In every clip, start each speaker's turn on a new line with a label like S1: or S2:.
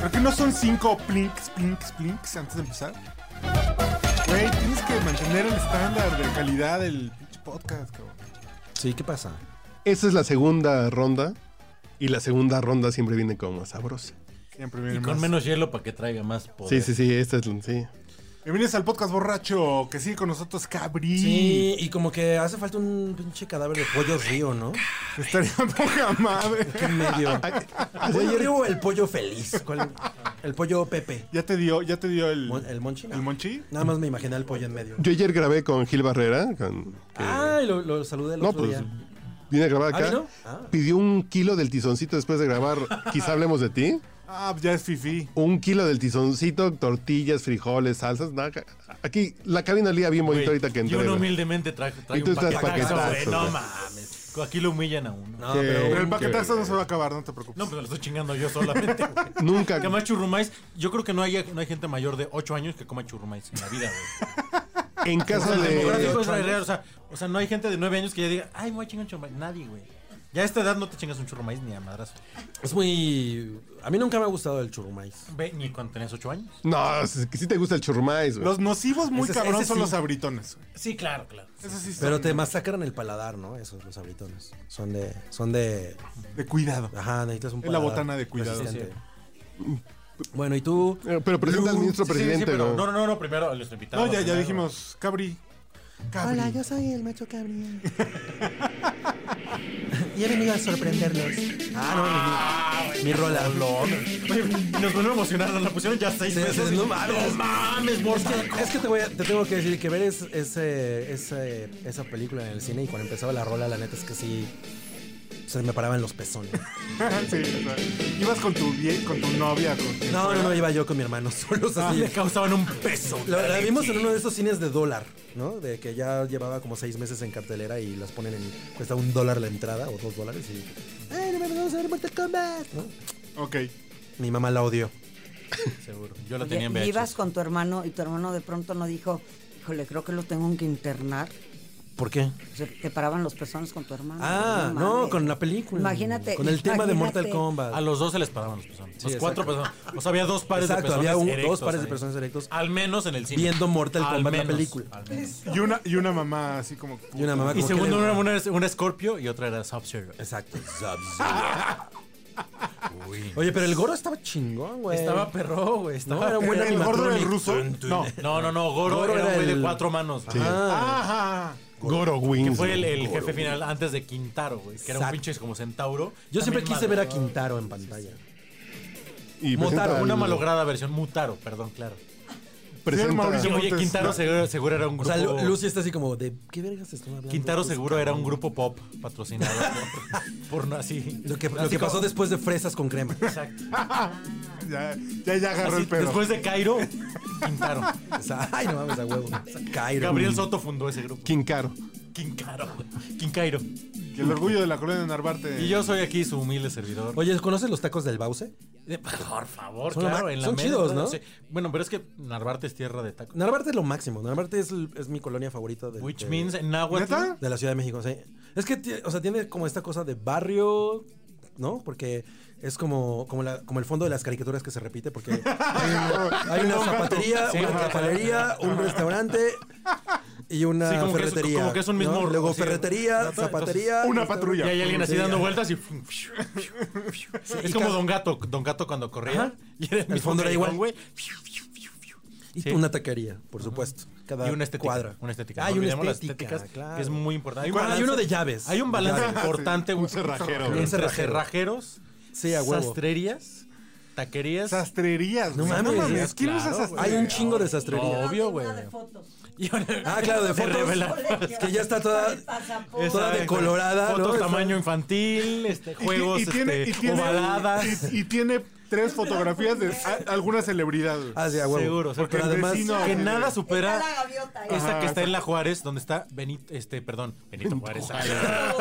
S1: ¿Por qué no son cinco plinks, plinks, plinks antes de empezar? Güey, tienes que mantener el estándar de calidad del pinche podcast, cabrón.
S2: Sí, ¿qué pasa?
S3: Esa es la segunda ronda. Y la segunda ronda siempre viene como más sabrosa.
S1: Siempre
S2: Y
S1: viene
S2: con
S1: más.
S2: menos hielo para que traiga más poder.
S3: Sí, sí, sí, esta es la. Sí.
S1: Bienvenidos al podcast borracho que sigue con nosotros Cabri.
S2: Sí, y como que Eh, pues, hace falta un pinche cadáver de pollo río, ¿no?
S1: Estaría poca madre.
S2: Qué medio. pollo río o el pollo feliz. ¿Cuál? El pollo Pepe.
S1: Ya te dio, ya te dio el,
S2: Mon- ¿El monchi?
S1: el monchi.
S2: Nada más me imaginé el pollo en medio.
S3: Yo ayer grabé con Gil Barrera. Con, que-
S2: Ah, y lo, lo saludé el
S3: no,
S2: otro
S3: pues.
S2: día.
S3: Vine a grabar
S2: Ah,
S3: acá.
S2: ¿vino? Ah.
S3: Pidió un kilo del tizoncito después de grabar. Quizá hablemos de ti.
S1: Ah, pues ya es fifi.
S3: Un kilo del tizoncito, tortillas, frijoles, salsas. nada, ca- aquí la cabina olía bien bonito ahorita que entré.
S4: Yo
S3: güey.
S4: humildemente traje
S3: Y tú
S4: un
S3: estás
S4: paquetazo, güey.
S3: paquetazo,
S4: No
S3: güey.
S4: mames. Aquí lo humillan a uno. No,
S2: No,
S3: Sí.
S1: Pero
S2: pero
S1: el paquetazo no se va a acabar, no te preocupes.
S4: pero lo estoy chingando yo solamente. güey.
S3: Nunca.
S4: Que más churrumais. Yo creo que no hay, no hay gente mayor de 8 años que coma churrumais en la vida, güey.
S3: En casa
S4: El demográfico
S3: de.
S4: es raro, o sea, o sea, no hay gente de 9 años que ya diga, ay, me voy a chingar un churrumais. Nadie, güey. Ya a esta edad no te chingas un churrumais ni a madrazo.
S2: es muy... A mí nunca me ha gustado el churrumais.
S4: Ve, ni cuando tenés 8 años.
S3: No, es que sí te gusta el churmais, güey.
S1: Los nocivos muy
S2: Ese- ese
S1: cabrón son
S2: sí.
S1: los abritones. güey.
S4: Sí, claro, claro.
S1: Esos sí son
S2: Pero te masacran el paladar, ¿no? Esos, los abritones. Son de... Son de...
S1: de cuidado.
S2: Ajá, necesitas un
S1: Es la
S2: paladar
S1: botana de cuidado.
S2: resistente. Mm. Bueno, ¿y tú?
S3: Eh, Pero presenta al
S2: Lu-
S3: ministro
S4: Sí, sí, sí,
S3: presidente,
S4: pero-
S3: ¿no?
S4: No, no, no, no, primero los invitamos.
S1: No, ya, ya
S4: primero.
S1: dijimos Cabri. Cabri.
S5: Hola, yo soy el macho Gabriel. y he venido a sorprenderlos.
S2: Ah, no, mi, mi rola.
S4: Y Nos volvemos a emocionar, nos la pusieron ya 6
S2: Sí, sí,
S4: veces.
S2: no mames.
S4: mames,
S2: Es
S4: Borja.
S2: que, es que te, voy a- te tengo que decir que ver es- ese- ese- esa película en el cine y cuando empezaba la rola, la neta es que sí se me paraban los pezones.
S1: Sí, o sea, ibas con tu, vie- con tu novia. Con quien
S2: No,
S1: fuera.
S2: no, no, iba yo con mi hermano solos
S4: Ah,
S2: así.
S4: le causaban un peso.
S2: Lo, la vimos en uno de esos cines de dólar, ¿no? De que ya llevaba como seis meses en cartelera y las ponen en. Cuesta un dólar la entrada o dos dólares y. ¡Ay, no me vamos a ver Mortal Kombat! ¿no?
S1: Ok.
S2: Mi mamá la odió.
S4: Seguro. Yo la
S6: Oye,
S4: tenía en
S6: y
S4: VHS.
S6: ibas con tu hermano y tu hermano de pronto no dijo, híjole, creo que lo tengo que internar.
S2: ¿Por qué?
S6: O sea, te paraban los personas con tu hermano.
S2: Ah, no,
S6: mames.
S2: con la película.
S6: Imagínate.
S2: Con el tema de
S6: imagínate.
S2: Mortal Kombat.
S4: A los dos se les paraban los pezones.
S2: Sí,
S4: los cuatro
S2: exacto.
S4: personas. O sea, había dos pares
S2: Exacto,
S4: de personas.
S2: había un- dos
S4: erectos
S2: pares de
S4: ahí.
S2: personas erectos
S4: Al menos en el cine.
S2: viendo Mortal
S4: Al
S2: Kombat, la
S4: menos,
S2: película.
S4: al menos.
S1: Y una, y una mamá así como.
S2: Y una mamá
S4: Y
S2: como que
S4: segundo,
S2: le-
S4: una, una, es- una es Scorpio y otra era Sub-Zero.
S2: Exacto. Oye, pero el gordo estaba chingón, güey.
S4: Estaba perro, güey. Estaba
S2: No, era un buen
S1: ¿El gordo del
S2: animatronic.
S1: ruso? No.
S4: No, no, no. Goro,
S2: Goro
S4: era
S2: era
S4: un güey
S2: el-
S4: de cuatro manos. Ajá.
S2: Ah,
S1: Ajá.
S3: Goro Wings.
S4: Que fue el,
S3: güey.
S4: el jefe final Ah, antes de Quintaro, güey. Que era un
S2: Exacto.
S4: pinche como centauro.
S2: yo siempre
S4: También
S2: quise ver a
S4: madre.
S2: Quintaro en pantalla.
S3: Y pues,
S2: Motaro,
S3: presenta
S4: Mutaro,
S3: al-
S4: una malograda versión. Mutaro, perdón, claro.
S3: presenta-
S1: Sí, Mauricio.
S4: Sí, oye,
S1: Montes,
S4: Quintaro
S1: ¿no?
S4: seguro, seguro era un
S2: O
S4: grupo.
S2: sea, Lu- Lucy está así como de ¿qué vergas están hablando?
S4: Quintaro
S2: estos
S4: seguro era un grupo pop patrocinado por- por no así.
S2: Lo que, lo
S4: así
S2: que pasó
S4: como-
S2: después de fresas con crema.
S4: Exacto.
S1: Ya, ya, ya agarró
S4: Así,
S1: el pedo.
S4: después de Cairo, Quintaro.
S2: O sea, ay, no mames, a huevo. Cairo.
S4: Gabriel Soto fundó ese grupo.
S3: Quincaro.
S4: Quincaro. Quincairo.
S1: Y el orgullo de la colonia de Narvarte.
S4: Y yo soy aquí su humilde servidor.
S2: Oye, ¿conoces los tacos del Bause?
S4: Eh, por favor,
S2: Son lo
S4: claro.
S2: ma-
S4: en la
S2: son
S4: mera
S2: chidos,
S4: entrada,
S2: ¿no?
S4: sí. Bueno, pero es que Narvarte es tierra de tacos.
S2: Narvarte es lo máximo. Narvarte es, el- es mi colonia favorita de,
S4: Which
S2: de-
S4: means en Nahuatl.
S1: ¿Neta?
S2: de la Ciudad de México. sí. Es que, tie- o sea, tiene como esta cosa de barrio, ¿no? Porque es como, como, la- como el fondo de las caricaturas que se repite, porque hay, una zapatería,
S4: Sí,
S2: una
S4: ajá.
S2: cafetería, un restaurante y una
S4: Sí, como que es-
S2: ferretería.
S4: como que es un mismo
S2: ¿no? Luego
S4: sí,
S2: ferretería,
S4: entonces,
S2: zapatería.
S1: Una
S2: restaurante.
S4: Y
S1: patrulla.
S4: hay alguien así
S2: Sí,
S4: dando
S2: ya.
S4: vueltas y. es
S2: y
S4: como
S2: casi-
S4: Don Gato. Don Gato cuando corría.
S2: Ajá.
S4: Y era el
S2: El
S4: mismo
S2: fondo era igual.
S4: callejón, güey.
S2: Y
S4: Sí.
S2: una taquería, por supuesto. Cada
S4: y una estética.
S2: cuadra.
S4: Una estética.
S2: Ah,
S4: No
S2: y una
S4: olvidemos las
S2: estética,
S4: estéticas,
S2: claro.
S4: que es muy importante.
S2: ¿Cuál?
S4: un
S2: Hay uno
S4: balance-
S2: de llaves.
S4: Hay un balance
S1: Llaves.
S4: importante.
S1: Sí,
S4: güey.
S1: un cerrajero.
S4: Un
S2: Un
S4: cerrajero.
S2: cerrajero.
S4: Cerrajeros.
S2: Sí, a huevo.
S4: Sastrerías. taquerías.
S1: Sastrerías,
S7: No
S1: güey.
S7: mames,
S1: ¿Quién
S7: claro,
S1: usa
S7: güey.
S1: sastrería?
S7: Hay un chingo de sastrería.
S4: No. Obvio,
S6: Una
S4: güey.
S6: de fotos.
S4: Y ahora-
S7: Ah, claro, de
S4: se
S7: fotos.
S4: revela.
S7: Que ya está toda-
S6: Con el pasaporte.
S7: toda
S4: Exacto.
S7: decolorada, ¿no?
S4: Fotos tamaño infantil, este,
S1: Y ti-
S4: juegos
S1: y tiene-
S4: este,
S1: y tiene-
S4: ovaladas.
S1: Y, y tiene tres fotografías de a- alguna celebridad. güey.
S7: Ah, sí, a huevo.
S4: Seguro,
S7: Porque
S4: seguro.
S7: además.
S1: vecino-
S4: que
S1: güey.
S4: nada
S6: Está
S4: supera
S6: la gaviota. ahí.
S4: esa
S1: Ajá,
S4: que está en la Juárez, donde está Benito, este, perdón, Benito Juárez.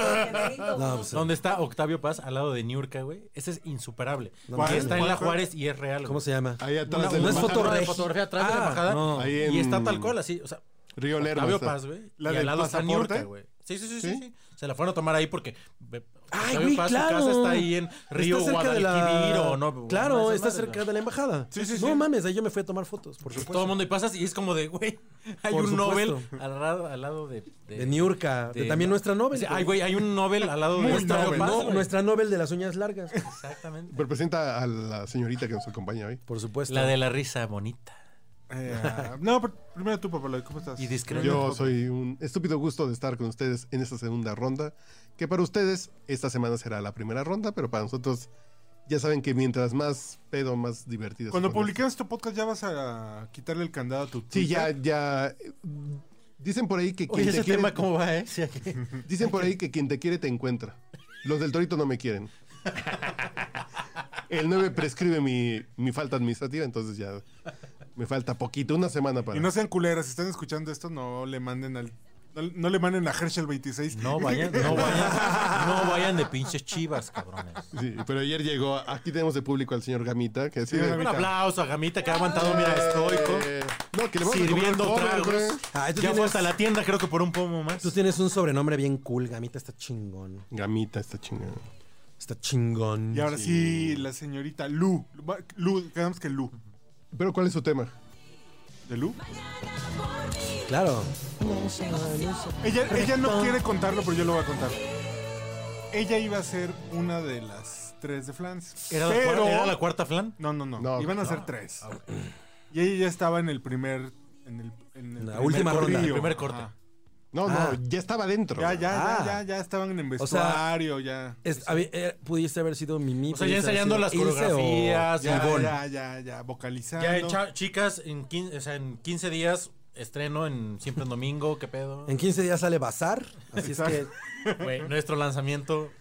S7: No, pues,
S4: Donde está Octavio Paz al lado de Niurka, güey. Ese es insuperable.
S1: mames.
S4: Que está en la
S1: ¿Cuál fue?
S4: Juárez y es real.
S7: ¿Cómo
S4: güey.
S7: se llama?
S3: Ahí
S4: Una-
S3: atrás
S4: una
S3: del
S7: es
S3: mar.
S7: foto-
S4: fotografía,
S7: Rex.
S4: fotografía atrás de
S7: Ah,
S4: la embajada.
S7: no.
S3: Ahí
S4: Y
S3: en-
S4: está tal cual, así. O sea,
S3: Río Lerma.
S4: Octavio
S3: está.
S4: Paz, güey.
S1: ¿La
S4: y al
S1: del
S4: lado está
S1: pasaporte?
S4: Niurka, güey. Sí, sí, sí, sí,
S3: ¿Sí?
S4: sí. Se la fueron a tomar ahí porque. ve,
S7: Ay,
S4: Octavio
S7: güey,
S4: Paz,
S7: claro.
S4: Su casa está ahí en Río
S7: Está cerca de la-
S4: Guadalquivir o no.
S7: Claro,
S4: no, esa
S7: está
S4: madre,
S7: cerca
S4: no.
S7: de la embajada.
S1: Sí, sí,
S7: No
S1: sí.
S7: mames, ahí yo me fui a tomar fotos, por supuesto.
S4: Todo el mundo y pasas y es como de, güey, hay
S7: Por
S4: un
S7: supuesto.
S4: Nobel al lado, al lado de,
S7: De Niurka, de,
S4: de-
S7: también nuestra Nobel.
S4: Ay, güey, hay un Nobel al lado de
S1: Muy
S4: Octavio
S1: Nobel.
S4: Paz,
S7: No,
S4: güey.
S7: nuestra Nobel de las uñas largas.
S4: Exactamente.
S3: Representa a la señorita que nos acompaña hoy.
S7: Por supuesto.
S4: La de la risa bonita.
S1: Eh, ah, no, pero primero tú, Papaloy, ¿cómo estás?
S4: Y discreta.
S3: Yo soy un estúpido gusto de estar con ustedes en esta segunda ronda, que para ustedes esta semana será la primera ronda, pero para nosotros ya saben que mientras más pedo, más divertido.
S1: Cuando publiquemos tu podcast, ¿ya vas a quitarle el candado a tu
S3: Sí, ya,
S1: Twitter?
S3: ya. eh, Dicen por ahí que quien
S4: Oye,
S3: te
S4: ese
S3: quiere,
S4: tema cómo va, ¿eh? Sí,
S3: dicen por ahí que quien te quiere te encuentra. Los del Torito no me quieren. El 9 prescribe mi, mi falta administrativa, entonces ya me falta poquito, una semana para.
S1: Y no sean culeras, si están escuchando esto, no le manden al. No, no le manden a Herschel 26.
S4: No vayan, no vayan, no vayan de pinches chivas, cabrones.
S3: Sí, pero ayer llegó, aquí tenemos de público al señor Gamita, que así de-
S1: Gamita.
S4: Un aplauso a Gamita que ha aguantado, mira, estoico,
S3: Eh, No, que le vamos a
S4: sirviendo
S3: comprar cover,
S4: tragos.
S3: güey.
S7: Ah, tú
S4: Ya fue
S7: tienes-
S4: hasta la tienda, creo que por un pomo más.
S7: Tú tienes un sobrenombre bien cool, Gamita. Está chingón.
S3: Gamita está chingada.
S7: Está chingón.
S3: Mm,
S1: Y ahora sí, la señorita Lu. Lu, quedamos que Lu.
S3: Pero ¿cuál es su tema?
S1: ¿De Lu?
S7: Claro.
S1: Ella, ella no quiere contarlo, pero yo lo voy a contar. Ella iba a ser una de las tres de Flans.
S4: ¿Era, la
S1: pero...
S4: cuarta, ¿Era la cuarta flan?
S1: No, no, no,
S3: No,
S1: Iban a
S3: no. Ah,
S1: ser tres. Y ella ya estaba en el primer. En, el, en el
S7: La
S1: primer
S7: última ronda,
S1: corrillo.
S7: el
S4: primer corte.
S1: Ajá.
S3: No,
S7: Ah.
S3: no, ya estaba adentro.
S1: Ya, ya,
S7: Ah.
S1: ya, ya, ya estaban en
S7: sea,
S1: vestuario, ya.
S7: Es- a ver, eh, pudiste haber sido Mimi.
S4: O sea, ya
S7: pudiste haber
S4: ensayando
S7: sido
S4: las
S7: Ilse o-
S4: coreografías,
S1: Ya,
S4: Ivonne.
S1: ya, ya, ya, vocalizando.
S4: Ya, cha- chicas, en 15, o sea, en 15 días estreno en Siempre en Domingo, ¿qué pedo?
S7: En 15 días sale Bazar. Así es que.
S1: Exacto.
S4: Güey, nuestro lanzamiento,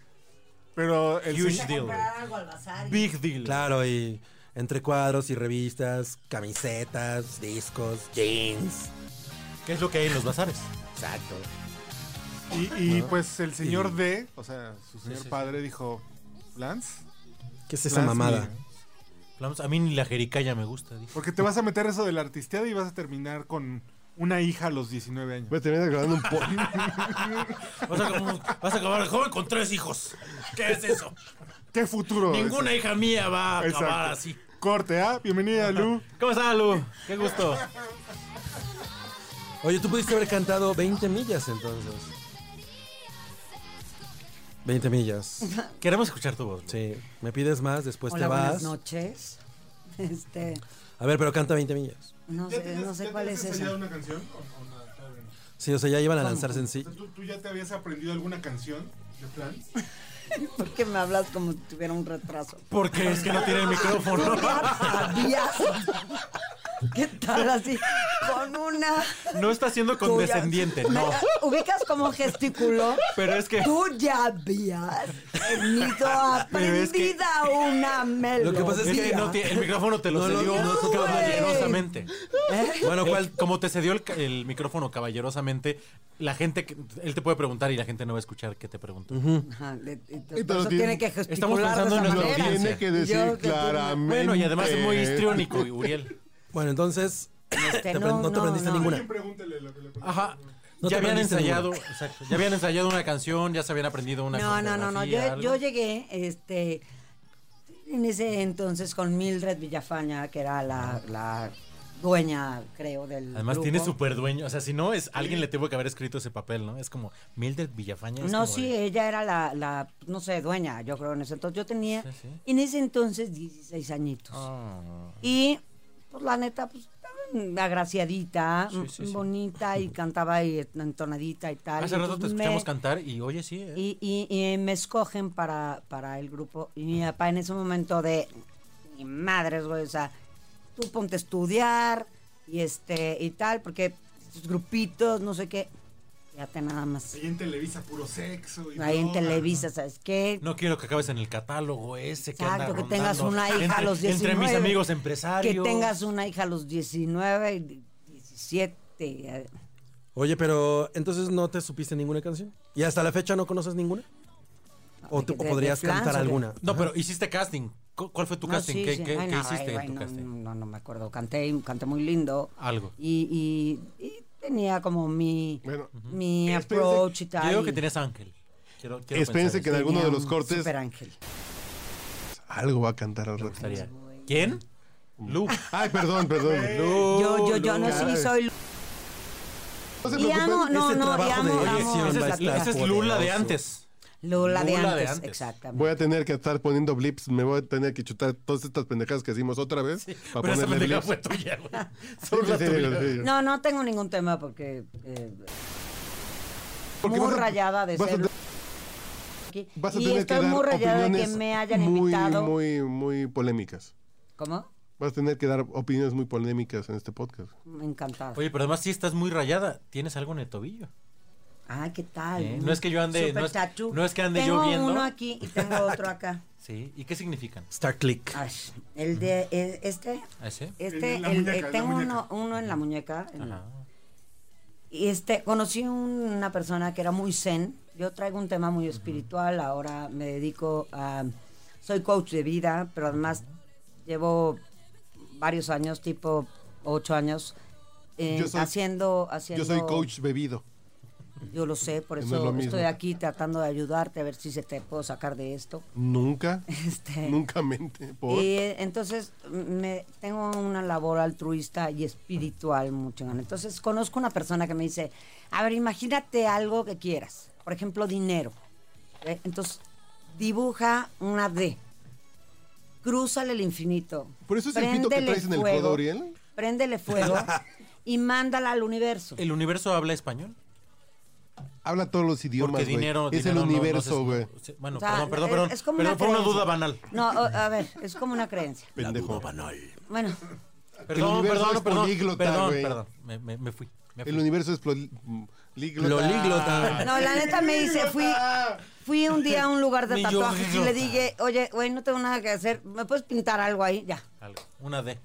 S1: Pero el
S4: Huge
S1: señor-
S4: deal,
S6: comprar algo al bazar. y-
S4: big deal.
S7: Claro, y entre cuadros y revistas, camisetas, discos, jeans.
S4: ¿Qué es lo que hay en los bazares?
S7: Exacto.
S1: y, y, pues el señor
S7: Y-
S1: D, o sea, su señor
S4: sí,
S1: padre dijo, Lance,
S7: ¿Qué es esa
S1: Lance,
S7: mamada?
S1: mira,
S4: Vamos, A mí ni la jericaya me gusta, dije.
S1: porque te vas a meter eso de la artisteada y vas a terminar con una hija a los 19 años.
S3: Voy a terminar grabando un po-
S4: Vas a, como- vas a acabar joven con tres hijos. ¿Qué es eso?
S1: ¿Qué futuro?
S4: Ninguna hija mía va a
S1: Exacto.
S4: acabar así.
S1: Corte, ¿ah? Bienvenida, Lu.
S4: ¿Cómo estás, Lu? Qué gusto.
S7: Oye, tú pudiste haber cantado 20 millas entonces. 20 millas.
S4: Queremos escuchar tu voz. Lu.
S7: Sí, me pides más,
S2: pues
S7: después
S6: Hola,
S7: te
S6: buenas
S7: vas.
S6: noches. Este,
S7: A ver, pero canta 20 millas.
S6: no sé, no sé cuál es esa.
S1: una canción?
S7: Sí, o sea, ya iban a lanzarse en sí.
S1: ¿Tú, ya te habías aprendido alguna canción de plan?
S6: ¿Por qué me hablas como si tuviera un retraso?
S4: Porque es que no tiene el micrófono.
S6: Ya sabías. ¿Qué tal así? Con una.
S4: No está siendo
S6: Tú ya-
S4: condescendiente, no.
S6: Me- ubicas como gesticuló.
S4: Pero es que-
S6: Tú ya habías tenido
S4: Pero es que-
S6: aprendida una melodía.
S7: Lo que pasa
S4: Es que no tiene- el micrófono te lo
S7: No lo-
S4: cedió
S7: no
S6: se-
S4: caballerosamente.
S7: Bueno,
S4: El-
S7: ¿cuál?
S4: como te cedió el, ca- el micrófono caballerosamente, la gente, que- él te puede preguntar y la gente no va a escuchar qué te preguntó.
S6: Ajá, le- y te-
S3: Pero
S6: por eso
S3: tiene-
S6: tiene que gesticular
S4: estamos
S6: de
S4: pensando
S6: esa
S4: en
S3: Lo
S6: manera.
S4: nuestra audiencia.
S3: tiene que decir
S6: Yo que tú-
S3: claramente.
S4: Bueno, y además es muy histriónico, Uriel.
S7: Bueno, entonces.
S6: Este,
S7: te
S6: no,
S7: aprend- no, te
S6: no,
S7: aprendiste
S6: no.
S7: ninguna.
S1: Pregúntele lo que le
S4: Ajá.
S7: No te
S4: ya habían
S7: aprendiste
S4: ensayado, exacto, ya habían ensayado una canción, ya se habían aprendido una
S6: No, no, no, no.
S4: coreografía,
S6: Yo,
S4: algo.
S6: yo llegué, este, en ese entonces con Mildred Villafaña, que era la, la dueña, creo, del.
S4: Ah. Además tiene
S6: grupo.
S4: súper dueño, o sea, si no es alguien le tuvo que haber escrito ese papel, ¿no? Es como Mildred Villafaña. es
S6: No,
S4: como
S6: sí,
S4: de-
S6: ella era la, la, no sé, dueña, yo creo, en ese entonces. Yo tenía,
S4: Sí, sí.
S6: en ese entonces, 16 añitos.
S4: Ah.
S6: Y, pues, la neta, pues, estaba agraciadita,
S4: Sí, sí,
S6: mm,
S4: sí.
S6: bonita, y cantaba y entonadita y tal.
S4: Hace rato te
S6: Entonces, me-
S4: escuchamos cantar y oye, sí. eh.
S6: Y, y- y me escogen para, para el grupo. Y mi papá en ese momento de... ni madres, güey. O sea, tú ponte a estudiar y este y tal, porque sus grupitos, no sé qué. Fíjate nada más.
S1: Ahí en Televisa, puro sexo. y
S6: Ahí en
S1: droga.
S6: Televisa, ¿sabes qué?
S4: No quiero que acabes en el catálogo ese que anda
S6: Exacto, que
S4: rondando
S6: tengas una hija
S4: entre,
S6: a los
S4: Entre mis
S6: 19,
S4: amigos
S6: que
S4: empresarios.
S6: tengas una hija a los 19, y 17. eh,
S2: Oye, pero entonces no te supiste ninguna canción. ¿Y hasta la fecha no conoces ninguna? ¿O
S6: de
S2: tú
S6: que- de-
S2: o podrías
S6: de flans,
S2: cantar
S6: ¿o qué?
S2: alguna?
S4: No, pero hiciste casting. ¿Cu- ¿Cuál fue tu
S6: No,
S4: casting?
S6: sí,
S4: ¿Qué,
S6: sí.
S4: qué-
S6: Ay,
S4: qué
S6: no,
S4: hiciste
S6: ay,
S4: en
S6: ay,
S4: tu
S6: no,
S4: casting?
S6: No, no me acuerdo. Canté, canté muy lindo.
S4: Algo.
S6: Y, y- y tenía como mi,
S3: Bueno,
S6: mi
S3: Espérense,
S6: approach y
S4: Yo
S6: tal.
S4: digo
S6: y
S4: que tenías ángel. Quiero, quiero
S3: Espérense que en
S4: pensar
S3: alguno de
S6: tenía
S3: los
S6: un
S3: cortes
S6: superángel.
S3: algo va a cantar al
S4: eso.
S3: ratito.
S4: Estaría. ¿Quién? Lu.
S3: Mm. Ay, perdón, perdón.
S6: Yo,
S1: Lu.
S6: yo, yo
S3: Lu,
S6: no
S3: caray.
S6: sí soy.
S3: No se
S6: Y amo,
S3: preocupen.
S6: no,
S2: Ese
S6: no, y
S2: trabajo
S6: amo,
S2: de
S6: amo.
S2: dirección
S4: Esa
S6: la
S4: es, esa es
S6: tía.
S4: Lula de antes.
S6: Lula de
S4: Lula de
S6: antes,
S4: antes.
S6: exactamente.
S3: Voy a tener que estar poniendo blips, me voy a tener que chutar todas estas pendejadas que hicimos otra vez
S4: Pero
S3: para
S4: esa
S3: ponerle
S4: pendeja
S3: blips.
S4: fue tuya, güey.
S3: Sí,
S4: Solo la
S3: sí, sí,
S4: tuya.
S3: sí, sí.
S6: No, no tengo ningún tema porque. eh,
S3: Porque
S6: muy
S3: vas a-
S6: rayada de
S3: vas a
S6: ser.
S3: te-
S6: aquí.
S3: Vas a
S6: y
S3: tener
S6: estoy
S3: que dar
S6: muy rayada de que
S3: opiniones
S6: me hayan
S3: muy,
S6: invitado.
S3: Muy, muy polémicas.
S6: ¿Cómo?
S3: Vas a tener que dar opiniones muy polémicas en este podcast.
S6: Encantada.
S4: Oye, pero además sí estás muy rayada. Tienes algo en el tobillo.
S6: Ay, Ah, ¿qué tal?
S4: Eh, no es que yo ande-
S6: Super
S4: no es-
S6: tattoo.
S4: no es que ande
S6: tengo
S4: yo viendo.
S6: uno aquí y tengo otro acá.
S4: Sí. ¿Y qué significan?
S2: Star Click.
S6: Ay, el de el- este,
S4: ¿Ah, sí?
S6: este,
S1: En la
S6: el-
S1: muñeca,
S6: eh,
S1: en la
S6: tengo uno,
S1: muñeca.
S6: uno en la muñeca. en-
S4: Ajá.
S6: Y este, conocí una persona que era muy zen. Yo traigo un tema muy espiritual. Ahora me dedico a. Soy coach de vida, pero además llevo varios años, tipo ocho años, eh,
S3: Yo soy-
S6: haciendo, haciendo.
S3: Yo soy coach bebido.
S6: Yo lo sé, por
S3: No es
S6: eso
S3: lo mismo.
S6: estoy aquí tratando de ayudarte a ver si se te puedo sacar de esto.
S3: Nunca,
S6: Este,
S3: nunca mente. Por...
S6: y eh, entonces me, tengo una labor altruista y espiritual muy chingona. Entonces conozco una persona que me dice, a ver, imagínate algo que quieras. Por ejemplo, dinero. ¿eh? Entonces, dibuja una D. Crúzale el infinito.
S3: ¿Por eso es el pito que
S6: Préndele
S3: traes en el
S6: fuego,
S3: codo, Uriel?
S6: Préndele fuego y mándala al universo.
S4: ¿El universo habla español?
S3: Habla todos los idiomas,
S4: Porque
S3: güey.
S4: dinero,
S3: Es
S4: dinero
S3: el
S4: no- no
S3: universo,
S4: se-
S3: güey.
S4: sí, Bueno,
S6: O sea,
S4: perdón, perdón,
S6: es-
S4: perdón.
S6: es como
S4: perdón,
S6: una
S4: fue una
S6: creencia.
S4: duda banal.
S6: No, o- a ver, es como una creencia.
S3: Pendejo.
S6: Bueno,
S4: Perdón,
S3: universo
S4: perdón,
S3: es
S4: perdón.
S3: políglota,
S4: perdón,
S3: güey.
S4: perdón. Me, me- me fui. me
S3: El
S4: fui.
S3: universo es políglota. Ah.
S2: Loliglota.
S6: no, la neta me dice, fui, fui un día a un lugar de
S4: Ni yo,
S6: tatuajes y
S4: idiota.
S6: le dije, oye, güey, no tengo nada que hacer, ¿me puedes pintar algo ahí? Ya.
S4: Algo, Una D.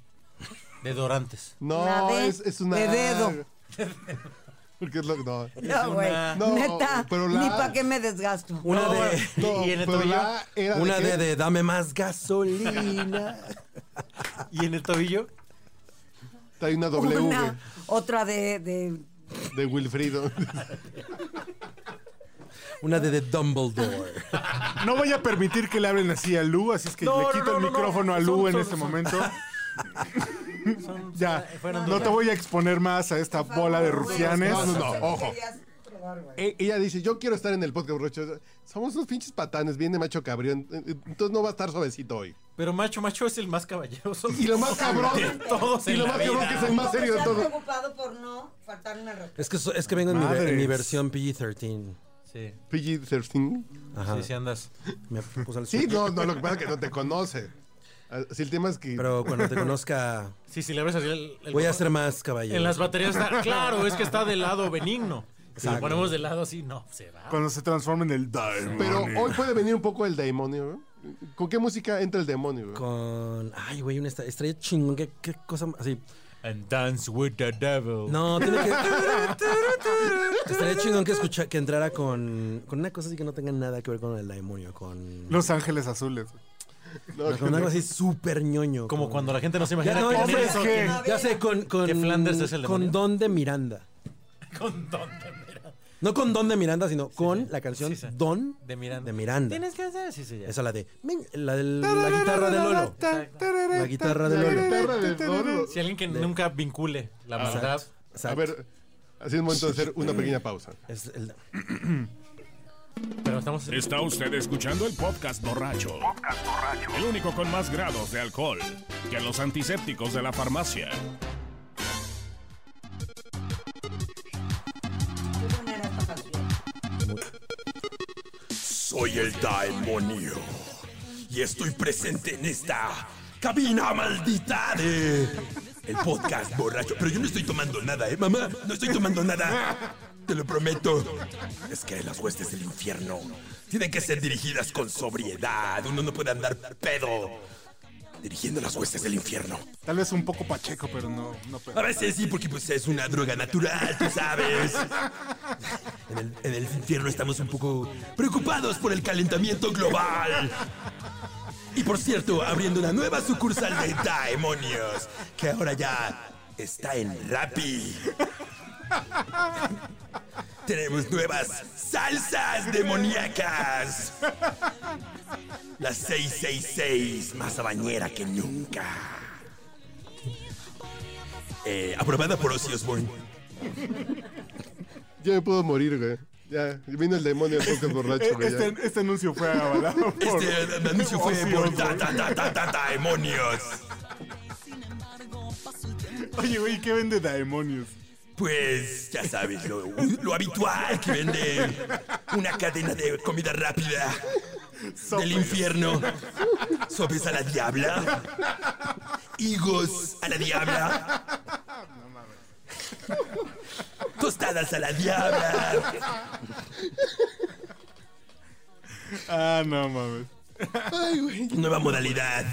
S4: De Dorantes.
S3: No,
S6: Una D
S3: es, es una...
S6: de dedo.
S3: Porque es lo... No.
S6: No, güey,
S4: una-
S3: No,
S6: neta,
S3: pero la-
S6: ni para qué me desgasto.
S2: Una
S4: No,
S2: de.
S3: No,
S4: y en el
S3: pero
S4: tobillo.
S3: la era
S2: Una
S3: de,
S2: de,
S3: qué?
S2: de dame más gasolina.
S4: Y en el tobillo.
S3: Hay una W
S6: Una, otra de, de-
S3: güey, de Wilfrido.
S2: Una de, de Dumbledore.
S1: No voy a permitir que le hablen así a Lu, así es que
S4: No,
S1: le
S4: no,
S1: quito
S4: no,
S1: el
S4: no, no.
S1: micrófono a Lu
S4: Son-
S1: en
S4: son-
S1: este
S4: son-
S1: momento.
S4: son-
S1: ya,
S4: fueron
S1: no
S4: dudas.
S1: te voy a exponer más a esta bola de
S6: Por favor, güey,
S1: rufianes.
S3: No, no, no,
S6: ¿qué
S3: ojo.
S6: querías probar, güey?
S3: E- Ella dice, yo quiero estar en el podcast, borracho. Somos unos pinches patanes, viene macho cabrión. Entonces no va a estar suavecito hoy.
S4: Pero Macho Macho es el más caballeroso.
S3: Y lo más cabrón.
S4: De todos
S3: y
S4: en
S3: lo
S4: la
S3: más cabrón que
S4: vida.
S3: es el más serio de
S6: Estás
S3: todo.
S6: preocupado por no faltarme al respeto.
S2: Es que, so- es que vengo en mi, ver- en mi
S1: Madres.
S2: versión PG-13.
S4: Sí,
S3: PG-13.
S2: Ajá.
S4: sí, sí andas.
S2: Me puse Pues al
S3: Sí, no, no, lo que pasa es que no te conoce. Ah, Sí, el tema es que.
S2: Pero cuando te conozca,
S4: Sí, sí, le abres así el, el-
S2: voy a ser más caballero.
S4: En las baterías está. Claro, es que está del lado benigno. Si lo
S2: Exacto.
S4: ponemos del lado así, no, se va.
S1: Cuando se transforma en el Diamond.
S3: Pero hoy puede venir un poco el demonio, ¿eh? ¿Con qué música entra el demonio, güey?
S2: Con. Ay, güey, una estra- estrella chingón. ¿Qué, qué cosa más- así?
S4: And dance with the devil.
S2: No, tiene que. Estaría chingón que escucha, que entrara con, con una cosa así que no tenga nada que ver con el demonio. Con.
S1: Los Ángeles Azules.
S3: No,
S2: con algo así súper ñoño.
S4: Como
S2: con-
S4: cuando la gente no se
S2: Ya,
S4: imagina
S2: no, ya
S4: quién
S2: sé,
S4: es o
S1: que-
S4: quién-
S2: ya sé, con. con
S4: ¿Que Flanders es el demonio?
S2: Con Don de Miranda.
S4: con dónde, mira.
S2: No con Don de Miranda, sino con la canción
S4: Sí, sí.
S2: Don
S4: De Miranda.
S2: de Miranda.
S4: Tienes que hacer, sí, sí, ya.
S2: Esa la de. La, de la guitarra de Lolo. La guitarra de
S3: La
S2: Lolo.
S3: guitarra de Lolo.
S4: Si alguien que nunca vincule la maldad.
S3: A
S2: Exacto.
S3: ver, así es momento de hacer una pequeña pausa.
S2: Es el-
S4: Pero estamos.
S8: Está usted escuchando el podcast borracho. El único con más grados de alcohol que los antisépticos de la farmacia.
S6: Qué buena era esta canción.
S7: Soy el demonio y estoy presente en esta Cabina maldita de... El podcast borracho. Pero yo no estoy tomando nada, ¿eh, mamá? No estoy tomando nada. Te lo prometo. Es que las huestes del infierno tienen que ser dirigidas con sobriedad. Uno no puede andar pedo dirigiendo las huestes del infierno.
S1: Tal vez un poco pacheco, pero no, no pedo.
S7: A veces sí, porque pues es una droga natural, tú sabes. En el, en el infierno estamos un poco preocupados por el calentamiento global. Y por cierto, abriendo una nueva sucursal de Daemonios, que ahora ya está en Rappi. Tenemos nuevas salsas demoníacas. La 666, más bañera que nunca. Eh, aprobada por Ozzy Osbourne.
S3: Yo me puedo morir, güey. Ya, vino el demonio al podcast borracho,
S1: Eh,
S3: güey. ya.
S1: Este, este anuncio fue avalado por...
S7: Este eh, anuncio fue
S1: Ozzy
S7: por ta, ta,
S1: Osbourne.
S7: ta, ta, ta, ta, demonios.
S1: Oye, güey, ¿qué vende Daemonios?
S7: Pues ya sabes, lo, lo habitual que vende una cadena de comida rápida del infierno. Sopes a la diabla. Higos a la diabla. Tostadas a la diabla.
S1: Ah, no mames.
S7: Nueva modalidad.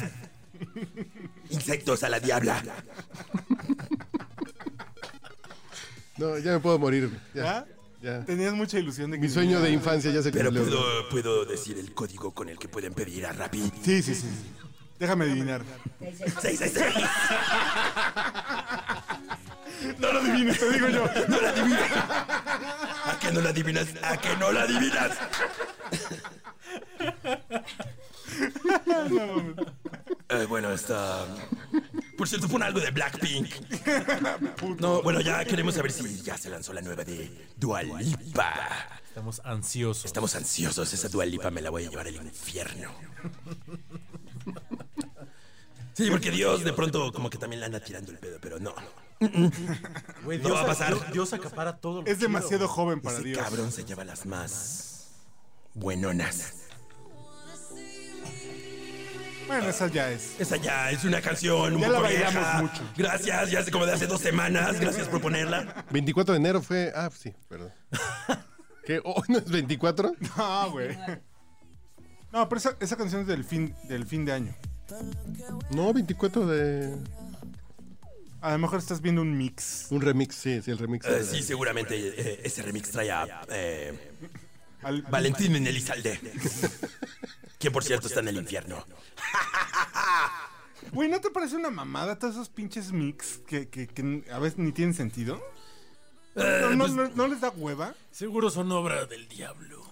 S7: Insectos a la diabla.
S3: No, ya me puedo morir, güey. Ya.
S1: ¿Ah?
S3: ya.
S1: Tenías mucha ilusión de que... pues
S3: Mi sueño de infancia ya se
S7: Pero
S3: cumplió. güey.
S7: puedo, puedo decir el código con el que pueden pedir a Rappi.
S1: Sí, sí, sí. sí. Déjame adivinar.
S7: 666.
S1: No lo adivines, te digo yo.
S7: No la adivinas. ¿A que no la adivinas? ¿A que no la adivinas? Eh, bueno, está. Por cierto, pon algo de Blackpink. No, bueno, ya queremos saber si ya se lanzó la nueva de Dualipa.
S4: Estamos ansiosos.
S7: Estamos ansiosos. Esa dualipa me la voy a llevar al infierno. Sí, porque Dios de pronto como que también la anda tirando el pedo, pero no.
S4: Mm, Güey,
S7: No
S4: Dios,
S7: va a pasar.
S4: Dios- Dios acapara todo. lo
S1: Es
S4: chido,
S1: demasiado
S4: güey.
S1: joven para
S7: Ese
S1: Dios.
S7: cabrón se lleva las más buenonas.
S1: Bueno, esa ya es.
S7: Esa ya es una canción un
S1: Ya
S7: poco
S1: la bailamos
S7: vieja.
S1: mucho.
S7: Gracias, ya hace como de hace dos semanas. Gracias por ponerla.
S3: 24 de enero fue. Ah, sí, perdón. ¿Qué? ¿Hoy no es 24?
S1: Ah, güey. No, pero esa, esa canción es del fin, del fin de año.
S3: No, 24 de.
S1: A lo mejor estás viendo un mix.
S3: Un remix, sí, sí, el remix.
S7: Eh,
S3: de-
S7: sí, seguramente eh, ese remix trae a eh,
S1: Al-
S7: Valentín en Elizalde. Quien, por cierto, está en el infierno.
S1: Güey, ¿no te parece una mamada todos esos pinches mix que, que- que a veces ni tienen sentido? ¿No, no- no- no les da hueva?
S4: Eh, pues, Seguro son obra del diablo.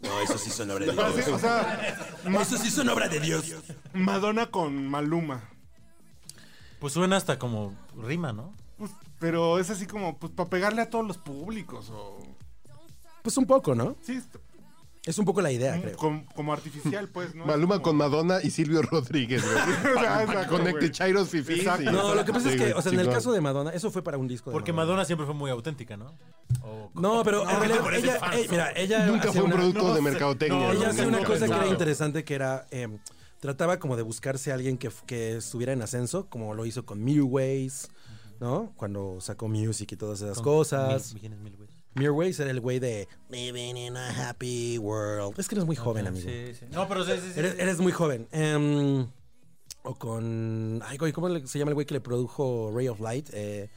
S7: No, eso sí son obra de
S1: Así, o
S7: Dios.
S1: sea, Ma-
S7: Eso sí son obra de Dios.
S1: Madonna con Maluma.
S4: Pues suena hasta como rima, ¿no?
S1: Pues, pero es así como, pues, para pegarle a todos los públicos o...
S7: Pues un poco, ¿no?
S1: Sí, es-
S7: Es un poco la idea,
S1: como, como artificial, pues, ¿no?
S3: Maluma
S1: Es
S3: con
S1: como-
S3: Madonna y Silvio Rodríguez, güey.
S1: O sea, exacto,
S3: Conecte
S1: güey.
S3: Chairos Fifi.
S1: Exacto.
S7: No, lo que pasa es que, o sea, en el caso
S3: de.
S7: de Madonna, eso fue para un disco. De
S4: Porque
S7: Madonna.
S4: Madonna siempre fue muy auténtica, ¿no? O-
S7: No, pero en realidad,
S4: parece
S7: ella,
S4: falso.
S7: eh, mira, ella
S3: Nunca
S7: hacía
S3: fue un
S7: una-
S3: producto
S1: no
S3: de
S1: sé,
S3: mercadotecnia.
S1: no,
S3: güey,
S7: Ella hacía una
S3: nunca.
S7: cosa que era
S4: Claro.
S7: interesante, que era... eh, trataba como de buscarse a alguien que, f- que estuviera en ascenso, como lo hizo con Mirrorways, ¿no? Cuando sacó Music y todas esas
S4: Con-
S7: cosas.
S4: Mil- millones, mil, güey.
S7: Mirrorways era el güey de... Living in a happy world. Es que eres muy joven, amigo.
S4: Sí, sí. No, pero sí, sí, sí.
S7: Eres, eres muy joven. Em, o con... Ay, güey, ¿cómo le- se llama el güey que le produjo Ray of Light? Eh,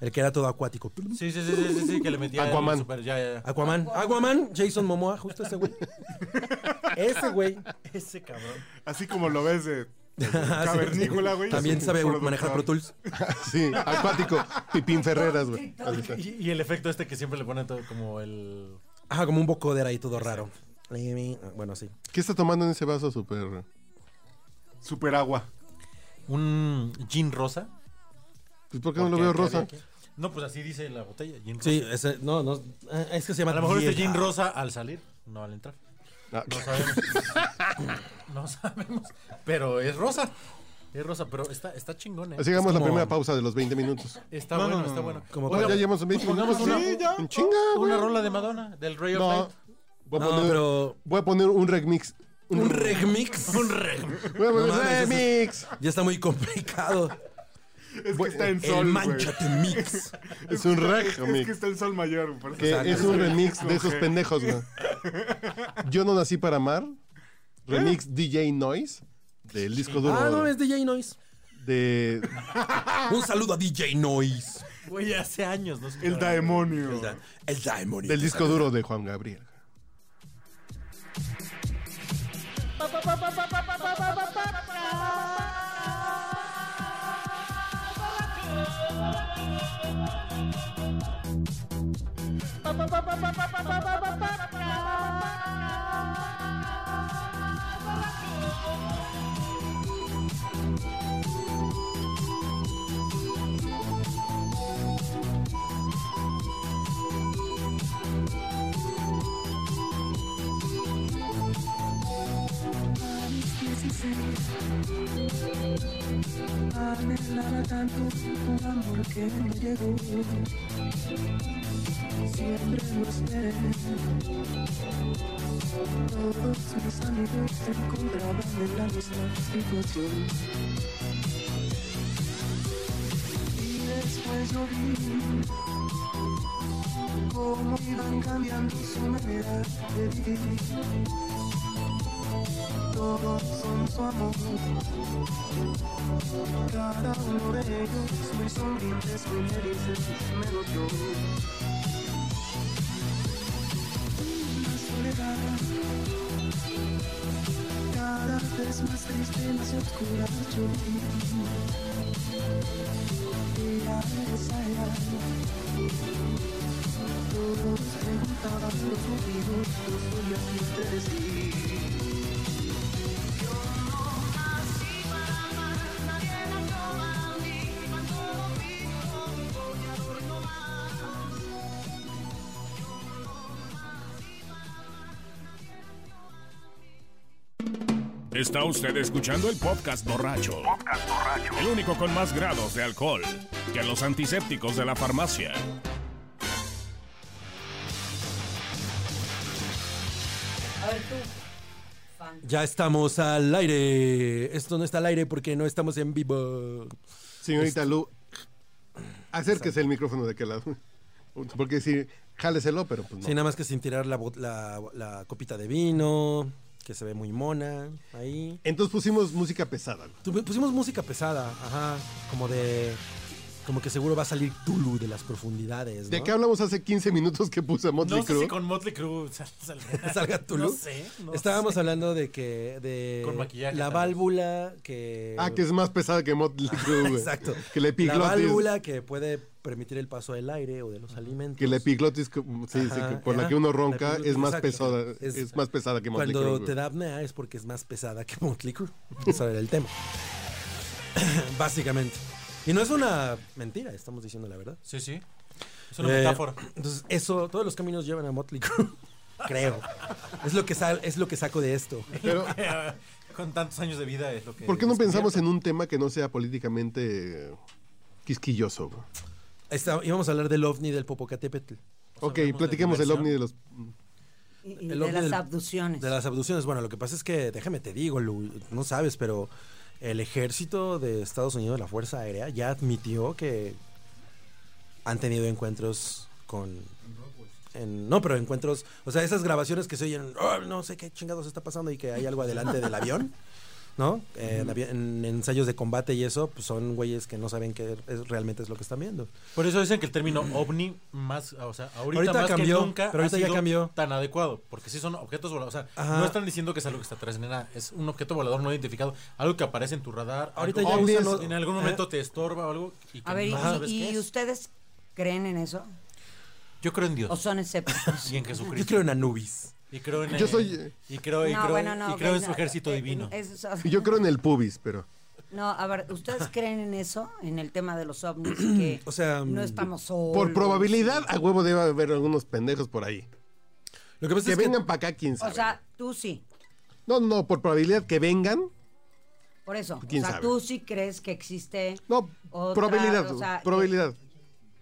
S7: el que era todo acuático.
S4: Sí, sí, sí, sí, sí, sí, que le metía el
S3: Aquaman.
S4: super- ya, ya, ya.
S7: Aquaman. Aquaman, Jason Momoa, justo ese güey. ese güey.
S4: Ese cabrón.
S1: Así como lo ves de...
S4: Ah,
S1: Cavernícola, güey.
S7: También
S1: Es un
S7: sabe
S1: productor.
S7: manejar Pro Tools.
S3: Sí, acuático. Pipín Ferreras, güey. Ahí está.
S4: Y, y el efecto este que siempre le ponen todo como el...
S7: Ajá, como un bocoder ahí todo raro. Bueno, sí.
S3: ¿Qué está tomando en ese vaso súper.
S1: Super agua.
S4: Un gin rosa.
S3: Pues, ¿Por qué no lo veo rosa?
S4: No, pues así dice la botella, gin rosa.
S7: Sí, ese, no, no. eh, Es que se llama.
S4: A lo mejor este
S7: vieja.
S4: gin rosa al salir, no al entrar.
S3: Ah,
S4: No sabemos. no sabemos. Pero es rosa. Es rosa, pero está, está chingón, ¿eh?
S3: Así hagamos la
S7: como-
S3: primera pausa de los 20 minutos.
S4: Está
S1: No, no,
S4: bueno,
S1: no,
S4: está
S1: no.
S4: bueno.
S7: Como
S4: Oiga,
S3: Ya llevamos 20 minutos.
S4: pongamos una,
S1: Sí, ya.
S3: En chinga, güey.
S4: una rola de Madonna, del Ray of
S3: No.
S4: Light.
S3: Voy a,
S7: No,
S3: poner,
S7: pero.
S3: voy a poner un remix
S7: Un remix.
S4: Un re.
S3: Huevos
S7: No mames,
S3: remix.
S7: Ya está muy complicado.
S1: Es que está en
S7: El
S1: sol, güey.
S7: Manchate Mix.
S3: Es un
S1: Es que
S3: remix.
S1: está en sol mayor, güey, por eso
S3: Que
S1: sale.
S3: es un remix de esos
S1: Con G.
S3: pendejos, güey. Yo no nací para amar. Remix DJ Noise. Del disco duro
S7: ¿Eh? Ah, no, es DJ Noise.
S3: de
S7: Un saludo a DJ Noise.
S4: Güey, hace años, ¿no?
S1: El demonio.
S7: El, da- el Diamond.
S3: Del disco duro de Juan Gabriel.
S4: mm.
S9: Anhelaba tanto tu amor que no llegó. Siempre lo esperé. Todos mis amigos se encontraban en la misma situación. Y después yo vi cómo iban cambiando su manera de vivir. Todos son su amor. Cada uno de ellos muy sonrientes, muy felices, menos yo. Una soledad, cada vez más triste, más oscura yo. Y la esa era. Todos preguntaban los motivos, los sueños que te decir.
S10: Está usted escuchando el podcast borracho. El único con más grados de alcohol que los antisépticos de la farmacia.
S6: A ver tú. Fan.
S7: Ya estamos al aire. Esto no está al aire porque no estamos en vivo.
S3: Señorita Lu, acérquese el micrófono de aquel lado. Porque decir, jáleselo, pero pues
S2: Sí,
S3: no.
S2: nada más que sin tirar la, bot- la- la copita de vino, que se ve muy mona ahí.
S3: Entonces pusimos música pesada. güey.
S2: Tuve- Pusimos música pesada, ajá, como de... Como que seguro va a salir Tulu de las profundidades, ¿no?
S3: ¿De qué hablamos hace 15 minutos que puse a Motley
S4: No sé si
S3: Crue?
S4: con Motley Crue sal- sal-
S2: Salga Tulu.
S4: No sé. no
S2: Estábamos
S4: sé.
S2: hablando de que... De
S4: Con maquillaje,
S2: La
S4: tal vez.
S2: válvula que...
S3: Ah, que es más pesada que Motley Crue, güey.
S2: Exacto.
S3: Que la
S2: La
S3: epiglotis.
S2: válvula que puede permitir el paso del aire o de los alimentos.
S3: Que la epiglotis, que- mm, sí, sí,
S2: Ajá,
S3: que por la
S2: ajá.
S3: que uno
S2: La
S3: ronca, es
S2: epiglotis,
S3: más
S2: exacto.
S3: pesada.
S2: Es-
S3: Es más pesada que Motley Crue.
S2: Cuando
S3: güey.
S2: te da apnea es porque es más pesada que Motley Crue. Eso era el tema. Básicamente. Y no es una mentira, estamos diciendo la verdad.
S4: Sí, sí. Es una
S2: Eh,
S4: metáfora.
S2: Entonces, eso, todos los caminos llevan a Motley Crue. Creo. Es lo que sal, es lo que saco de esto.
S3: Pero,
S4: Con tantos años de vida es lo que.
S3: ¿por qué no pensamos
S4: despierta.
S3: en un tema que no sea políticamente eh, quisquilloso? güey?
S2: Está- íbamos a hablar del ovni del Popocatépetl,
S3: Ok,
S4: hablamos de
S3: platiquemos del
S4: diversión.
S3: ovni de los
S6: Y, y
S2: el
S6: de
S2: hombre
S6: las
S2: del-
S6: abducciones.
S2: de las abducciones. Bueno, lo que pasa es que déjame te digo, Lu, no sabes, pero el ejército de Estados Unidos, la Fuerza Aérea ya admitió que han tenido encuentros con en- no, pero encuentros, o sea, esas grabaciones que se oyen, "Oh, no sé qué chingados está pasando y que hay algo adelante del avión, ¿no? Eh, en, avi- en ensayos de combate y eso, pues son güeyes que no saben qué es- realmente es lo que están viendo.
S4: Por eso dicen que el término ovni más, o sea, ahorita,
S2: Ahorita
S4: más
S2: cambió,
S4: que nunca
S2: pero ahorita
S4: ha
S2: ya
S4: sido
S2: cambió.
S4: tan adecuado, porque sí son objetos voladores, o sea,
S2: Ajá.
S4: no están diciendo que es algo que está atrás, nada, es un objeto volador no identificado, algo que aparece en tu radar,
S2: Ahorita
S4: algo
S3: ya
S4: que
S3: usan-
S4: en algún momento
S2: eh.
S4: te estorba o algo y que
S6: A ver,
S4: no
S6: ¿y,
S4: Ah, sabes
S6: y-
S4: qué es.
S6: ustedes creen en eso?
S4: Yo creo en
S6: ¿O
S4: Dios
S6: son escépticos?
S4: y en
S2: Yo
S4: Jesucristo
S2: creo en Anubis.
S4: y creo en
S3: Yo
S4: eh,
S3: soy-
S4: y creo y creo, y creo
S6: ok,
S4: en su
S6: no,
S4: ejército
S6: eh,
S4: divino.
S6: es- o sea,
S3: Yo creo en el pubis, pero.
S6: No, a ver, ¿ustedes creen en eso? En el tema de los ovnis, que
S2: O sea, mm,
S6: no estamos solos.
S3: Por probabilidad, a huevo debe haber algunos pendejos por ahí.
S2: lo que pasa
S3: Que
S2: es que
S3: vengan para acá, quién sabe.
S6: O sea, tú sí,
S3: no, no, por probabilidad que vengan.
S6: por eso. O
S3: ¿Quién
S6: sea,
S3: sabe?
S6: tú sí crees que existe...
S3: No,
S6: Otra,
S3: probabilidad.
S6: o sea,
S3: probabilidad.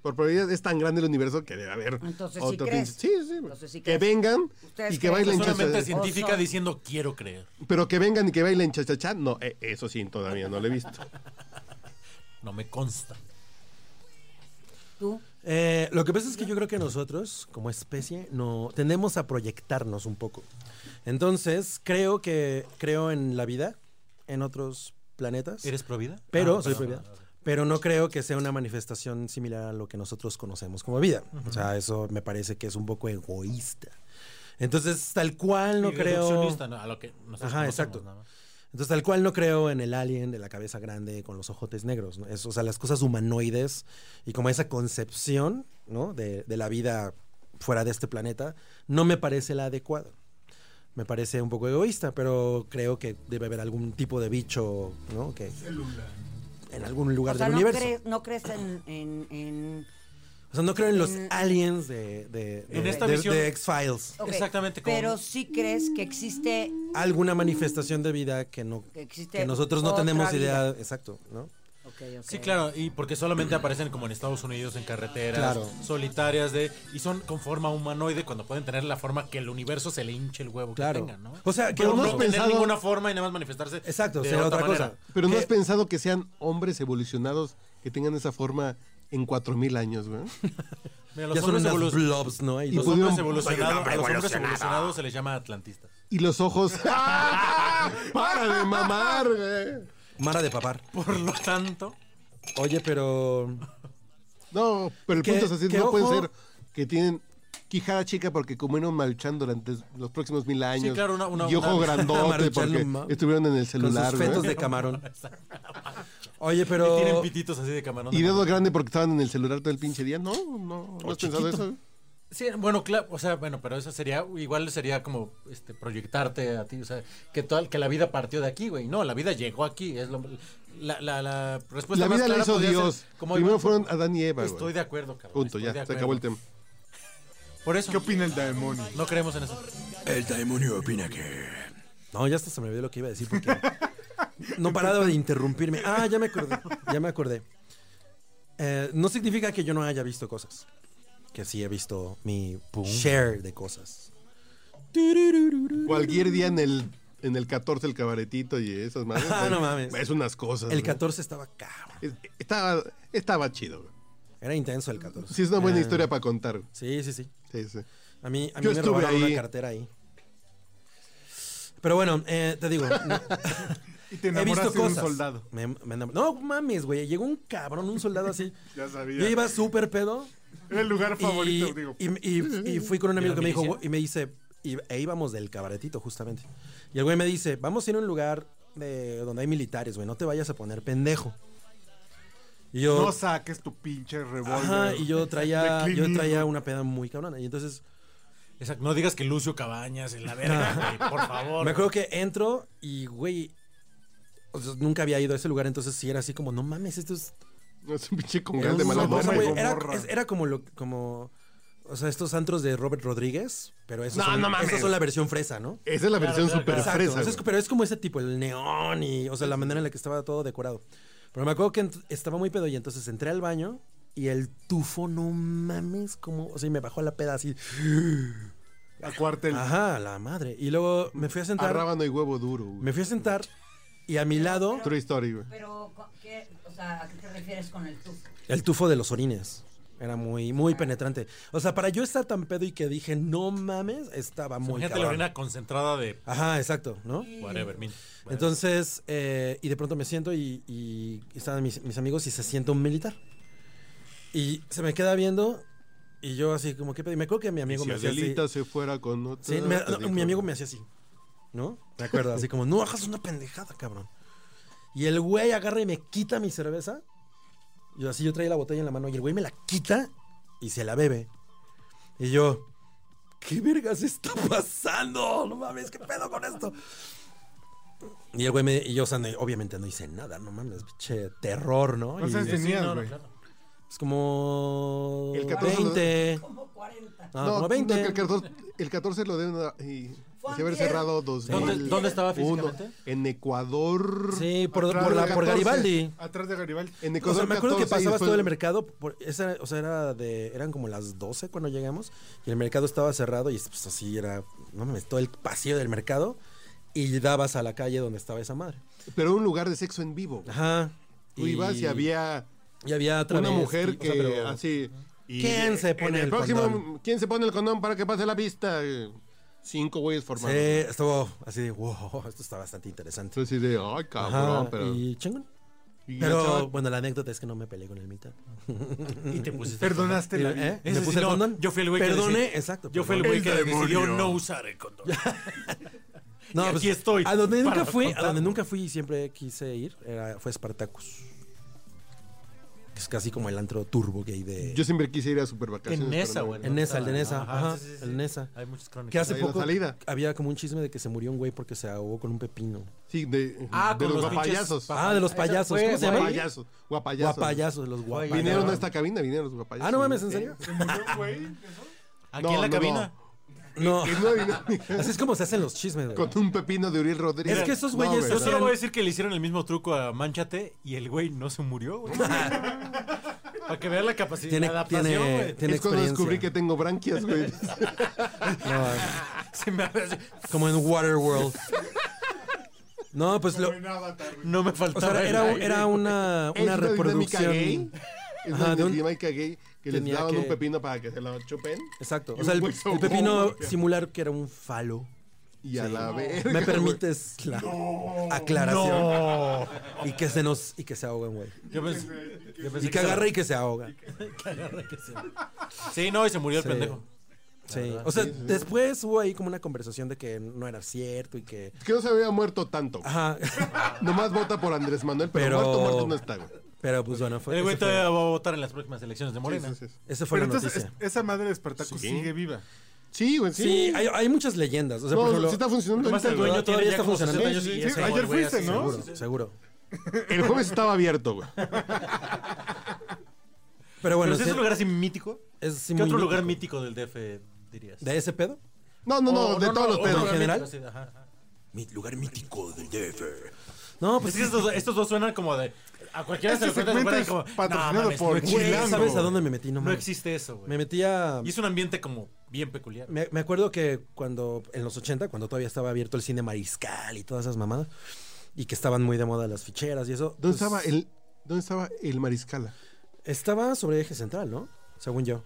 S3: Por probabilidad es tan grande el universo que debe haber
S6: Entonces, ¿sí
S3: otro
S6: crees?
S3: pinche- Sí, sí.
S6: Entonces, ¿sí
S3: que
S6: crees?
S3: vengan
S6: ¿Ustedes
S3: y que
S6: creen
S3: bailen
S6: que
S4: Solamente
S2: eh.
S3: cha-cha-cha.
S6: sí.
S4: científica
S6: Oso.
S4: diciendo quiero creer.
S3: Pero que vengan y que bailen cha-cha-cha, no, eh, eso sí, todavía no lo he visto.
S4: No me consta.
S6: ¿Tú?
S2: Eh, lo que pasa es que yo creo que nosotros, como especie, no tendemos a proyectarnos un poco. Entonces, creo que creo en la vida, en otros planetas.
S4: ¿Eres provida?
S2: Pero,
S4: Ah,
S2: soy
S4: perdón.
S2: prohibida. Pero no creo que sea una manifestación similar a lo que nosotros conocemos como vida. O sea, eso me parece que es un poco egoísta. Entonces, tal cual no
S4: Y
S2: creo.
S4: reduccionista, ¿no? A lo que nosotros
S2: Ajá,
S4: conocemos,
S2: exacto.
S4: nada más.
S2: Entonces, tal cual no creo en el alien de la cabeza grande con los ojotes negros. ¿no? Es, o sea, las cosas humanoides y como esa concepción ¿no? de, de la vida fuera de este planeta no me parece la adecuada. Me parece un poco egoísta, pero creo que debe haber algún tipo de bicho, ¿no? Que, En algún
S6: O
S2: lugar
S6: sea,
S2: del
S6: no,
S2: universo.
S6: crees- no crees en, en- en-
S2: O sea, no creo en los
S6: En-
S2: aliens de, de, de-
S4: En esta
S2: de-
S4: visión-
S2: de X-Files.
S6: ok,
S4: Exactamente como-
S6: Pero sí crees que existe
S2: Alguna manifestación de vida que no
S6: Que existe
S2: que nosotros no
S6: otra
S2: tenemos
S6: vida.
S2: idea. Exacto, ¿no?
S6: Ok, ok.
S4: Sí, claro, y porque solamente aparecen como en Estados Unidos en carreteras
S2: Claro.
S4: solitarias de y son con forma humanoide cuando pueden tener la forma que el universo se le hinche el huevo
S2: Claro.
S4: que tengan, ¿no?
S2: O sea, que
S4: Pero
S2: no
S4: no
S2: has
S4: tener
S3: pensado-
S4: ninguna forma y nada más manifestarse.
S2: Exacto,
S4: de
S2: será otra,
S4: manera.
S2: cosa.
S3: Pero no
S2: Que-
S3: has pensado que sean hombres evolucionados que tengan esa forma en 4000 años, güey.
S4: Mira, los
S2: ya son
S4: hombres,
S2: unas
S4: evolu-
S2: blobs, ¿no? Y
S3: Y
S2: los-
S4: los hombres
S3: Pudieron-
S4: evolucionados, a los hombres evolucionados se les llama atlantistas.
S3: Y los ojos. ¡Para de mamar, güey!
S2: Mara de papar.
S4: Por lo tanto,
S2: Oye, pero.
S3: No, pero el
S2: Que-
S3: punto es así,
S2: que
S3: no pueden
S2: ojo-
S3: ser que tienen quijada chica porque comieron malchán durante los próximos mil años.
S4: claro, una- una-
S3: y ojo
S4: una-
S3: grandote
S2: Maruchan,
S3: porque
S2: ma-
S3: estuvieron en el
S2: Con
S3: celular,
S2: sus
S3: güey.
S2: fetos de camarón. Oye,
S4: que
S2: pero.
S4: tienen pititos así de camarón.
S3: Y
S4: de
S3: dedo grande porque estaban en el celular todo el pinche día. No, no, no has pensado
S2: chiquito.
S3: eso.
S4: Sí, bueno, claro, o sea, bueno, pero eso sería, igual sería como este, proyectarte a ti, o sea, que, toda, que la vida partió de aquí, güey. No, la vida llegó aquí, es lo, la, la, Pues, la respuesta
S3: La
S4: más
S3: vida la
S4: clara
S3: hizo
S4: podría
S3: Dios.
S4: ser como-
S3: Primero fueron Adán y Eva,
S4: Estoy
S3: güey.
S4: de acuerdo, cabrón.
S3: Punto,
S4: estoy
S3: ya,
S4: de
S3: se
S4: acuerdo.
S3: acabó el tema.
S4: Por eso
S1: ¿Qué opina el demonio?
S4: no creemos en eso.
S7: El demonio opina que.
S2: No, ya hasta se me olvidó lo que iba a decir porque. No paraba de interrumpirme. Ah, ya me acordé. Ya me acordé. Eh, no significa que yo no haya visto cosas. Que sí he visto mi share de cosas.
S3: Cualquier día en el, en el 14 el cabaretito y esas madres.
S2: Ah,
S3: güey,
S2: no mames.
S3: Es unas cosas.
S2: El
S3: güey.
S2: 14 estaba cabrón.
S3: Es- Estaba, estaba chido, güey.
S2: Era intenso el 14.
S3: Sí, es una buena
S2: Eh,
S3: historia para contar. güey.
S2: Sí, sí, sí.
S3: Sí, sí.
S2: A mí, a mí
S3: Yo
S2: me
S3: estuve
S2: robaron
S3: ahí.
S2: una cartera ahí. Pero bueno, eh, te digo. no-
S1: Y te
S2: he visto
S1: enamoraste de un
S2: cosas.
S1: soldado.
S2: Me- me enamor- no mames, güey. Llegó un cabrón, un soldado así.
S1: Ya sabía.
S2: Yo iba súper pedo.
S1: Era el lugar
S2: y-
S1: favorito, digo.
S2: Y, y- y fui con un amigo
S4: la
S2: que me dijo,
S4: milicia?
S2: y me dice, y- e íbamos del cabaretito, justamente. Y el güey me dice, vamos a ir a un lugar de, donde hay militares, güey, no te vayas a poner pendejo. Y yo,
S1: No saques tu pinche revólver.
S2: ajá, y yo traía,
S1: De Clint
S2: yo traía
S1: Eastwood.
S2: una peda muy cabrona. Y entonces,
S4: Exacto, no digas que Lucio Cabañas en la verga, güey, por favor.
S2: me acuerdo que entro y, güey, o sea, nunca había ido a ese lugar, entonces sí era así como, no mames, esto es
S3: No, Es un pinche
S2: Era
S3: congal de
S2: un
S3: mala
S2: Sodoma,
S1: Sodoma
S3: muerte.
S1: y
S2: güey. Era,
S1: Gomorra.
S2: es- era como lo como o sea, estos antros de Robert Rodríguez, pero esos,
S3: No,
S2: son,
S3: no mames.
S2: esos son la versión fresa, ¿no?
S3: Esa es la versión
S4: claro,
S3: super
S4: claro.
S2: Exacto.
S3: fresa.
S2: O sea, es-
S3: güey.
S2: pero es como ese tipo, el neón y, o sea, la manera en la que estaba todo decorado. Pero me acuerdo que ent- estaba muy pedo y entonces entré al baño y el tufo, no mames, como, o sea, y me bajó la peda así.
S1: A cuartel.
S2: Ajá, la madre. Y luego me fui a
S3: A
S2: sentar.
S3: rábano y huevo duro. güey.
S2: Me fui a sentar y a mi lado
S3: True story, güey.
S6: Pero, co- ¿qué- o sea, ¿a qué te refieres con el tú?
S2: El tufo de los orines. Era muy, muy penetrante. O sea, para yo estar tan pedo y que dije, no mames, estaba muy
S4: Imagínate la
S2: cabrón.
S4: orina concentrada de
S2: Ajá, exacto, ¿no?
S4: whatever, min.
S2: Entonces, eh, y de pronto me siento y, y estaban mis, mis amigos y se sienta un militar. Y se me queda viendo y yo así como, ¿qué pedo? Y me acuerdo que mi amigo
S3: Si
S2: me hacía así.
S3: Adelita se fuera con otra.
S2: Sí, me-
S3: te
S2: no,
S3: digo.
S2: mi amigo me hacía así, ¿no? Me acuerdo, así como, no hagas una pendejada, cabrón. Y el güey agarra y me quita mi cerveza. Yo así, yo traía la botella en la mano y el güey me la quita y se la bebe. Y yo, ¿qué vergas está pasando? No mames, ¿qué pedo con esto? Y el güey me, y yo, o sea, no- obviamente no hice nada, no mames, pinche terror, ¿no? Y
S1: ¿Cuántos años tenías,
S4: no, no,
S1: güey?
S4: claro.
S2: es como
S3: El 14 lo-
S2: 20.
S6: Como 40.
S2: No, como
S3: no,
S2: 20.
S3: que el, 14, el 14 lo deben. a- y- Así haber cerrado 2000.
S4: ¿Dónde- dónde estaba físicamente?
S3: En Ecuador.
S2: Sí,
S1: Ah,
S2: por,
S3: Atrás
S2: por
S3: del
S2: la, por
S3: 14.
S2: Garibaldi.
S1: Atrás de Garibaldi.
S3: En
S2: O
S3: Ecuador.
S2: sea, me acuerdo que
S3: 14 y
S2: pasabas
S3: después-
S2: todo el mercado, por- esa, o sea, era de, eran como las 12 cuando llegamos, y el mercado estaba cerrado, y pues así era, no mames, todo el pasillo del mercado, y dabas a la calle donde estaba esa madre.
S3: Pero era un lugar de sexo en vivo. güey.
S2: Ajá.
S3: Tú ibas y había
S2: y había otra
S3: una
S2: vez,
S3: mujer
S2: y- o
S3: que
S2: sea, pero-
S3: así. y-
S2: ¿Quién se
S3: en
S2: pone el
S3: próximo,
S2: condón?
S3: ¿Quién se pone el condón para que pase la pista? Eh, Cinco güeyes formados.
S2: Sí, estuvo así de, wow, esto está bastante interesante.
S3: Entonces, así de, ay, cabrón,
S2: Ajá,
S3: Ah, pero.
S2: y chingón.
S3: y la
S2: Pero
S3: chava-
S2: bueno, la anécdota es que no me peleé con el mitad.
S4: Y te pusiste.
S1: Perdonaste la vida.
S2: ¿Eh?
S4: Ese
S2: ¿Me
S4: sí,
S2: puse el
S4: no,
S2: condón?
S4: Yo fui el güey que
S2: Perdone,
S4: decid-
S2: exacto.
S4: Yo fui el
S2: perdone.
S4: güey que decidió no usar el condón.
S2: No, pues,
S4: y aquí estoy
S2: A donde
S4: para
S2: nunca fui, a
S4: contarlo.
S2: donde nunca fui y siempre quise ir, era- fue Spartacus. Que es casi como el antro turbo gay de.
S3: Yo siempre quise ir a super vacaciones.
S4: En esa,
S3: pero no.
S4: güey.
S2: En esa, el de Nesa, Ah, ajá,
S4: sí, sí, sí.
S2: el Nesa.
S4: Hay muchas
S2: que
S4: crónicas.
S2: hace
S3: Ahí la
S2: poco
S3: salida.
S2: había como un chisme de que se murió un güey porque se ahogó con un pepino.
S3: Sí, de,
S4: Ah,
S3: de
S4: con
S3: los
S4: los pinches
S3: guapayazos.
S4: Ajá,
S2: Ah, de los
S4: esa
S2: payasos.
S4: fue,
S2: ¿Cómo se
S4: güey.
S2: llaman?
S3: Guapayazos. Guapayazos.
S2: Guapayazos, los guapayazos.
S3: Vinieron a esta cabina, vinieron los guapayazos. Eh,
S2: Ah, no mames, ¿en serio?
S1: Se murió un güey.
S4: Aquí
S3: No,
S4: en la
S3: no,
S4: cabina.
S2: No.
S3: Que no vino-
S2: Así es como se hacen los chismes, güey.
S3: con un pepino de Uriel Rodríguez.
S2: Es que esos
S3: No,
S2: güeyes-
S3: güey.
S4: Yo
S2: Sí.
S4: solo voy a decir que le hicieron el mismo truco a Manchate y el güey no se murió, güey. Para que vean la capacidad
S2: Tiene,
S4: de adaptación,
S2: tiene,
S4: güey.
S2: tiene
S3: es cuando
S2: experiencia.
S3: descubrí que tengo branquias, güey.
S2: No,
S4: Se me hace-
S2: como en Waterworld. No, pues lo,
S4: No me
S2: o
S4: faltaba
S2: sea,
S4: el
S2: era,
S4: aire.
S2: era una,
S3: Es
S2: una
S3: dinámica
S2: reproducción.
S3: gay. Es
S2: Ajá,
S3: una
S2: de un-
S3: dinámica gay que les
S2: tenía
S3: daban
S2: que-
S3: un pepino para que se lo chupen.
S2: Exacto.
S3: Y
S2: O sea,
S3: un
S2: el,
S3: güey se
S2: el
S3: ahogó,
S2: pepino
S3: güey.
S2: simular que era un falo.
S3: Y a la verga.
S2: ¿Me
S3: güey.
S2: permites la aclaración? Y que se nos. Y que se ahogan, güey.
S4: Yo pensé, yo pensé
S2: Y que
S4: se-
S2: agarre y que se ahoga.
S4: Sí, no, y se murió el
S2: Sí.
S4: pendejo.
S2: Sí. O sea, después hubo ahí como una conversación de que no era cierto y que.
S3: Que no se había muerto tanto. güey.
S2: Ajá.
S3: Nomás vota por Andrés Manuel, pero,
S2: Pero-
S3: muerto, muerto no está, güey.
S2: Pero pues bueno, fue.
S4: El güey
S2: Ese
S4: todavía
S2: fue,
S4: va a votar en las próximas elecciones de Morena.
S3: Sí, sí, sí.
S2: esa fue
S1: Pero
S2: la
S1: entonces
S2: noticia.
S1: es- esa madre de Espartaco
S3: Sí.
S1: sigue viva.
S3: Sí, güey, sí.
S2: Sí, hay, hay muchas leyendas. O sea,
S3: no,
S2: por ejemplo,
S3: sí está funcionando
S4: Además,
S3: ahorita,
S4: el dueño
S3: güey.
S4: tiene
S2: todavía
S4: ya
S2: está
S4: como 60
S2: funcionando.
S4: años
S2: Sí,
S4: y
S2: sí,
S4: ese
S2: sí.
S4: güey,
S1: Ayer
S4: güey,
S1: fuiste,
S4: así,
S1: ¿no?
S4: seguro.
S2: seguro, seguro.
S3: El jueves estaba abierto, güey.
S2: Pero bueno,
S4: Pero si es
S2: sí,
S4: un lugar así mítico.
S2: es sí
S4: ¿Qué
S2: muy
S4: otro lugar mítico del DF dirías? Oh,
S2: ¿De ese pedo?
S3: No, no, no,
S4: O-
S3: de todos los
S4: o-
S3: pedos.
S4: o-
S2: general.
S4: así, ajá, ajá.
S7: Mi lugar mítico del DF.
S2: No,
S4: Pues
S2: pues
S4: es que estos, dos- estos dos suenan como de. A cualquiera
S1: Este
S4: se le
S1: segmento
S4: cuenta
S1: es
S4: como.
S1: patrocinado
S4: "No mames,
S1: por
S4: no
S2: güey,
S4: existe,
S1: Chilango".
S2: ¿sabes a dónde me metí? No,
S4: No
S2: mames.
S4: existe eso, güey.
S2: Me metí a. Ah,
S4: Y es un ambiente como bien peculiar.
S2: Me, me acuerdo que cuando, en los 80, cuando todavía estaba abierto el cine mariscal y todas esas mamadas, y que estaban muy de moda las ficheras y eso. pues,
S3: ¿Dónde estaba el, dónde estaba el mariscala?
S2: Estaba sobre eje central, ¿no? Según yo.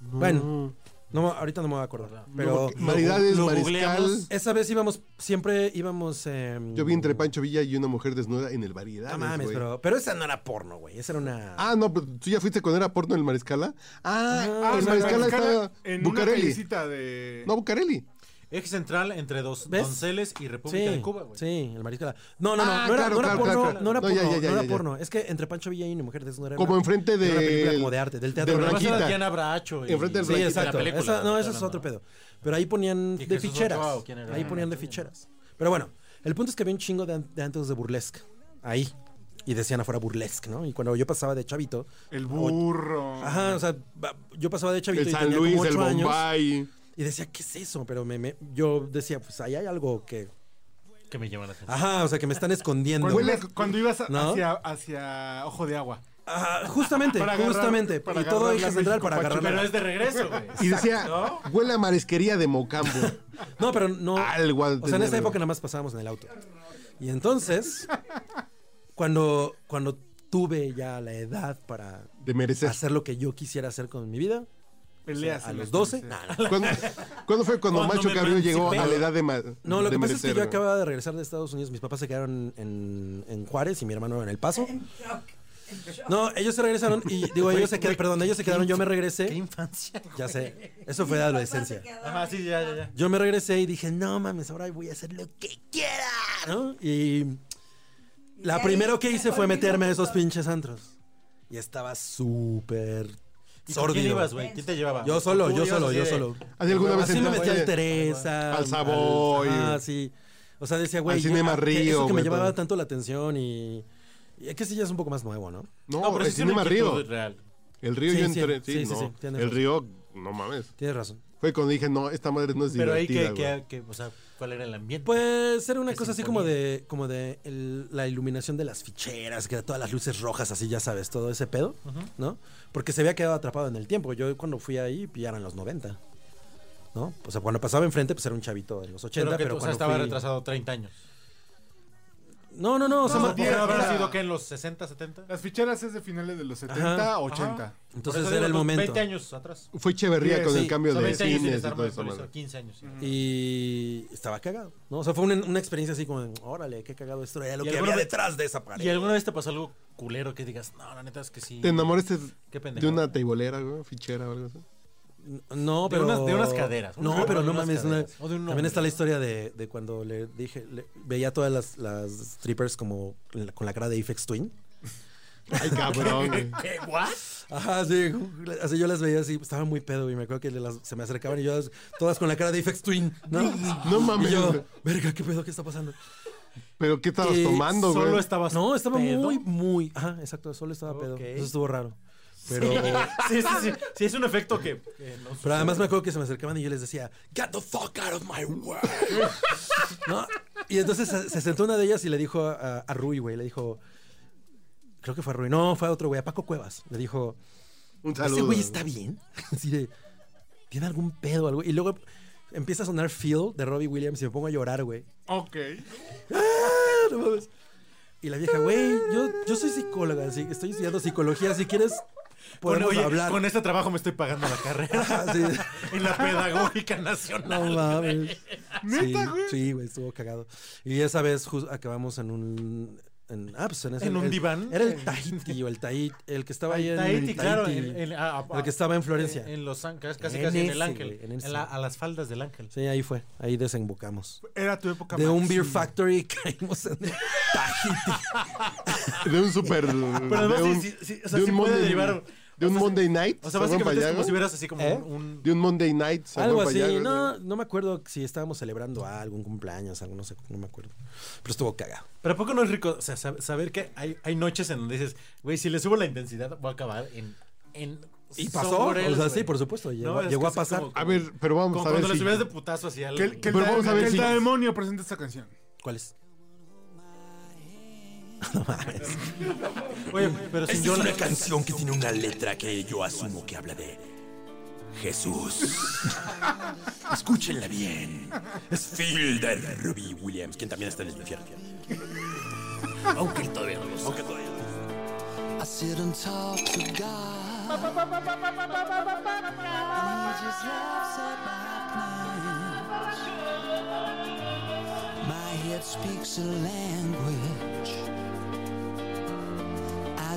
S2: Bueno, no, me- ahorita no me voy a acordar. Pero
S3: Porque Maridades,
S4: lo
S3: mariscal.
S4: googleamos.
S2: esa vez íbamos, siempre íbamos. em,
S3: Yo vi entre Pancho Villa y una mujer desnuda en el variedad.
S2: No mames, pero, pero esa no era porno, güey. Esa era una.
S3: Ah, no, pero tú ya fuiste con era porno en el mariscala. Ah,
S1: Ah,
S3: el
S1: o sea,
S3: mariscala,
S1: Mariscala
S3: está
S1: en una
S3: Bucareli.
S1: callecita de...
S3: No, Bucareli.
S4: Eje central entre dos
S2: ¿Ves?
S4: Donceles y República
S2: Sí,
S4: de Cuba, güey.
S2: sí, el mariscal. No, no, no,
S3: Ah,
S2: no era,
S3: claro,
S2: no era
S3: claro,
S2: porno,
S3: claro, claro.
S2: no era
S3: No,
S2: porno,
S3: ya, ya, ya,
S2: no era
S3: ya.
S2: porno. Es que entre Pancho Villa y una mujer desnuda era
S3: Como
S2: una-
S3: enfrente
S2: era una
S3: de-
S2: película como de arte, del teatro.
S3: de
S4: Pero
S2: Blanquita.
S4: no
S3: Blanquita.
S4: era Diana Bracho. y-
S3: Enfrente del
S2: Sí,
S3: Blanquita.
S2: exacto.
S4: De la película,
S2: Esa- no, ese
S4: de la
S2: es otro
S4: mamá.
S2: pedo. Pero ahí ponían
S4: Y
S2: de
S4: Jesús
S2: ficheras.
S4: Ochoa, ¿o quién era?
S2: Ahí
S4: Ah,
S2: ponían de
S4: sí.
S2: ficheras. Pero bueno, el punto es que había un chingo de, an- de antros de burlesque ahí. Y decían afuera burlesque, ¿no? Y cuando yo pasaba de chavito.
S1: El burro.
S2: Ajá, o sea, va- yo pasaba de chavito
S3: El
S2: y
S3: San
S2: tenía
S3: Luis,
S2: como
S3: el
S2: ocho años.
S3: Bombay.
S2: Y decía, ¿qué es eso? Pero me, me- yo decía, pues ahí hay algo que.
S4: Que me llama la atención.
S2: Ajá, o sea, que me están escondiendo.
S1: Cuando, ibas- cuando ibas a-
S2: ¿No?
S1: hacia, hacia Ojo de Agua.
S2: Ajá, justamente,
S1: Para agarrar-
S2: justamente.
S1: para
S2: y todo
S1: agarrar
S2: eje
S1: la
S2: central
S1: México
S2: para agarrar.
S4: Pero
S2: la-
S4: es de regreso, güey.
S3: Y decía, huele a marisquería de Mocambo.
S2: No, pero no.
S3: Algo ha de
S2: O sea, en esa
S3: tener.
S2: época nada más pasábamos en el auto. Y entonces, cuando, cuando tuve ya la edad para
S3: De merecer.
S2: hacer lo que yo quisiera hacer con mi vida, o sea,
S1: Peleas.
S2: a
S1: en
S2: los
S1: la
S2: 12.
S1: tercera.
S2: nah, nah.
S3: ¿Cuándo, cuándo fue cuando,
S4: Cuando
S3: Macho
S4: me
S3: Cabrillo llegó a la
S4: emancipé.
S3: edad de ma-
S2: No, lo
S3: de
S2: que pasa es que
S3: merecer,
S2: yo
S3: güey?
S2: acababa de regresar de Estados Unidos. Mis papás se quedaron en, en Juárez y mi hermano en El Paso. No, ellos se regresaron y digo, ellos se quedaron, perdón, ellos se quedaron, yo me
S4: Qué
S2: regresé.
S4: infancia.
S2: Ya sé, eso fue de adolescencia.
S4: Ajá, sí, ya, ya, ya.
S2: Yo me regresé y dije, no mames, ahora voy a hacer lo que quiera, ¿no? Y la primero que hice fue meterme a esos pinches antros. Y estaba súper
S4: ¿Y con ¿Quién ibas,
S2: sordido.
S4: güey? ¿Quién te llevaba?
S2: Yo solo,
S4: Tú
S2: yo
S4: ibas
S2: solo,
S4: así
S2: yo
S4: de-
S2: solo.
S3: ¿Así alguna vez
S2: Así me metí al
S3: entraste?
S2: Teresa.
S3: Al Savoy.
S2: Ah, sí. O sea, decía, güey,
S3: Al Cinema
S2: ya, que
S3: Río,
S2: eso que me
S3: güey,
S2: llamaba
S3: todo.
S2: tanto la atención y... y es que sí ya es un poco más nuevo, ¿no?
S3: No,
S4: No, pero
S3: el
S4: sí es una
S3: Cinema Río.
S4: inquietud real.
S3: El río
S2: Sí,
S3: yo
S2: sí,
S3: entré. Sí,
S2: sí, sí,
S3: no.
S2: sí, tienes
S3: el
S2: razón.
S3: río, no mames.
S2: Tienes razón.
S3: Fue cuando dije, no, esta madre no es
S4: Pero ahí
S3: divertida,
S4: que,
S3: güey.
S4: que, que, o sea, ¿Cuál era el ambiente?
S2: Pues era una
S4: ¿Qué
S2: cosa así como
S4: sinfonía?
S2: de, como de el- la iluminación de las ficheras, que todas las luces rojas, así ya sabes, todo ese pedo, ¿no? Porque se había quedado atrapado en el tiempo. Yo cuando fui ahí, pues, ya eran los 90, ¿no? O sea, cuando pasaba enfrente, pues era un chavito de los
S4: pero
S2: 80,
S4: que,
S2: pero,
S4: o sea,
S2: cuando
S4: estaba
S2: fui-
S4: retrasado 30 años.
S2: No, no, no, o sea,
S3: No,
S2: más-
S3: tiene-
S4: ¿Pero habrá
S3: era-
S4: sido que en los 60, 70?
S1: Las ficheras es de finales de los 70,
S2: Ajá.
S1: 80.
S4: Ajá.
S2: entonces
S4: Por eso digo,
S2: era el
S4: pues,
S2: momento.
S4: 20 años atrás.
S3: Fue Echeverría
S1: Sí,
S3: con
S2: sí.
S3: el cambio
S4: O sea,
S3: de
S4: 20 años sin
S3: cines y
S4: estar
S3: todo eso.
S4: monopolizado,
S3: madre.
S4: 15 años.
S2: Y estaba cagado, ¿no? O sea, fue una, una experiencia así como, de, órale, qué cagado esto, era lo
S4: ¿Y
S2: que
S4: alguna
S2: había
S4: vez-
S2: detrás de esa
S4: ¿Y
S2: pared.
S4: alguna vez te pasó algo culero que digas, no, la neta es que sí?
S3: ¿Te enamoraste
S4: Qué pendejo.
S3: de una teibolera, güey? Fichera o algo así.
S2: No,
S4: De
S2: pero.
S4: unas- de unas caderas. Un
S2: No,
S4: hombre
S2: pero
S4: de
S2: no
S4: unas
S2: mames. una-
S4: caderas. O de un
S2: También
S4: hombre.
S2: está la historia de, de cuando le dije. le- veía todas las, las strippers como la- con la cara de Apex Twin.
S3: Ay, cabrón, güey.
S4: ¿Qué? ¿What?
S2: Ajá, sí. Así yo las veía así. Estaba muy pedo y me acuerdo que le las- se me acercaban y yo las- todas con la cara de Apex Twin. No,
S3: No mames,
S2: Y yo,
S3: güey.
S2: verga, qué pedo, qué está pasando.
S3: ¿Pero qué estabas
S2: Y
S3: tomando, güey?
S4: Solo estabas.
S2: No, estaba
S4: pedo?
S2: muy, muy. Ajá, exacto. Solo estaba pedo.
S4: Ok.
S2: Eso estuvo raro. Pero.
S4: Sí, sí, sí. Sí, es un efecto que. que no
S2: Pero además me acuerdo que se me acercaban y yo les decía, Get the fuck out of my way. ¿No? Y entonces se, se sentó una de ellas y le dijo a, a- a Rui, güey, le dijo, creo que fue a Rui, no, fue a otro güey, a Paco Cuevas. Le dijo,
S3: Un
S2: ¿ese
S3: saludo.
S2: güey está bien? Así de, ¿tiene algún pedo o algo? Y luego empieza a sonar Feel de Robbie Williams y me pongo a llorar, güey.
S1: Ok.
S2: Ah, no mames. Y la vieja, güey, yo, yo soy psicóloga, sí, estoy estudiando psicología, si quieres
S4: Con,
S2: podemos
S4: oye,
S2: hablar.
S4: con este trabajo me estoy pagando la carrera
S2: Así de-
S4: en la Pedagógica
S2: No
S4: Nacional.
S2: mames.
S1: ¿Neta,
S2: sí,
S1: güey?
S2: Sí, güey, estuvo cagado. Y esa vez jus- acabamos en un. En, ah, pues en, ese-
S4: ¿En un
S2: el-
S4: diván?
S2: Era el Tahiti o el Tahiti, el que estaba ahí en
S4: Tahiti,
S2: Tahiti.
S4: claro. en- en- a- a-
S2: el que estaba en Florencia.
S4: En, en los ángeles, casi
S2: En
S4: casi en
S2: ese,
S4: el ángel.
S2: güey, en
S4: En
S2: ese.
S4: la- a las faldas del ángel.
S2: Sí, ahí fue. Ahí desembocamos.
S1: Era tu época
S2: De un
S1: máxima.
S2: beer factory caímos en el Tahiti.
S3: De un super.
S4: ah, Pero además,
S3: de un,
S4: sí, sí, sí, o sea,
S3: de
S4: sí
S3: un
S4: puede
S3: Monday,
S4: derivar.
S3: de un
S4: o sea,
S3: Monday night.
S4: O sea,
S3: se fueron
S4: básicamente
S3: para
S4: es
S3: allá,
S4: como si
S3: güey.
S4: hubieras así como
S2: ¿Eh?
S4: un- un
S3: De un Monday night. se
S2: Algo
S3: fueron para
S2: así.
S3: allá, güey.
S2: no, no me acuerdo si estábamos celebrando algún cumpleaños, algo, no sé, no me acuerdo. Pero estuvo cagado.
S4: Pero ¿a poco no es rico o sea, sab- saber que hay, hay noches en donde dices, güey, si le subo la intensidad, voy a acabar en. en
S2: ¿Y pasó?
S4: sobre
S2: o sea,
S4: él,
S2: sí,
S4: güey".
S2: por supuesto. Llegó,
S4: No, es
S2: llegó
S4: que
S2: a
S4: es
S2: pasar.
S4: como-
S3: A ver, pero vamos
S4: Como
S3: a ver.
S4: cuando le
S3: Si,
S4: subías de putazo hacia
S1: Que el, que el
S3: Pero
S1: da-
S3: vamos a ver
S1: que el
S3: si-
S1: demonio presenta esta canción.
S2: ¿Cuál es?
S4: Oye, pero sin
S7: Esta
S4: yo
S7: es
S4: la-
S7: una canción que tiene una letra que yo asumo que habla de Jesús. Escúchenla bien. Es Fielder Ruby Williams, quien también está en el infierno. Aunque todavía no lo Aunque todavía no lo
S11: My head speaks a language I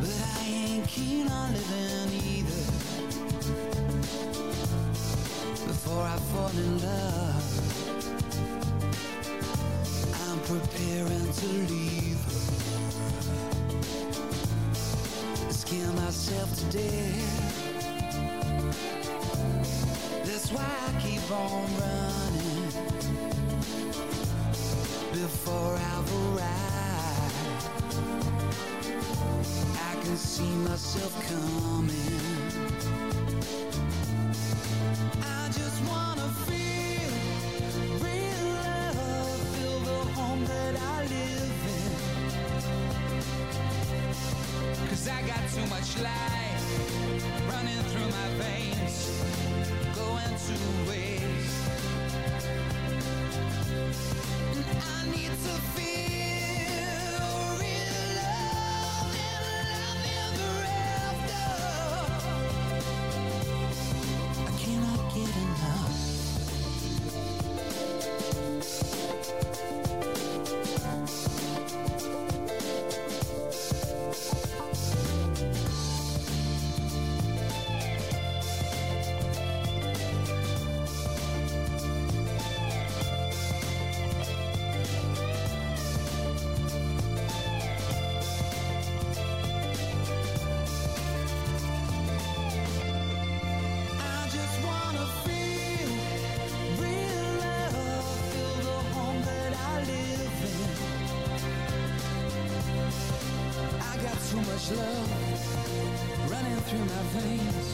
S11: but I ain't keen on living either. Before I fall in love, I'm preparing to leave her. Scare myself to death. That's why I keep on running before I've arrived. I can see myself coming. I just wanna feel real love, feel the home that I live in. 'Cause I got too much life running through my veins, going to waste. I need to feel real love and love ever after. I cannot get enough. I too much love running through my veins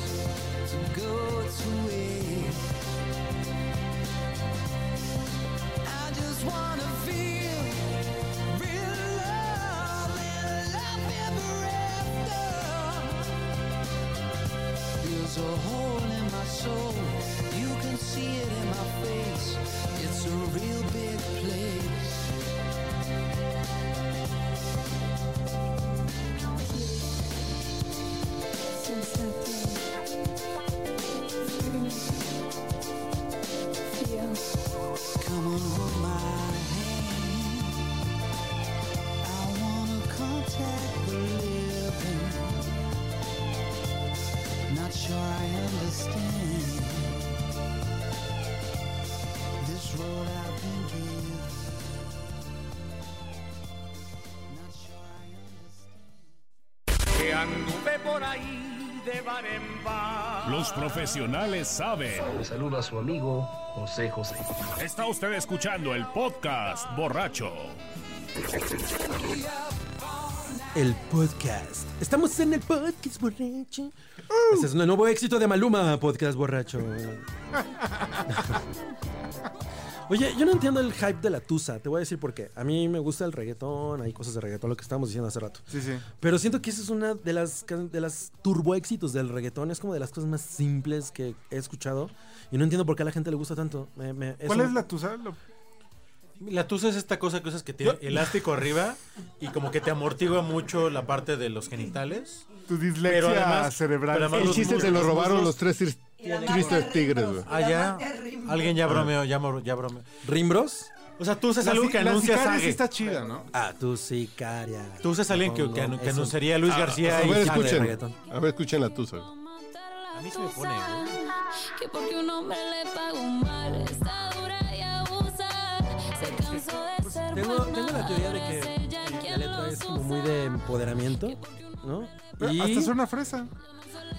S11: to go to waste. I just wanna feel real love and love ever after. There's a hole in my soul, you can see it in my face. It's a real big place. Come on, hold my hand. I wanna contact the living. Not sure I understand this road I've been given. Not sure I understand.
S10: Los profesionales saben.
S12: Le saluda a su amigo José José.
S10: Está usted escuchando el podcast borracho.
S2: El podcast. Estamos en el podcast borracho. Ese es un nuevo éxito de Maluma, podcast borracho. Oye, yo no entiendo el hype de la tusa. Te voy a decir por qué. A mí me gusta el reggaetón, hay cosas de reggaetón, lo que estábamos diciendo hace rato.
S1: Sí, sí.
S2: Pero siento que esa es una de las, can- de las turbo éxitos del reggaetón. Es como de las cosas más simples que he escuchado. Y no entiendo por qué a la gente le gusta tanto. Me- me-
S1: ¿Cuál
S2: un-
S1: es la tusa? Lo-
S4: La tusa es esta cosa que usas que tiene elástico arriba y como que te amortigua mucho la parte de los genitales.
S1: Tu dislexia
S4: Pero además-
S1: cerebral.
S4: pero además
S3: El
S4: los
S3: chiste
S4: muslos,
S3: se lo
S4: los
S3: robaron
S4: muslos.
S3: los tres tir- tristes tigres, güey.
S4: Ah, ya. Alguien ya bromeó, ya, mor- ya bromeó.
S2: ¿Rimbros?
S4: O sea, tusa es
S1: La
S4: algo
S1: si-
S4: que
S1: la
S4: anuncia
S1: sicaria sí
S4: Sage.
S1: está chida, ¿no?
S2: Ah, tu sicaria.
S4: Tusa es alguien que, que, anu- que anunciaría Luis García.
S3: A
S4: y
S3: ver,
S4: Sage.
S3: escuchen.
S2: reggaetón.
S3: A ver, escuchen la tusa.
S4: A mí se me pone.
S11: Que porque un hombre le paga un mal está dura y abusa. Se cansó de ser
S2: Tengo, tengo la teoría de que eh, la letra es como muy de empoderamiento, ¿no?
S1: Pero
S2: Y-
S1: Hasta suena fresa.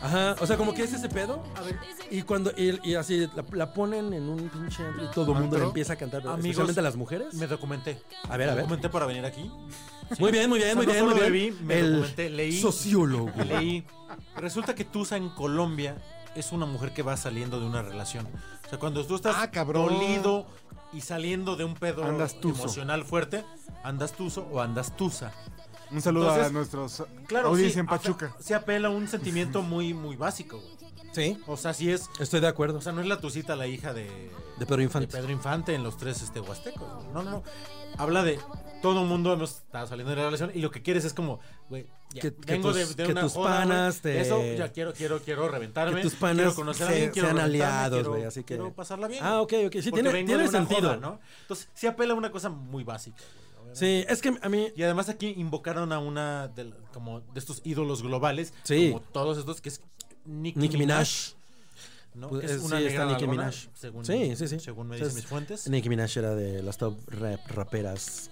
S2: Ajá, o sea, como que es ese pedo. A ver. Y cuando y, y así la, la ponen en un pinche antro y todo el mundo la
S1: ¿Antro?
S2: empieza a cantar, pero
S4: Amigos,
S2: especialmente las mujeres.
S4: Me documenté.
S2: A ver, a
S4: Me
S2: ver.
S4: documenté para venir aquí.
S2: Muy bien, muy bien,
S4: O
S2: muy
S4: sea,
S2: bien,
S4: no
S2: muy
S4: solo
S2: bien.
S4: bebí, me documenté, leí.
S2: sociólogo.
S4: Y leí. Resulta que Tusa en Colombia es una mujer que va saliendo de una relación. O sea, cuando tú estás
S1: Ah, cabrón.
S4: dolido y saliendo de un pedo
S1: Andas tuso.
S4: emocional fuerte, andas tuso o andas tusa.
S1: Un saludo
S4: Entonces,
S1: a nuestros
S4: Claro,
S1: audiencia
S4: sí,
S1: en Pachuca.
S4: ape- Se apela a un sentimiento muy, muy básico, güey.
S2: Sí,
S4: O sea, sí es.
S2: estoy de acuerdo.
S4: O sea, no es la tucita la hija de.
S2: De Pedro Infante.
S4: de Pedro Infante en los tres este, huastecos. güey. No, no, no. Habla de. Todo el mundo hemos estado saliendo de la relación y lo que quieres es como, güey, ya,
S2: Que- que
S4: vengo
S2: tus-
S4: de, de
S2: que
S4: una
S2: tus
S4: joda, güey,
S2: panas te-
S4: Eso, ya quiero, quiero, quiero reventarme.
S2: que tus panas
S4: quiero conocer a
S2: se-
S4: alguien, quiero
S2: sean
S4: reventarme,
S2: aliados,
S4: quiero-
S2: güey, así que...
S4: Quiero pasarla bien.
S2: Ah, ok, ok. Sí,
S4: porque
S2: tiene,
S4: vengo
S2: tiene
S4: de una
S2: sentido.
S4: joda, ¿no? Entonces, se apela a una cosa muy básica, güey, obviamente.
S2: Sí, es que a mí...
S4: Y además aquí invocaron a una de, la- como de estos ídolos globales,
S2: Sí.
S4: como todos estos, que es Nicki,
S2: Nicki
S4: Minaj.
S2: Minaj.
S4: ¿no?
S2: Pues,
S4: Que es
S2: eh,
S4: una
S2: sí,
S4: negra
S2: está Nicki
S4: nalgona,
S2: Minaj.
S4: Según,
S2: Sí, sí, sí.
S4: Según me
S2: Entonces,
S4: dicen mis fuentes.
S2: Nicki Minaj era de las top rap- raperas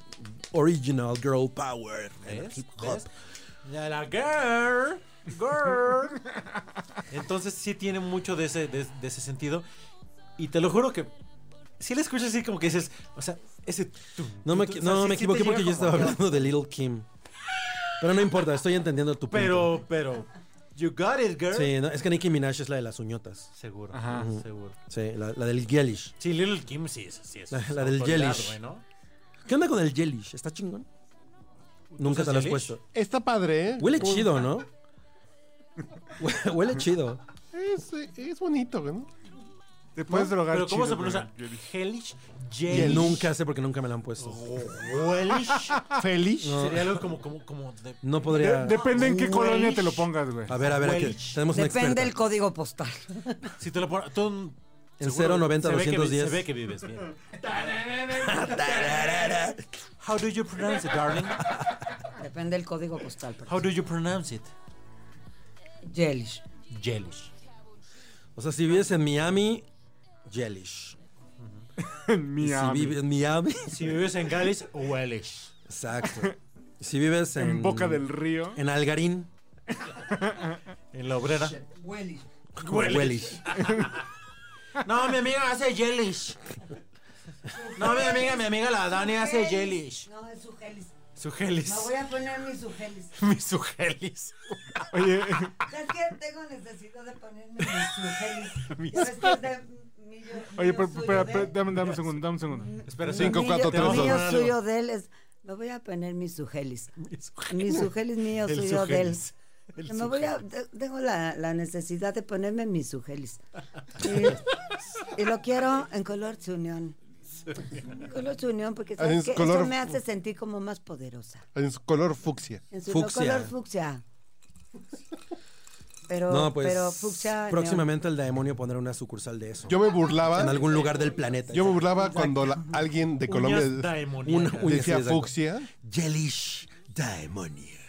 S2: original girl power en el
S4: ¿Ves?
S2: hip hop.
S4: ¿Ves? Ya La girl. Girl. Entonces sí tiene mucho de ese, de, de ese sentido. Y te lo juro que si la escuchas así como que dices, o sea, ese... tum,
S2: No me,
S4: tum, tum, o sea,
S2: no,
S4: sí- sí
S2: me
S4: te
S2: equivoqué
S4: llega
S2: porque yo
S4: como-
S2: estaba hablando de Little Kim. Pero no importa, estoy entendiendo tu punto.
S4: Pero, pero... You got it, girl.
S2: Sí, no, es que Nicki Minaj es la de las uñotas.
S4: Seguro,
S1: Ajá.
S4: seguro.
S2: Sí, la, la del Gelish.
S4: Sí, Little Kim sí es. Sí es
S2: La- la del
S4: autoridad,
S2: Jellish.
S4: güey, ¿no?
S2: ¿Qué onda con el Gelish? ¿Está chingón? Nunca
S4: usas
S1: Pues
S2: te lo has
S4: Gelish?
S2: puesto.
S3: Está padre, ¿eh?
S2: Huele
S3: Uy,
S2: chido, ¿no? Hue- Huele chido.
S3: Es, es bonito, ¿no?
S1: Te puedes drogar
S4: Pero ¿cómo
S1: chido,
S4: se pronuncia?
S1: güey.
S4: Hellish,
S2: Que
S4: Jellish.
S2: nunca sé porque nunca me la han puesto.
S4: Wellish.
S3: Feliz.
S4: Sería algo como, como, como de-
S2: No
S1: De-
S2: podría.
S1: depende en qué
S4: Güey.
S1: colonia te lo pongas, güey.
S2: A ver, a ver, aquí
S4: Welsh.
S2: tenemos una
S6: Depende
S2: experta.
S6: del código postal.
S4: Si te lo pones. Tú,
S2: En
S4: seguro,
S2: 090
S4: se ve que vi-
S2: 210.
S4: Se ve que vives bien. How do you pronounce it, darling?
S6: Depende del código postal.
S4: How do you pronounce it?
S6: Jellish.
S4: Jellish.
S2: O sea, si vives en Miami, Gelish.
S1: En
S2: Y
S1: Miami.
S2: Si vives en Miami,
S4: Si vives en Gales, Wellish.
S2: exacto. Y Si vives en,
S1: En Boca del Río.
S2: en Algarín,
S4: En la obrera.
S2: Wellish.
S4: No, mi amiga hace Jellish. No, mi amiga, mi amiga la Dani hace Jellish.
S6: No, es su Hellish.
S4: Sugelis.
S6: Me voy a poner mis sugelis.
S4: Mi sugelis.
S1: Oye,
S6: ¿Sabes qué? Tengo necesidad de ponerme mis sugelis. ¿Sabes qué? De- mi- yo- mío
S1: oye, pero,
S6: suyo
S1: pero,
S6: de-
S1: pero, dame, dame un segundo, dame un segundo.
S4: Espera,
S3: Cinco,
S6: mío-
S3: cuatro, tres,
S6: mío
S3: dos.
S6: suyo de él es. Me voy a poner mis sugelis. Mis sugelis mío
S4: El
S6: suyo de él.
S4: sugelis.
S6: Que me voy a, te- tengo la, la necesidad de ponerme mis sugelis. Y, y lo quiero en color unión. Color unión porque
S3: Ah, en
S6: ¿sabes qué?
S3: color
S6: eso me
S3: fu-
S6: hace sentir como más poderosa.
S3: En su color fucsia.
S6: En su
S2: Fucsia.
S6: color fucsia. Pero,
S2: No, pues.
S6: pero fucsia. neón.
S2: próximamente el demonio pondrá una sucursal de eso.
S3: Yo me burlaba.
S2: en algún lugar del planeta.
S3: Yo me burlaba cuando la- alguien de Colombia
S4: Uñas
S3: de-
S4: daemoniacas.
S2: Una- uy,
S3: decía
S2: sí, exacto.
S3: fucsia.
S2: Jellish Daemonia.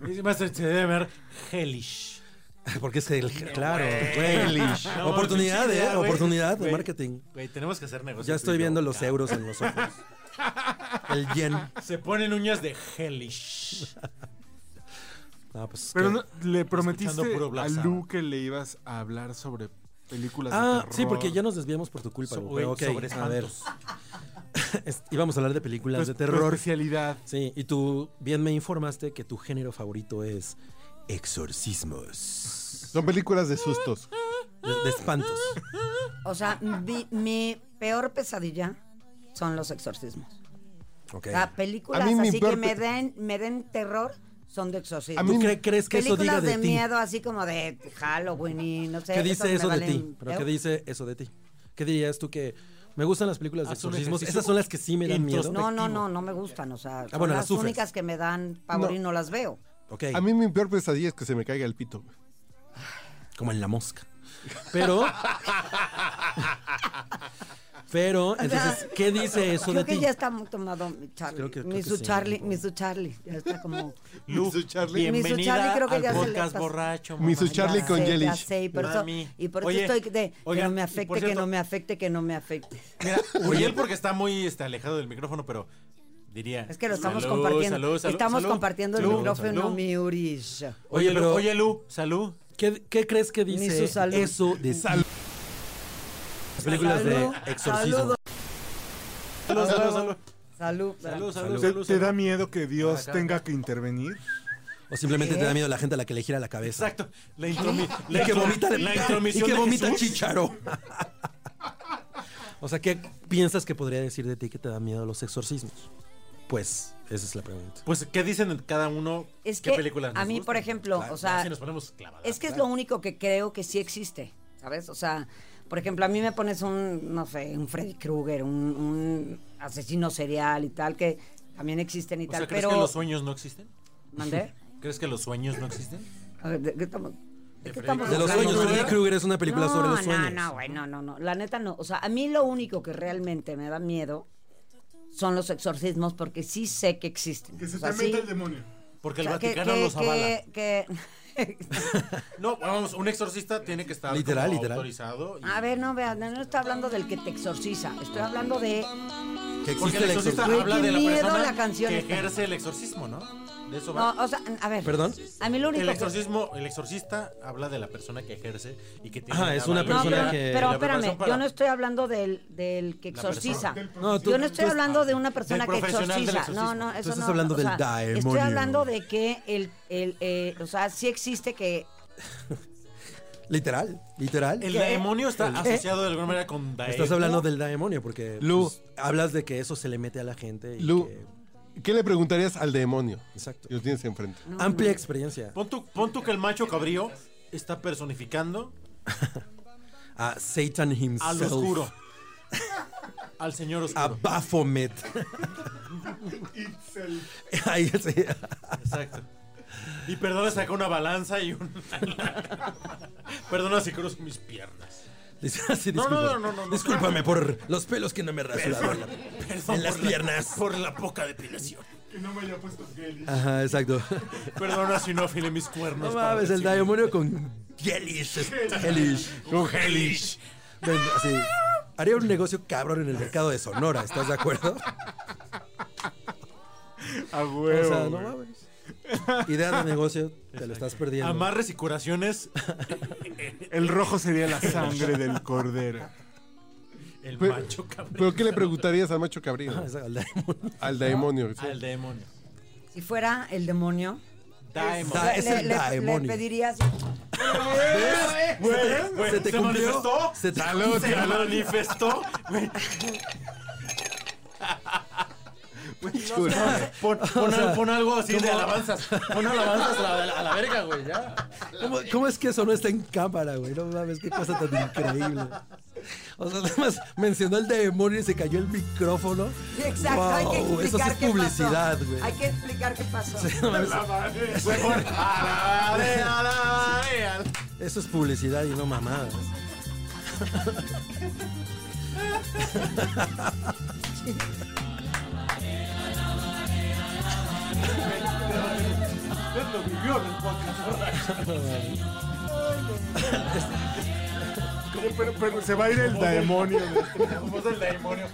S4: Y además se se debe ver hellish.
S2: Porque es que el. Claro. Jellish.
S4: No,
S2: oportunidad,
S4: pinche
S2: ¿eh?
S4: idea, güey.
S2: oportunidad de
S4: Güey,
S2: marketing.
S4: Güey, tenemos que hacer negocios.
S2: Ya
S4: tú
S2: estoy
S4: y yo.
S2: viendo los euros en los ojos. El yen.
S4: Se ponen uñas de hellish.
S2: No, pues,
S1: Pero
S2: que-
S1: no, le prometiste
S4: Escuchando puro Black
S1: a
S4: Sabbath.
S1: Lu que le ibas a hablar sobre películas de
S2: Ah,
S1: terror.
S2: sí, porque ya nos desviamos por tu culpa.
S4: So-
S2: güey,
S4: güey,
S2: pero ok,
S4: sobre
S2: a ver.
S4: espantos.
S2: Es- Íbamos a hablar de
S1: Tu-
S2: películas de
S1: Pues, tu
S2: terror.
S1: especialidad.
S2: Sí, y tú bien me informaste que tu género favorito es exorcismos.
S3: Son películas de sustos.
S2: De, de espantos.
S6: O sea, vi- mi peor pesadilla son los exorcismos.
S2: Ok.
S6: O sea, películas
S3: A mí mi
S6: así
S3: peor
S6: que me
S3: pe-
S6: den, me den terror son de exorcismos.
S3: A
S2: ¿Tú
S3: mí-
S2: cre- crees que eso diga
S6: películas
S2: de,
S6: de,
S2: ti?
S6: miedo así como de Halloween y no sé.
S2: ¿Qué dice
S6: esas
S2: eso
S6: me
S2: de ti?
S6: valen
S2: ¿Pero qué
S6: peor.
S2: dice eso de ti? ¿Qué dirías tú que me gustan las películas de
S4: Haz un
S2: exorcismos?
S4: ejercicio
S2: Esas son las que sí me dan miedo. Ah,
S6: No, no, no, no me gustan. O sea, son
S2: bueno, las
S6: las
S2: sufres.
S6: únicas que me dan pavor y no las veo.
S2: Ok.
S3: A mí mi peor pesadilla es que se me caiga el pito. güey.
S2: Como en la mosca. Pero. pero, entonces, ¿qué dice eso de
S6: Creo que
S2: ti?
S6: ya está muy tomado mi Charlie.
S2: Creo que- creo
S6: mi
S2: que
S6: su
S2: sí,
S6: Charlie,
S2: por-
S6: mi su Charlie. Ya está como.
S4: Lu,
S3: Miss Charlie.
S6: Miss
S4: bienvenida
S6: Charlie creo que
S4: al
S6: ya se le
S4: podcast
S6: pasó.
S4: borracho.
S3: Miss
S4: mamá.
S3: Charlie
S6: Ya
S3: con
S6: sé, ya
S3: Jellish.
S6: sé, y por eso,
S4: Mami.
S6: y por eso
S4: Oye,
S6: estoy de que no
S4: oigan,
S6: me
S4: y por
S6: afecte, que
S4: cierto-
S6: no me afecte, que no me afecte.
S4: Mira, Uriel porque está muy este, alejado del micrófono, pero diría.
S6: Es que lo estamos
S4: "Salud,
S6: compartiendo.
S4: salud, salud,
S6: estamos
S4: salud,
S6: compartiendo el
S4: salud,
S6: micrófono,
S4: salud".
S6: mi Urish.
S2: Oye,
S4: Oye, Lu,
S2: pero-
S4: oye, Lu, salud.
S2: ¿Qué, qué crees que
S6: Ni
S2: dice
S6: su salud.
S2: eso de ti? Las películas
S6: Salud,
S2: de exorcismo.
S6: saludo.
S4: Salud, salud, salud.
S6: Salud.
S4: Salud, salud,
S2: Salud.
S1: ¿Te,
S4: salud,
S1: te da
S4: salud.
S1: miedo que Dios
S4: Acá.
S1: tenga que intervenir?
S2: O simplemente te da miedo la gente a la que le gira la cabeza.
S4: Exacto. La, intromi
S2: Y
S4: la,
S2: que
S4: intro-
S2: vomita,
S4: la
S2: y
S4: intromisión
S2: que
S4: de
S2: vomita
S4: Jesús.
S2: chicharo. o sea, ¿qué piensas que podría decir de ti que te da miedo los exorcismos? Pues, esa es la pregunta.
S4: Pues, ¿qué dicen en cada uno?
S6: Es
S4: ¿Qué
S6: que
S4: películas nos
S6: a mí, por
S4: gustan?
S6: ejemplo,
S4: Claro,
S6: o sea,
S4: así nos ponemos clavadas.
S6: Es que es lo único que creo que sí existe, ¿sabes? O sea, por ejemplo, a mí me pones un, no sé, un Freddy Krueger, un, un asesino serial y tal, que también existen y
S4: O
S6: tal,
S4: sea, ¿crees
S6: pero...
S4: que los sueños no existen?
S6: ¿Mandé?
S4: ¿Crees que los sueños no existen?
S6: A ver, ¿de qué estamos? ¿De qué estamos
S2: De los
S6: hablando?
S2: sueños. Freddy Krueger es una película sobre los sueños.
S6: No, no, güey, no, no, no. La neta no. O sea, a mí lo único que realmente me da miedo son los exorcismos porque sí sé que existen. O sea, sí-
S1: demonio.
S4: Porque el
S6: o sea, que-
S4: Vaticano
S6: que-
S4: los avala.
S6: que- que-
S4: No, vamos, un exorcista tiene que estar
S2: Literal,
S4: como
S2: literal.
S4: autorizado. y-
S6: A ver, no, vean, no estoy hablando del que te exorciza. Estoy hablando de
S2: Que
S4: Porque
S2: existe
S4: el
S2: el
S4: exorcista
S2: exorcismo.
S6: Güey,
S4: habla
S6: qué
S4: de la
S6: miedo
S4: persona
S6: la canción
S4: que
S6: esta.
S4: ejerce el exorcismo, ¿no? De eso
S6: No,
S4: va.
S6: o sea, a ver.
S2: ¿Perdón?
S6: A mí lo único
S4: el
S6: que-
S4: exorcismo, el exorcista habla de la persona que ejerce y que tiene.
S2: Ajá, Ah, es una
S6: No,
S2: persona
S6: pero,
S2: que-
S6: pero
S4: la
S6: espérame,
S4: preparación para-
S6: yo no estoy hablando del, del que
S4: La persona-
S6: exorciza.
S4: Del
S2: No, tú-
S6: yo no estoy
S2: tú-
S6: hablando de una persona
S4: del
S6: que
S4: profesional del
S6: exorciza. No,
S4: exorcismo.
S6: no,
S4: Tú
S6: eso
S2: estás
S6: no,
S2: hablando
S6: o
S2: del
S6: sea,
S2: demonio.
S6: Estoy hablando de que el, el eh, o sea, sí existe que
S2: Literal, literal.
S4: El
S6: ¿Qué?
S4: demonio está
S2: ¿Eh?
S4: asociado de alguna manera con Daemon.
S2: Estás hablando del demonio porque
S3: Lu.
S2: pues, hablas de que eso se le mete a la gente. Y
S3: Lu,
S2: que-
S3: ¿qué le preguntarías al demonio?
S2: exacto.
S3: Y lo tienes enfrente.
S2: Amplia experiencia.
S4: Pon tú, pon tú que el macho cabrío está personificando
S2: A Satan himself.
S4: al oscuro. Al señor
S2: A
S4: oscuro.
S2: Baphomet. Ahí sí.
S4: Exacto. Y perdona, saca una balanza y un. perdona si cruzo mis piernas.
S2: Dice así,
S4: No,
S2: disculpa.
S4: no, no, no, no.
S2: Discúlpame por los pelos que no me he rasurado en la- en las
S4: por la-
S2: piernas.
S4: Por la poca depilación.
S1: Que no me haya puesto gel.
S2: Ajá, exacto.
S4: Perdona si no afilé mis cuernos.
S2: No
S4: para
S2: mames, el
S4: recibir-
S2: demonio con Hellish. Hellish.
S1: Con gelish.
S2: Ven, así. Haría un negocio cabrón en el mercado de Sonora, ¿estás de acuerdo?
S1: A
S2: O
S1: huevo.
S2: sea, no
S1: güey.
S2: mames. Idea de negocio, te lo estás perdiendo.
S4: Amarres y curaciones.
S1: El rojo sería la sangre del cordero.
S4: El
S3: Pero-
S4: macho cabrío.
S3: ¿Pero qué le preguntarías al macho cabrío?
S2: Ah, esa- al demonio.
S3: Al demonio. sí.
S4: Al demonio.
S6: Si fuera el demonio,
S4: Daemon.
S2: Da- es
S6: le-
S2: el
S6: le- le
S2: demonio.
S6: pedirías.
S4: Güey, güey,
S2: se te cumplió.
S4: manifestó.
S2: Se te
S4: se manifestó. Güey, pon, pon al- pon algo así de alabanzas. Pon alabanzas a la, a la verga, güey, ya.
S2: ¿Cómo, cómo es que eso no está en cámara, güey? No mames, qué cosa tan increíble. O sea, nada más mencionó el demonio y se cayó el micrófono.
S6: Sí, exacto, hay que
S2: Wow,
S6: explicar
S2: eso sí es
S6: qué pasó.
S2: publicidad, güey.
S6: Hay que explicar qué pasó.
S2: No mames,
S4: Güey, pon
S6: Eh,
S4: alabare, alabare, al-
S2: Eso es publicidad y no mamadas.
S4: Usted lo vivió en el podcast.
S1: Pero, pero- pero se va a ir el demonio.
S4: Como es el demonio.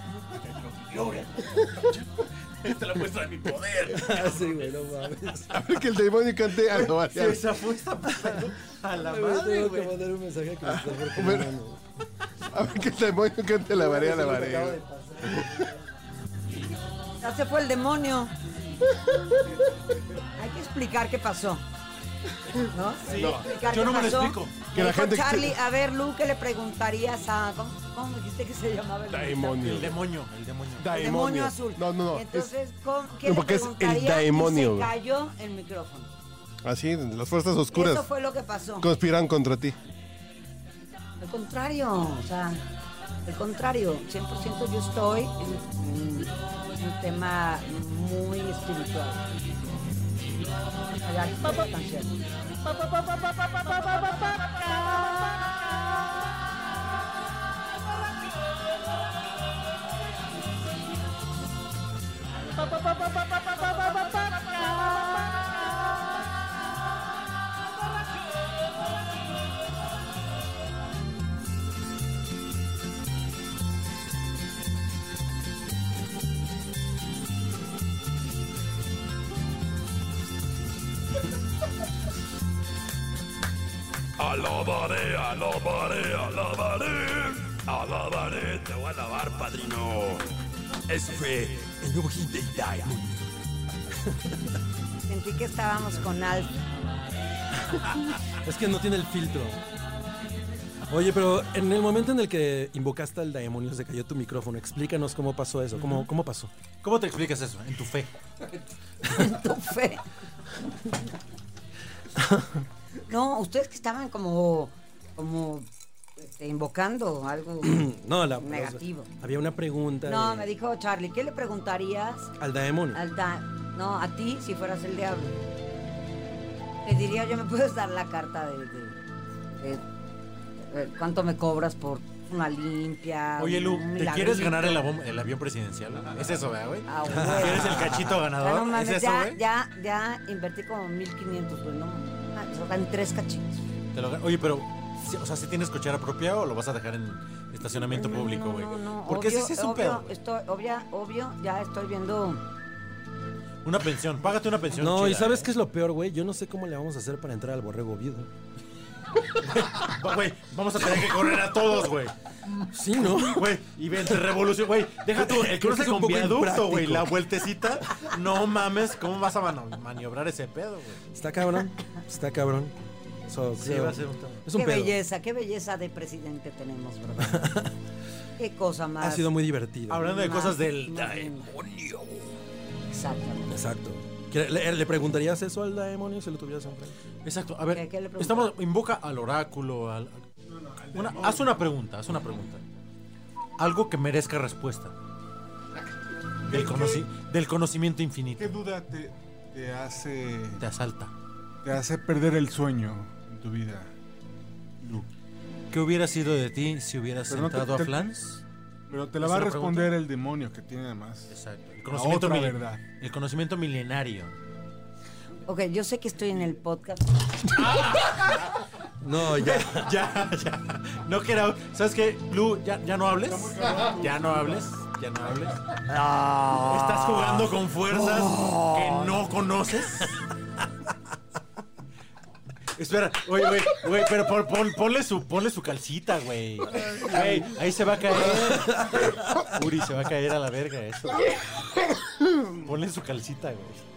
S4: Esta es la muestra de mi poder.
S5: Ah,
S2: Sí, güey, no mames.
S3: A ver que el demonio cante algo. vale.
S4: Sí, esa fue esta puta- A la madre,
S2: Tengo que
S4: güey.
S2: mandar un mensaje a Christopher
S3: Ah, Bueno.
S2: Columbano.
S3: A ver que el demonio cante la marea, la marea.
S6: Ya se fue el demonio. Hay que explicar qué pasó. ¿No? Hay que explicar
S4: Yo
S6: qué
S4: no me lo
S6: pasó.
S4: explico.
S3: Que la
S6: Dijo
S3: gente-
S6: Charlie, a ver, Lu, ¿qué le preguntarías a. ¿Cómo, cómo dijiste que se llamaba el
S4: El
S3: Demonio.
S4: demonio, el demonio.
S6: El demonio azul.
S3: No, no, no. es
S6: Entonces, ¿cómo- ¿qué le
S3: No, porque es el
S6: preguntarías? Y
S3: daemonio.
S6: Se cayó el micrófono.
S3: así, las fuerzas
S6: Eso
S3: oscuras
S6: fue lo que pasó.
S3: conspiran contra ti.
S6: Al contrario, o sea, al contrario, 100% yo estoy en, en un tema muy espiritual. Allá, papá, canción.
S7: Alabaré, alabaré, alabaré. Alabaré, te voy a alabar, padrino. Eso fue el nuevo hit de Diamond.
S6: Sentí que estábamos con Alf.
S2: Es que no tiene el filtro. Oye, pero en el momento en el que invocaste al demonio se cayó tu micrófono. Explícanos cómo pasó eso. ¿Cómo, cómo pasó?
S4: ¿Cómo te explicas eso? eh. En tu fe.
S6: tu fe. No, ustedes que estaban como, como este, invocando algo.
S2: No, la,
S6: Negativo.
S2: había una pregunta
S6: No,
S2: de-
S6: me dijo Charlie, ¿qué le preguntarías
S2: al demonio.
S6: al da- no, a ti si fueras el diablo? Te diría, yo me puedes dar la carta de, de- de- de cuánto me cobras por una limpia.
S4: Oye, Lu,
S6: un
S4: ¿te quieres
S6: milagrito?
S4: ganar el, avión- el avión presidencial? Es eso, ¿verdad, güey?
S6: Ah, bueno.
S4: ¿Quieres el cachito
S6: Ya, Ah, no
S4: ganador?
S6: mames,
S4: ¿Es eso, eh?
S6: ya, ya,
S4: güey?
S6: ya invertí como 1500, pues no. Ah, se dan tres cachitos.
S4: Te lo gan- Oye, pero, si- o sea, si tienes cochera propia o lo vas a dejar en estacionamiento público, güey?
S6: No, no, no,
S4: Porque
S6: obvio,
S4: ese es un
S6: obvio,
S4: pedo. güey.
S6: Estoy, obvia, obvio, ya estoy viendo.
S4: Una pensión, págate una pensión.
S2: No, y
S4: chida,
S2: ¿sabes
S4: ¿eh?
S2: qué es lo peor, güey? Yo no sé cómo le vamos a hacer para entrar al borrego viudo.
S4: Va, Güey, vamos a tener que correr a todos, güey.
S2: Sí, ¿no?
S4: Güey, y vente revolución, güey. Deja tú el
S2: Creo que
S4: cruce
S2: es un
S4: con
S2: poco
S4: viaducto,
S2: impráctico.
S4: güey. La vueltecita. No mames, ¿cómo vas a mano- maniobrar ese pedo, güey?
S2: Está cabrón. Está cabrón. So,
S4: Sí,
S2: creo-
S4: va a ser un tema.
S2: Es un
S6: qué
S2: pedo.
S6: belleza, qué belleza de presidente tenemos, ¿verdad? qué cosa más.
S2: Ha sido muy divertido.
S4: Hablando de
S6: más-
S4: cosas del
S6: más
S4: daemon.
S7: Demonio.
S6: Exactamente.
S2: Exacto. ¿Le, le- le preguntarías eso al demonio si lo tuvieras enfrente?
S4: Exacto, a ver,
S6: ¿Qué- qué le preguntas?
S4: estamos, invoca al oráculo, al, una- haz una pregunta, haz una pregunta. Algo que merezca respuesta. Del, conoci- del conocimiento infinito.
S1: ¿Qué duda te, te hace
S4: Te asalta.
S1: te hace perder el sueño en tu vida, Lu?
S4: ¿Qué hubiera sido de ti si hubieras
S1: Pero no te-
S4: sentado a
S1: te-
S4: Flans?
S1: Pero te la
S4: ¿Es
S1: va a
S4: una
S1: responder el demonio que tiene además.
S4: Exacto. El
S1: La
S4: conocimiento,
S1: otra
S4: mile-
S1: verdad.
S4: el conocimiento milenario.
S6: Ok, yo sé que estoy en el podcast.
S2: No, ya.
S4: ya, ya. No quiero. ¿Sabes qué, Blue? Ya, ya no hables. Ya no hables. Ya no hables.
S2: Ah.
S4: Estás jugando con fuerzas
S2: Oh.
S4: que no conoces. Espera, güey, güey, güey, pero pon- pon- ponle, su, ponle su calcita, güey. Güey, ahí se va a caer. Uri, se va a caer a la verga eso. Ponle su calcita, güey.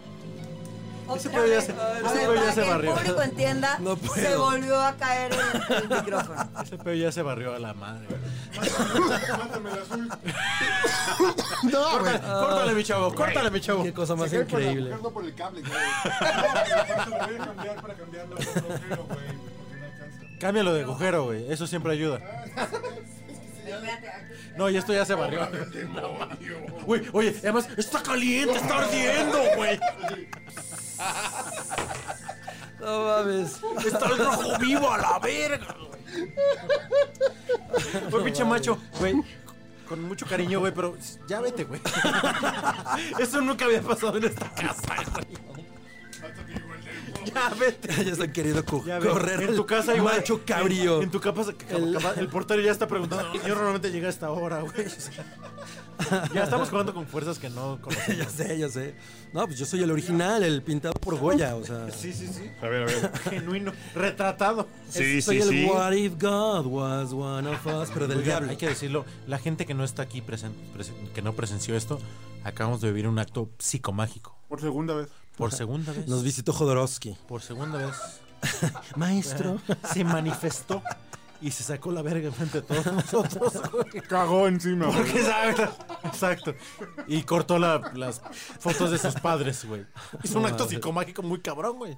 S4: Ese
S6: Otra
S4: pedo ya
S6: vez,
S4: se-
S6: a
S4: ese
S6: ver,
S4: pedo
S6: para
S4: ya se
S6: que el
S4: barrió.
S6: público entienda,
S4: No
S6: se
S4: puedo.
S6: volvió a caer el, el micrófono.
S4: Ese pedo ya se barrió a la madre.
S1: Mátame el azul.
S3: No, güey.
S4: Córtale, mi chavo, córtale, mi chavo.
S2: Qué cosa más
S1: Ah, Se cae por la
S2: increíble.
S1: mujer, no por el cable, güey. No, lo voy a cambiar para cambiarlo por el agujero, güey, porque no alcanza.
S4: Cámbialo de agujero, güey. Eso siempre ayuda.
S6: Espérate, aquí-
S4: No, y esto ya se barrió. Güey, oye, además, está caliente, está ardiendo, güey.
S2: No mames.
S4: Está el rojo vivo a la verga, güey. Oye, pinche macho, güey. Con mucho cariño, güey, pero ya vete, güey. Eso nunca había pasado en esta casa, güey. Ya vete.
S2: ya se han querido co-
S4: Ya ve,
S2: correr
S4: en tu casa igual.
S2: macho cabrío.
S4: En, en tu casa, el, el portero ya está preguntando. Yo normalmente llega a esta hora, güey. O sea, ya estamos jugando con fuerzas que no conocemos.
S2: ya sé, ya sé. No, pues yo soy el original, el pintado por Goya, o sea.
S4: Sí, sí, sí.
S10: A ver, a ver.
S4: Genuino. Retratado.
S10: Sí, sí,
S2: soy el
S10: sí.
S2: What if God was one of us, pero del
S4: Oigan,
S2: diablo.
S4: Hay que decirlo, la gente que no está aquí, presen- presen- que no presenció esto, acabamos de vivir un acto psicomágico.
S1: Por segunda vez.
S4: Por segunda vez.
S2: Nos visitó Jodorowsky.
S4: Por segunda vez.
S2: Maestro.
S4: Se manifestó y se sacó la verga frente a todos nosotros.
S1: Cagó encima, güey.
S4: Porque sabe, exacto. Y cortó la- las fotos de sus padres, güey. Hizo un acto psicomágico muy cabrón, güey.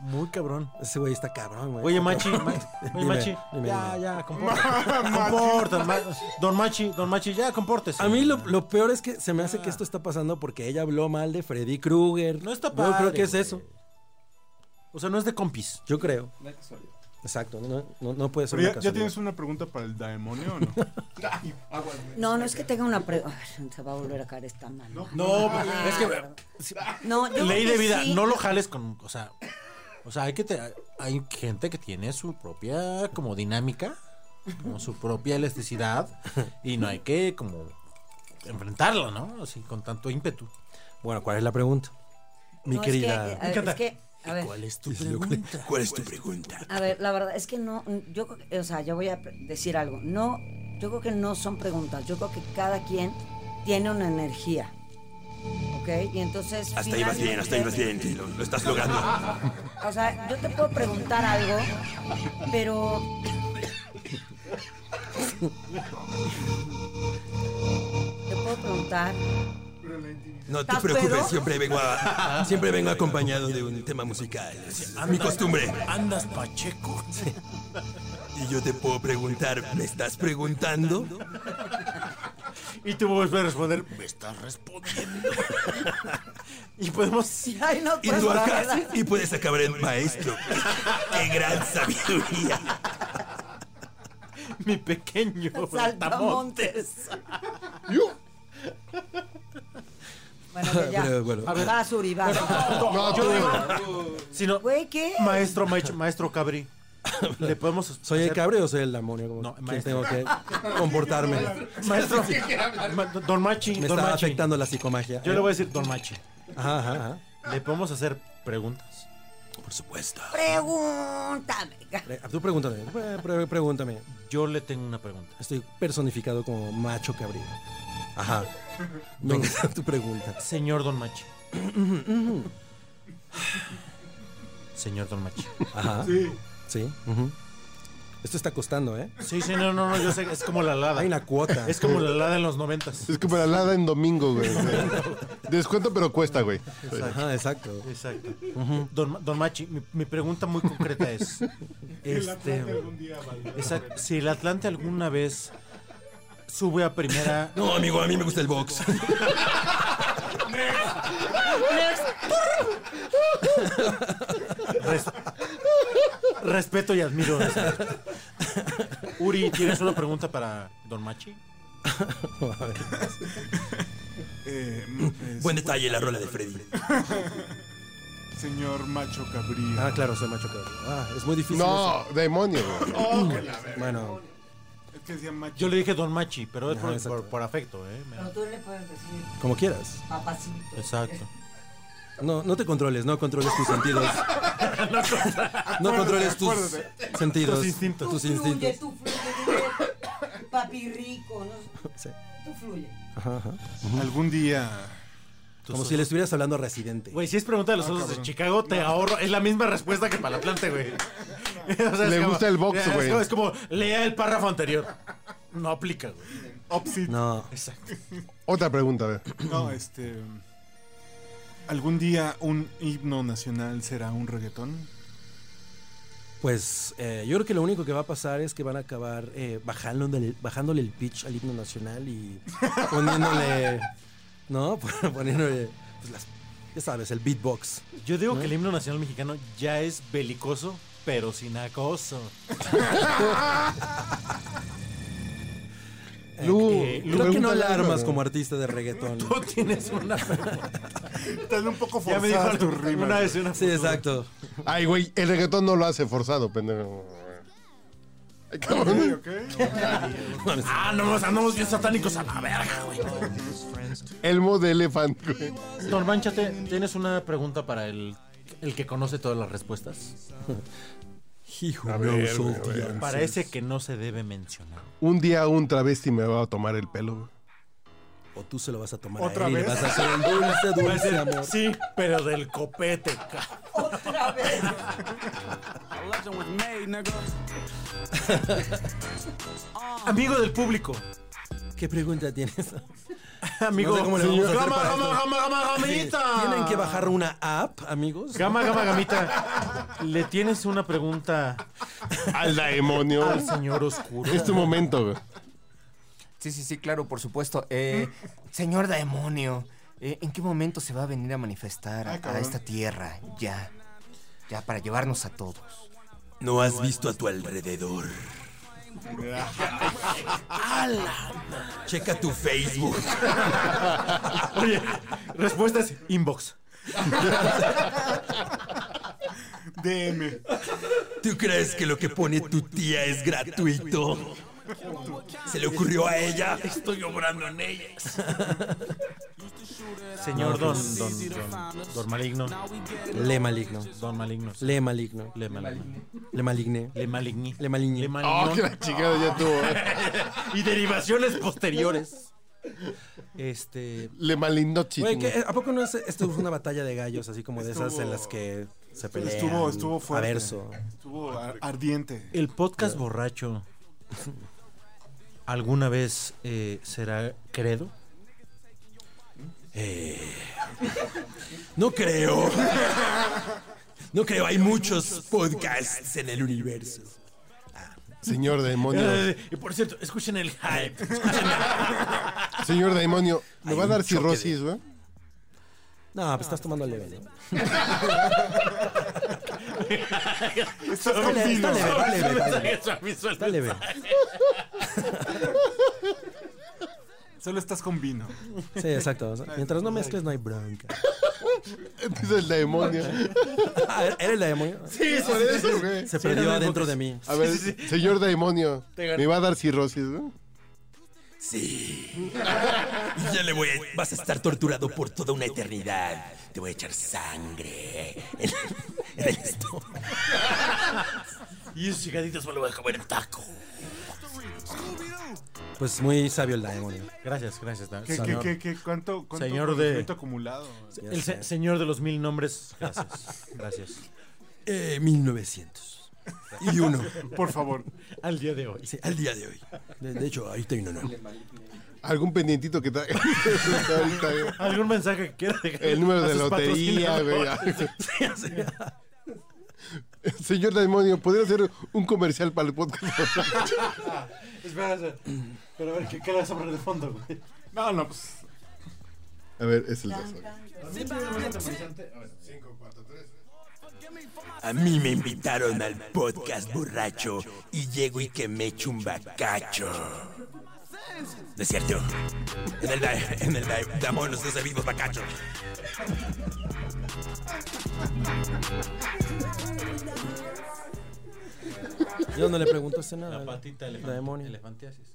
S4: Muy cabrón.
S2: Ese güey está cabrón, güey.
S4: Oye, Machi, ma- oye,
S2: Dime,
S4: Machi,
S2: dime,
S4: ya,
S2: dime.
S4: ya, comporta. Comporta, ma- don Machi, don Machi, ya, compórtese.
S2: A mí lo, lo peor es que se me hace que esto está pasando porque ella habló mal de Freddy Krueger.
S4: No está
S2: Yo creo
S4: padre,
S2: que es
S4: güey.
S2: eso.
S4: O sea, no es de compis.
S2: Yo creo. Exacto, no, no, no puede ser
S1: Pero ya,
S2: una
S1: ya
S2: casualidad.
S1: tienes una pregunta para el demonio o no?
S6: No, no es que tenga una pre... Ay, se va a volver a caer esta mano. Ah.
S4: No, pues, es que
S6: No, yo
S4: ley
S6: creo
S4: de
S6: que
S4: vida,
S6: sí.
S4: no lo jales con, o sea, o sea, hay que te- hay gente que tiene su propia como dinámica, como su propia elasticidad y no hay que como enfrentarla, ¿no? Así con tanto ímpetu.
S2: Bueno, ¿cuál es la pregunta? Mi
S6: No, es que,
S2: querida.
S6: eh, Es que, a ver,
S4: ¿Cuál es tu pregunta?
S7: ¿Cuál es tu pregunta?
S6: a ver, la verdad es que no, yo, creo que- o sea, yo voy a pre- decir algo. No, yo creo que no son preguntas. Yo creo que cada quien tiene una energía, ¿ok? Y entonces...
S7: Hasta ahí vas bien, hasta ahí vas
S6: finalmente-
S7: bien, Tilo. Lo estás logrando.
S6: O sea, yo te puedo preguntar algo, pero. Te puedo preguntar.
S7: No te
S6: ¿Estás
S7: preocupes,
S6: pedo?
S7: siempre vengo, a- siempre vengo acompañado de un tema musical. Es mi costumbre.
S4: ¿Andas pacheco?
S7: Y yo te puedo preguntar, ¿me estás preguntando?
S4: Y tú vuelves a responder, me estás respondiendo. y podemos sí, ay, no,
S6: pues,
S7: Y tú acá, y puedes acabar en maestro. ¡Qué gran sabiduría!
S4: mi pequeño
S6: Saltamontes. Bueno, que ya.
S2: Pero, bueno.
S6: A ver. Vas, Uri, vas.
S3: No, tú, güey.
S4: Sino
S6: Güey, ¿qué?
S4: maestro, maestro, maestro Cabri. Le podemos
S2: ¿Soy el
S4: hacer-
S2: cabre o soy el demonio? Como,
S4: No,
S2: ¿quién
S4: maestro.
S2: tengo que comportarme?
S4: Maestro, ma- don Machi,
S2: Me
S4: don
S2: está
S4: Machi.
S2: afectando la psicomagia.
S4: Yo le voy a decir don Machi.
S2: Ajá, ajá, ajá.
S4: ¿Le podemos hacer preguntas?
S7: Por supuesto.
S6: Pregúntame.
S2: Pre- Eh, Tú pregúntame, pre- pre- pregúntame.
S4: Yo le tengo una pregunta.
S2: Estoy personificado como macho cabrío. Ajá. Me encanta tu pregunta.
S4: Señor don Machi. Señor don Machi.
S2: Ajá. Sí. Sí. ujú. Esto está costando, ¿eh?
S4: Sí, sí, no, no, no, yo sé, es como la lada.
S2: Hay una cuota.
S4: Es como la lada en los noventas.
S3: Es como la lada en domingo, güey. Descuento, pero cuesta, güey.
S2: Ajá, exacto.
S4: Exacto. don, Ma- don Machi, mi, mi pregunta muy concreta es... este, exacto, si el Atlante alguna vez sube a primera...
S7: No, amigo, a mí me gusta el box.
S4: Res- respeto y admiro. eso. Uri, ¿tienes una pregunta para Don Machi?
S1: Eh, mm, eh,
S7: Buen detalle la rola de Freddy.
S1: Señor macho cabrío.
S2: Ah, claro, soy macho cabrío. Ah, es muy difícil.
S3: No, demonio, güey.
S1: Oh,
S2: eso. Bueno,
S1: Es que decía macho.
S4: Yo le dije Don Machi, pero es
S2: Ajá,
S4: por,
S2: exacto.
S4: por- por afecto, ¿eh? Me-
S6: tú le puedes decir,
S2: como quieras.
S6: papacito.
S4: Exacto.
S2: No, no te controles, no controles tus sentidos. no controles tus
S1: acuérdate.
S2: sentidos.
S4: Tus instintos.
S2: Tus instintos.
S6: tú fluye, tú- papi rico, ¿no?
S2: Sí.
S6: Tú fluye.
S2: Ajá, ajá.
S1: Algún día
S2: Como si le estuvieras hablando a Residente.
S4: Güey, si es pregunta
S3: Ah,
S4: de los osos de Chicago, te ahorro. Es la misma respuesta que para la planta, güey. O sea, es
S3: Le gusta el box,
S4: es
S3: güey.
S4: como- Es como, lea el párrafo anterior. No aplica, güey.
S1: Opsit.
S2: No.
S4: Exacto.
S3: Otra pregunta, a ver.
S1: No, este. ¿Algún día un himno nacional será un reggaetón?
S2: Pues eh, yo creo que lo único que va a pasar es que van a acabar eh, bajándole, bajándole el pitch al himno nacional y poniéndole. ¿No? poniéndole. pues, las- ya sabes, el beatbox.
S4: Yo digo que el himno nacional mexicano ya es belicoso, pero sin acoso.
S3: Lu,
S2: Eh, creo que no
S3: pregúntale
S2: la
S3: algo,
S2: armas
S3: güey.
S2: como artista de reggaetón.
S4: Tú tienes una.
S1: Están un poco
S4: ya me dijo
S1: forzadas tus rimas.
S4: una vez una.
S2: Sí, exacto.
S3: Ay, güey, el reggaetón no lo hace forzado, pendejo. Ay, cabrón.
S1: güey. Ok, ok.
S4: Ah, no, o sea, andamos bien satánicos a la verga, güey.
S3: Elmo de Elephant, güey.
S4: Tormanchate, ¿tienes una pregunta para el, el que conoce todas las respuestas?
S2: Hijo,
S3: A ver,
S2: no,
S3: güey,
S2: so
S3: a ver.
S2: bien.
S4: Para ese que no se debe mencionar.
S3: Un día un travesti me va a tomar el pelo, güey.
S2: O tú se lo vas a tomar
S1: ¿Otra
S2: a él y le
S1: vez?
S2: vas a hacer el dulce, dulce amor.
S4: Sí, pero del copete, ca-
S6: Otra vez.
S4: amigo del público.
S2: ¿Qué pregunta tienes?
S4: Amigo,
S2: No sé cómo le vamos a hacer
S4: gama,
S2: para
S4: gama,
S2: esto.
S4: gama, gama,
S2: Sí,
S4: gamita.
S2: Tienen que bajar una app, amigos.
S4: Gama, gama, gamita. ¿Le tienes una pregunta
S3: Al demonio.
S4: al señor oscuro?
S3: Es tu momento, güey.
S5: Sí, sí, sí, claro, por supuesto. Eh, señor demonio, eh, ¿en qué momento se va a venir a
S4: Ah,
S5: manifestar a- a
S1: cabrón.
S5: esta tierra? Ya. Ya, para llevarnos a todos.
S7: No has visto a tu alrededor. Checa tu Facebook.
S4: Oye, respuesta es inbox.
S1: DM.
S7: ¿Tú crees que lo que pone tu tía es gratuito? ¿Se le ocurrió a ella? Estoy obrando en ellas.
S4: Señor don, don, don, don maligno.
S2: Le maligno.
S4: Don maligno.
S2: Le maligno.
S4: Le maligno.
S2: Le maligne.
S4: Le maligni.
S2: Le maligné.
S4: Le
S3: Oh,
S4: maligno.
S3: que la chingada ya tuvo. eh.
S4: y derivaciones posteriores. Este.
S3: Le malignó chico.
S2: Güey, ¿qué? ¿a poco no es, esto es una batalla de gallos así como de esas en las que se pelean?
S1: Estuvo, estuvo fuerte.
S2: A verso.
S1: Estuvo ar- ardiente.
S4: El podcast borracho. ¿Alguna vez eh, será credo? Eh,
S7: No creo. No creo, hay muchos podcasts en el universo.
S3: Señor demonio.
S4: Eh, y por cierto, escuchen el hype.
S3: Señor demonio. ¿Me
S7: Hay
S3: va a
S7: un
S3: dar
S7: choque
S3: cirrosis, güey?
S2: No, pues estás tomando leve, ¿no?
S1: Estás
S2: Está leve,
S1: contigo.
S2: está leve, está leve, está leve. Está leve.
S1: Solo estás con vino.
S2: Sí, exacto. O sea, Mientras no mezcles, no hay bronca.
S3: Dice el demonio.
S2: Ah, ¿Era el demonio?
S3: Sí, por eso, güey.
S2: Se perdió adentro
S4: pues,
S2: de mí.
S3: A ver, señor demonio. Me va a dar cirrosis, güey.
S7: Sí. Y Ya le voy a- Vas a estar torturado por toda una eternidad. Te voy a echar sangre. En, en el estómago.
S4: y esos chicaditos me lo voy a comer en taco.
S2: Pues muy sabio el demonio.
S4: Gracias, gracias. Dan.
S1: ¿Qué, qué,
S4: Señor-
S1: qué, qué? ¿Cuánto, cuánto
S4: Señor de-
S1: conocimiento acumulado?
S4: El se- señor de los mil nombres. Gracias. Gracias.
S2: Eh, 1900. Y uno.
S1: Por favor.
S4: Al día de hoy.
S2: Sí, al día de hoy. De, de hecho, ahí está uno, ¿no?
S3: Algún pendientito que traiga. Ahorita, güey.
S4: ¿Algún mensaje que quiera dejar?
S3: El número
S4: a
S3: de
S4: sus
S3: lotería, güey.
S4: patrocinadores?
S3: Señor demonio, ¿podría hacer un comercial para el podcast?
S4: Espera, espera. Pero a ver, ¿qué, qué le vas a poner de fondo, güey?
S1: No, no, pues.
S3: A ver, es el dos.
S7: A mí me invitaron al podcast borracho y llego y que me echo un bacacho. No es cierto. En el live, en el live, damos los servimos bacachos.
S2: Yo no le pregunto a nada.
S4: La patita
S2: elefante- demonio.
S4: elefantiasis.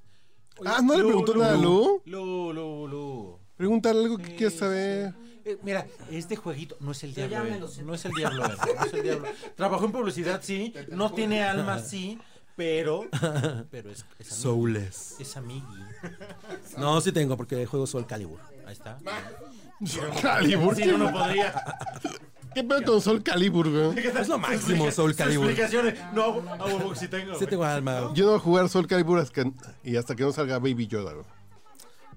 S3: Ah, ¿no le preguntó nada a Lu?
S4: Lu, Lu, Lu.
S3: Pregúntale algo que quieras saber.
S4: Eh, mira, este jueguito no es el
S6: Yo ya
S4: diablo.
S6: me
S4: eh.
S6: lo sé.
S4: No es el diablo. eh. No es el diablo. Trabajó en publicidad, sí. No tiene alma, sí. Pero. Pero es, es amigui.
S2: Soules.
S4: Es amigui.
S2: No, sí tengo, porque juego Soul Calibur.
S4: Ahí está.
S3: Sol Calibur.
S4: Sí, no, no podría.
S3: ¿Qué pedo con Sol Calibur, güey?
S7: Es lo máximo, Soul
S4: Sol
S7: Calibur.
S4: explicaciones. No, hago, hago si tengo.
S2: Sí
S4: güey.
S2: tengo alma.
S3: Yo no voy a jugar Sol Calibur hasta que- y hasta que no salga Baby Yoda, güey.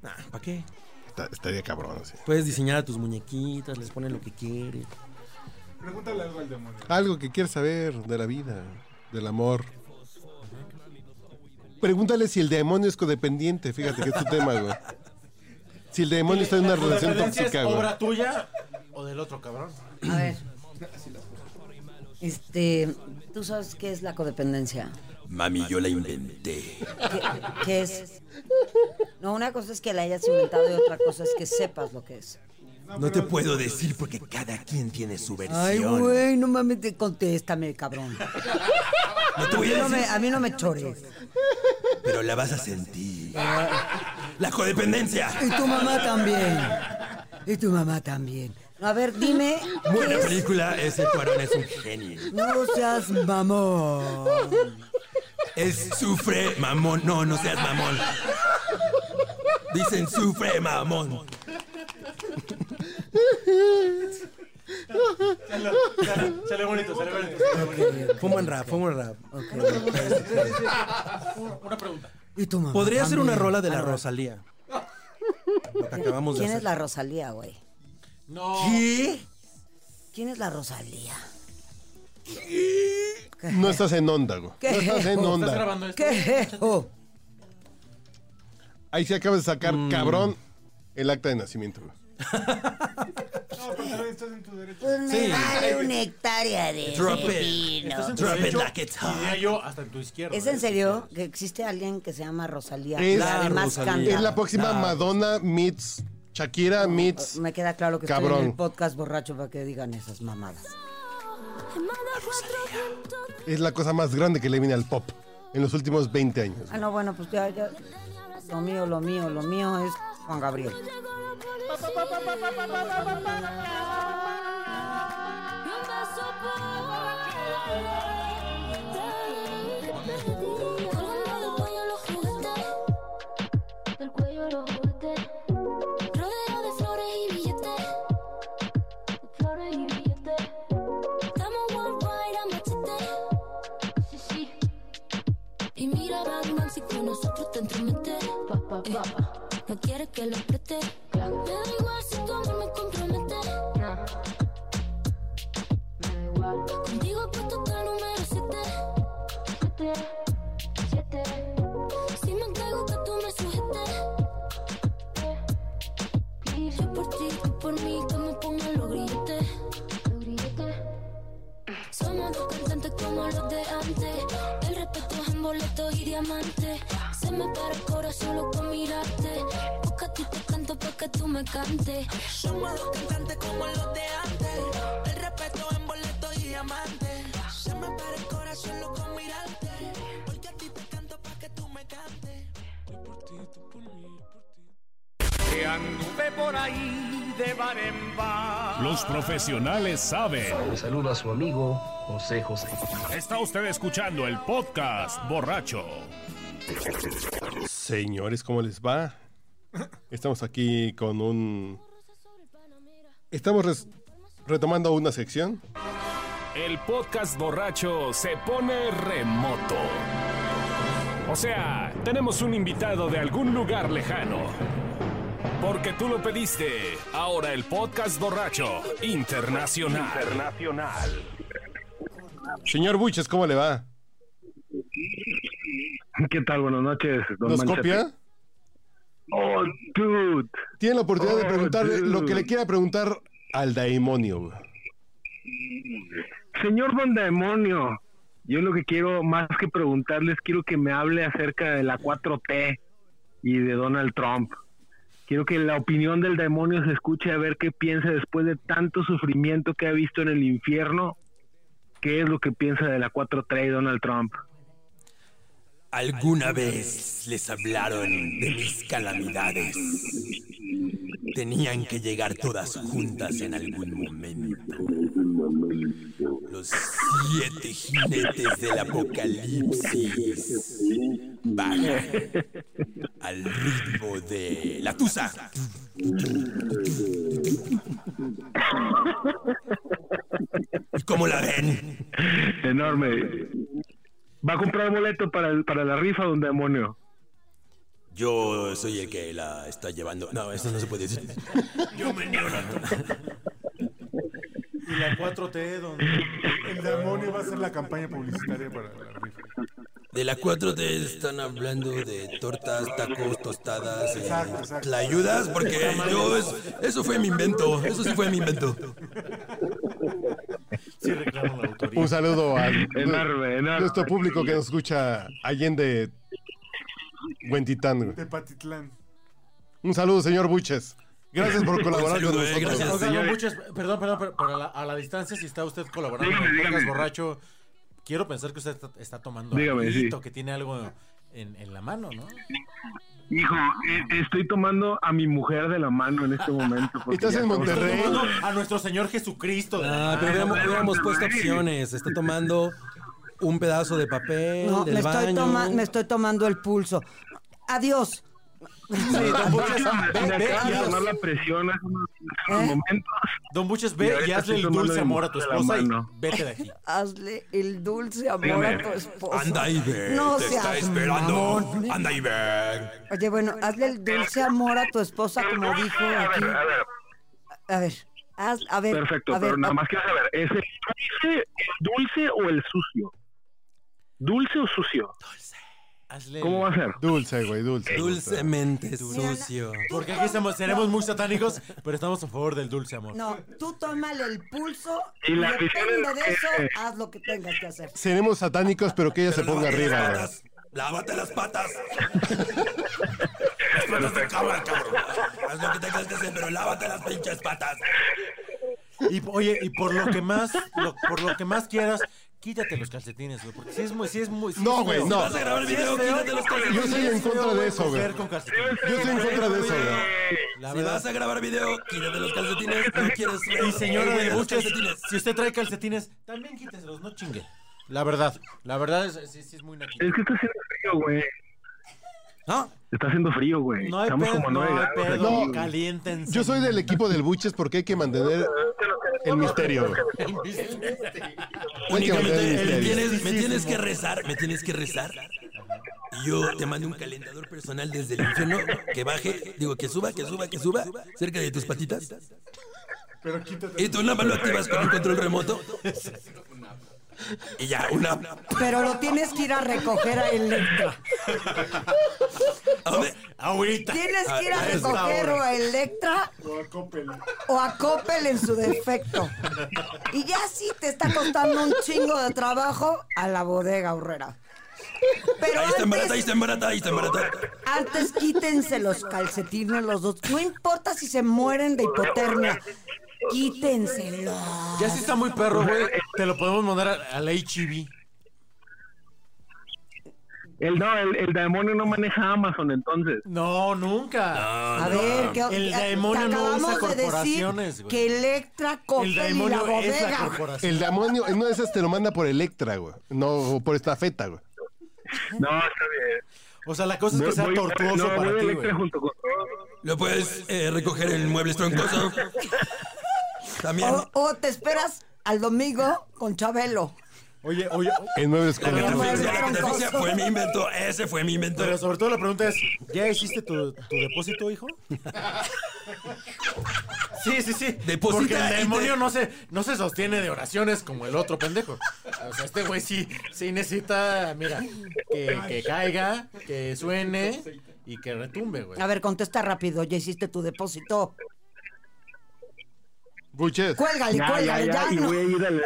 S2: ¿Para qué?
S3: Está- estaría cabrón, así.
S2: Puedes diseñar a tus muñequitas, les pones lo que quieres.
S1: Pregúntale algo al demonio.
S3: Algo que quieres saber de la vida, del amor. Pregúntale si el demonio es codependiente, fíjate que es tu tema, güey. Si el demonio está en una
S4: La
S3: relación
S4: dependencia es
S3: tóxica, güey.
S4: ¿Obra tuya o del otro cabrón?
S6: A ver. Este, ¿tú sabes qué es la codependencia?
S7: Mami, yo la inventé.
S6: ¿Qué, qué es? No, una cosa es que la hayas inventado y otra cosa es que sepas lo que es.
S7: No te puedo decir porque cada quien tiene su versión.
S6: Ay, güey, no mames, te- contéstame, cabrón.
S7: No te voy
S6: A mí
S7: a
S6: no me,
S7: decir,
S6: a mí no me chores.
S7: pero la vas a sentir.
S6: Ah.
S7: La codependencia.
S6: Y tu mamá también. Y tu mamá también. No, a ver, dime. ¿qué
S7: Buena
S6: es?
S7: película, ese tuarón es un genio.
S6: No seas mamón.
S7: Él sufre mamón. No, no seas mamón. Dicen sufre mamón.
S4: Sale, sale bonito, sale bonito. sale bonito.
S2: Fue un buen rap, fue un buen rap.
S4: Una pregunta.
S6: Y tu mamá.
S2: Podría ser una
S6: también.
S2: rola de la Rosalía. Lo que acabamos de
S6: ¿Quién
S2: hacer.
S6: es la Rosalía, güey?
S4: No.
S2: ¿Qué?
S6: ¿Quién es la Rosalía?
S3: No estás en onda, güey.
S6: ¿Qué?
S3: No estás en
S4: ¿Estás
S3: onda.
S4: grabando esto?
S6: ¿Qué? Oh,
S3: Ahí sí acabas de sacar,
S2: Mm.
S3: cabrón, el acta de nacimiento, güey.
S1: No, pero estás en tu derecho.
S6: pues me
S2: Sí.
S6: vale una hectárea de
S7: Drop
S6: ese
S7: it.
S6: vino.
S4: Estás en tu
S7: Drop it
S4: derecho,
S7: like it's hot.
S4: Diría yo hasta en tu izquierda.
S6: ¿Es en serio que existe alguien que se llama Rosalía? y
S3: Es la
S6: además
S2: Rosalía.
S6: canta. Uh,
S3: Es la próxima
S2: no.
S3: Madonna meets Shakira meets.
S6: Me queda claro que estoy
S3: Cabrón.
S6: en el podcast borracho para que digan esas mamadas.
S3: Es la cosa más grande que le viene al pop en los últimos 20 años.
S6: Ah, no, bueno, pues ya, ya. Lo mío, lo mío, lo mío es Juan Gabriel.
S13: Del cuello los juguetes, rodeado de flores y billetes, flores y billetes. Estamos worldwide a machete, sí, sí. Y mira, Batman, si con nosotros te entromete, eh, no quieres que lo preste. Me da igual si tu amor me compromete. Contigo puesto que el número 7. Si me entrego que tú me sujetes. Yo por ti, tú por mí, que me pongan los grilletes. Somos dos cantantes como los de antes. El respeto es en boletos y diamantes. Se me para el corazón solo con mirarte. Busca a ti te canto para que tú me cantes.
S11: Somos dos cantantes como los de antes. El respeto en boletos y diamantes. Se me para el corazón loco mirarte. Porque a ti te canto para que tú me cantes.
S14: Que anduve por ahí de bar en bar.
S10: Los profesionales saben.
S12: Le saluda a su amigo José José.
S10: Está usted escuchando el podcast borracho.
S3: Señores, ¿cómo les va? Estamos aquí con un. Estamos res- retomando una sección.
S10: El podcast borracho se pone remoto. O sea, tenemos un invitado de algún lugar lejano. Porque tú lo pediste. Ahora el podcast borracho internacional. Internacional.
S3: Señor Buches, ¿cómo le va?
S14: ¿Qué tal? Buenas noches. don
S3: ¿Nos
S14: Manchete.
S3: copia?
S14: Oh, dude.
S3: Tiene la oportunidad de
S14: Oh,
S3: preguntarle
S14: dude.
S3: lo que le quiera preguntar al daimonio. güey.
S14: Señor Don Demonio, yo lo que quiero, más que preguntarles, quiero que me hable acerca de la 4T y de Donald Trump. Quiero que la opinión del demonio se escuche a ver qué piensa después de tanto sufrimiento que ha visto en el infierno. ¿Qué es lo que piensa de la 4T y Donald Trump?
S7: ¿Alguna vez les hablaron de mis calamidades? Tenían que llegar todas juntas en algún momento. Los siete jinetes del apocalipsis bajan al ritmo de la tusa. ¿Cómo la ven?
S14: Enorme. Va a comprar boleto para, el- para la rifa de un demonio.
S7: Yo soy el que la está llevando. No, eso no se puede decir. Yo me niego.
S1: Y la 4T, donde el demonio va a hacer la campaña publicitaria para la rifa.
S7: De la 4T están hablando de tortas, tacos, tostadas, eh,
S1: Exacto, exacto.
S7: tlayudas, porque yo es- eso fue mi invento, eso sí fue mi invento.
S3: Un saludo a
S14: Enorme, enorme.
S3: nuestro público que nos escucha Allende Huentitán.
S1: De Patitlán.
S3: Un saludo, señor Buches. Gracias por colaborar con
S4: eh,
S2: eh,
S3: nosotros.
S4: Oiga, don Buches, perdón, perdón, pero, pero a, la, a la distancia, si está usted colaborando
S3: Dígame,
S4: con Podcast
S3: dígame.
S4: borracho, quiero pensar que usted está, está tomando
S14: Dígame,
S4: alguito,
S14: sí.
S4: que tiene algo en, en la mano, ¿no?
S14: Hijo, eh, estoy tomando a mi mujer de la mano en este momento. porque ya estamos-
S4: Está tomando A nuestro Señor Jesucristo. de la
S2: Ah,
S4: mano.
S2: pero hubiéramos, hubiéramos puesto opciones. Está tomando un pedazo de papel
S6: No,
S2: del
S6: me estoy,
S2: baño.
S6: toma- me estoy tomando el pulso. Adiós.
S4: don Buches,
S14: Me
S4: ve, ve
S14: acaba
S4: y
S14: de
S4: haz-
S14: tomar la presión hace unos hace unos momentos.
S4: Don Buches,
S14: Y
S4: ve
S14: ahorita
S4: y hazle
S14: estoy
S4: el
S14: tomando
S4: dulce
S14: de
S4: amor a tu
S14: la
S4: esposa y
S14: mano.
S4: vete de aquí.
S6: Hazle el dulce amor a
S7: Dígame.
S6: tu esposa.
S7: Anda y ve,
S6: No
S7: te
S6: seas
S7: está esperando.
S6: mamón.
S7: Anda y ve.
S6: Oye, bueno, hazle el dulce amor a tu esposa, como dijo aquí.
S14: A ver,
S6: A ver, haz, a ver.
S14: perfecto,
S6: a ver,
S14: pero nada
S6: a-
S14: más quiero saber, ¿es el dulce, el dulce o el sucio? ¿Dulce o sucio?
S4: Hazle
S14: ¿Cómo va a ser?
S3: Dulce, güey, dulce.
S2: Dulcemente sucio.
S4: Porque aquí estamos, seremos muy satánicos, pero estamos a favor del dulce amor.
S6: No, tú tómale el pulso
S4: Y
S6: y
S4: la visión
S6: depende
S4: es
S6: de eso,
S4: que-
S6: haz lo que tengas que hacer.
S3: Seremos satánicos, pero que ella se ponga arriba. güey.
S7: Lávate las patas. Las patas de cabra, cabrón. Haz lo que tengas que hacer, pero lávate las pinches patas.
S4: Y oye, y por lo que más, lo- por lo que más quieras, quítate los calcetines, güey. Porque si es muy, si es muy. sí
S3: No,
S4: es
S3: güey,
S4: feo.
S3: no. Si vas a grabar el
S4: Sí es
S3: video,
S4: feo.
S3: quítate los calcetines. Yo estoy en
S4: Sí es feo,
S3: contra de
S4: güey,
S3: eso, güey.
S4: coger con calcetines.
S3: Yo estoy en contra de eso, güey.
S4: La
S7: Si
S4: verdad.
S7: vas a grabar video, quítate los calcetines. No quieres
S4: Y señora
S7: Eh,
S4: de
S7: los
S4: buches,
S7: calcetines.
S4: si usted trae calcetines, también quíteselos, no chingue. La verdad, la verdad es, sí- sí es muy naquito.
S14: Es que está haciendo frío, güey.
S4: ¿No?
S14: Está haciendo frío, güey.
S4: No hay
S14: Estamos
S4: pedo,
S14: como
S4: no
S14: nueve
S4: hay
S14: grados
S4: pedo,
S14: aquí, güey.
S4: caliéntense.
S3: Yo soy del equipo del Buches porque hay que mantener el misterio, güey. Hay que mantener el
S7: Únicamente me
S3: misterio.
S7: tienes, me tienes que rezar, me tienes que rezar. Y yo te mando un calentador personal desde el infierno que baje, digo que suba, que suba, que suba, cerca de tus patitas.
S1: Pero quítate.
S7: Y tú nada más lo activas con un control remoto. Y ya, una. ¿A
S6: Pero lo tienes que ir a recoger a Electra.
S7: dónde? Ahorita.
S6: Tienes que ir a
S7: esta
S6: recoger
S7: hora.
S6: o a Electra
S1: O a Coppel.
S6: o a Coppel en su defecto. Y ya sí te está costando un chingo de trabajo a la bodega horrera. Pero
S7: Ahí está en barata, ahí
S6: antes,
S7: está en barata, ahí está en barata.
S6: antes quítense los calcetines los dos. No importa si se mueren de hipotermia. Quítenselo.
S4: Ya si está muy perro, güey, te lo podemos mandar a- al HIV.
S14: El, no, el, el demonio no maneja Amazon, entonces.
S4: No, nunca.
S14: Ah,
S6: A ver, que,
S4: el
S6: que- te
S4: demonio no usa
S6: acabamos de
S4: corporaciones,
S6: decir
S4: güey.
S6: que Electra, Coppel y la
S4: demonio es la
S6: bodega.
S4: corporación.
S3: El demonio, en una de esas te lo manda por Electra, güey. No, por estafeta, güey.
S14: No, está bien.
S4: O sea, la cosa es que sea tortuoso
S14: no,
S4: para
S14: voy
S4: ti,
S14: Electra
S4: güey.
S14: junto con
S7: Lo puedes eh, recoger en muebles troncoso. También.
S6: O, o te esperas al domingo con Chabelo.
S4: Oye, oye.
S3: En muebles
S7: La catafixia, la
S6: Muebles
S7: catafixia
S6: troncoso.
S7: fue mi invento, ese fue mi invento.
S4: Pero sobre todo la pregunta es, ¿ya hiciste tu, tu depósito, hijo? Sí, sí, sí.
S7: Deposita
S4: Porque
S7: y
S4: el
S7: te-
S4: demonio no, se, no se sostiene de oraciones como el otro pendejo. O sea, este güey sí, sí necesita, mira, que, que caiga, que suene y que retumbe, güey.
S6: A ver, contesta rápido. Ya hiciste tu depósito.
S3: Buches.
S6: Cuélgale, cuélgale. Ya,
S14: y
S6: no.
S14: voy a ir al...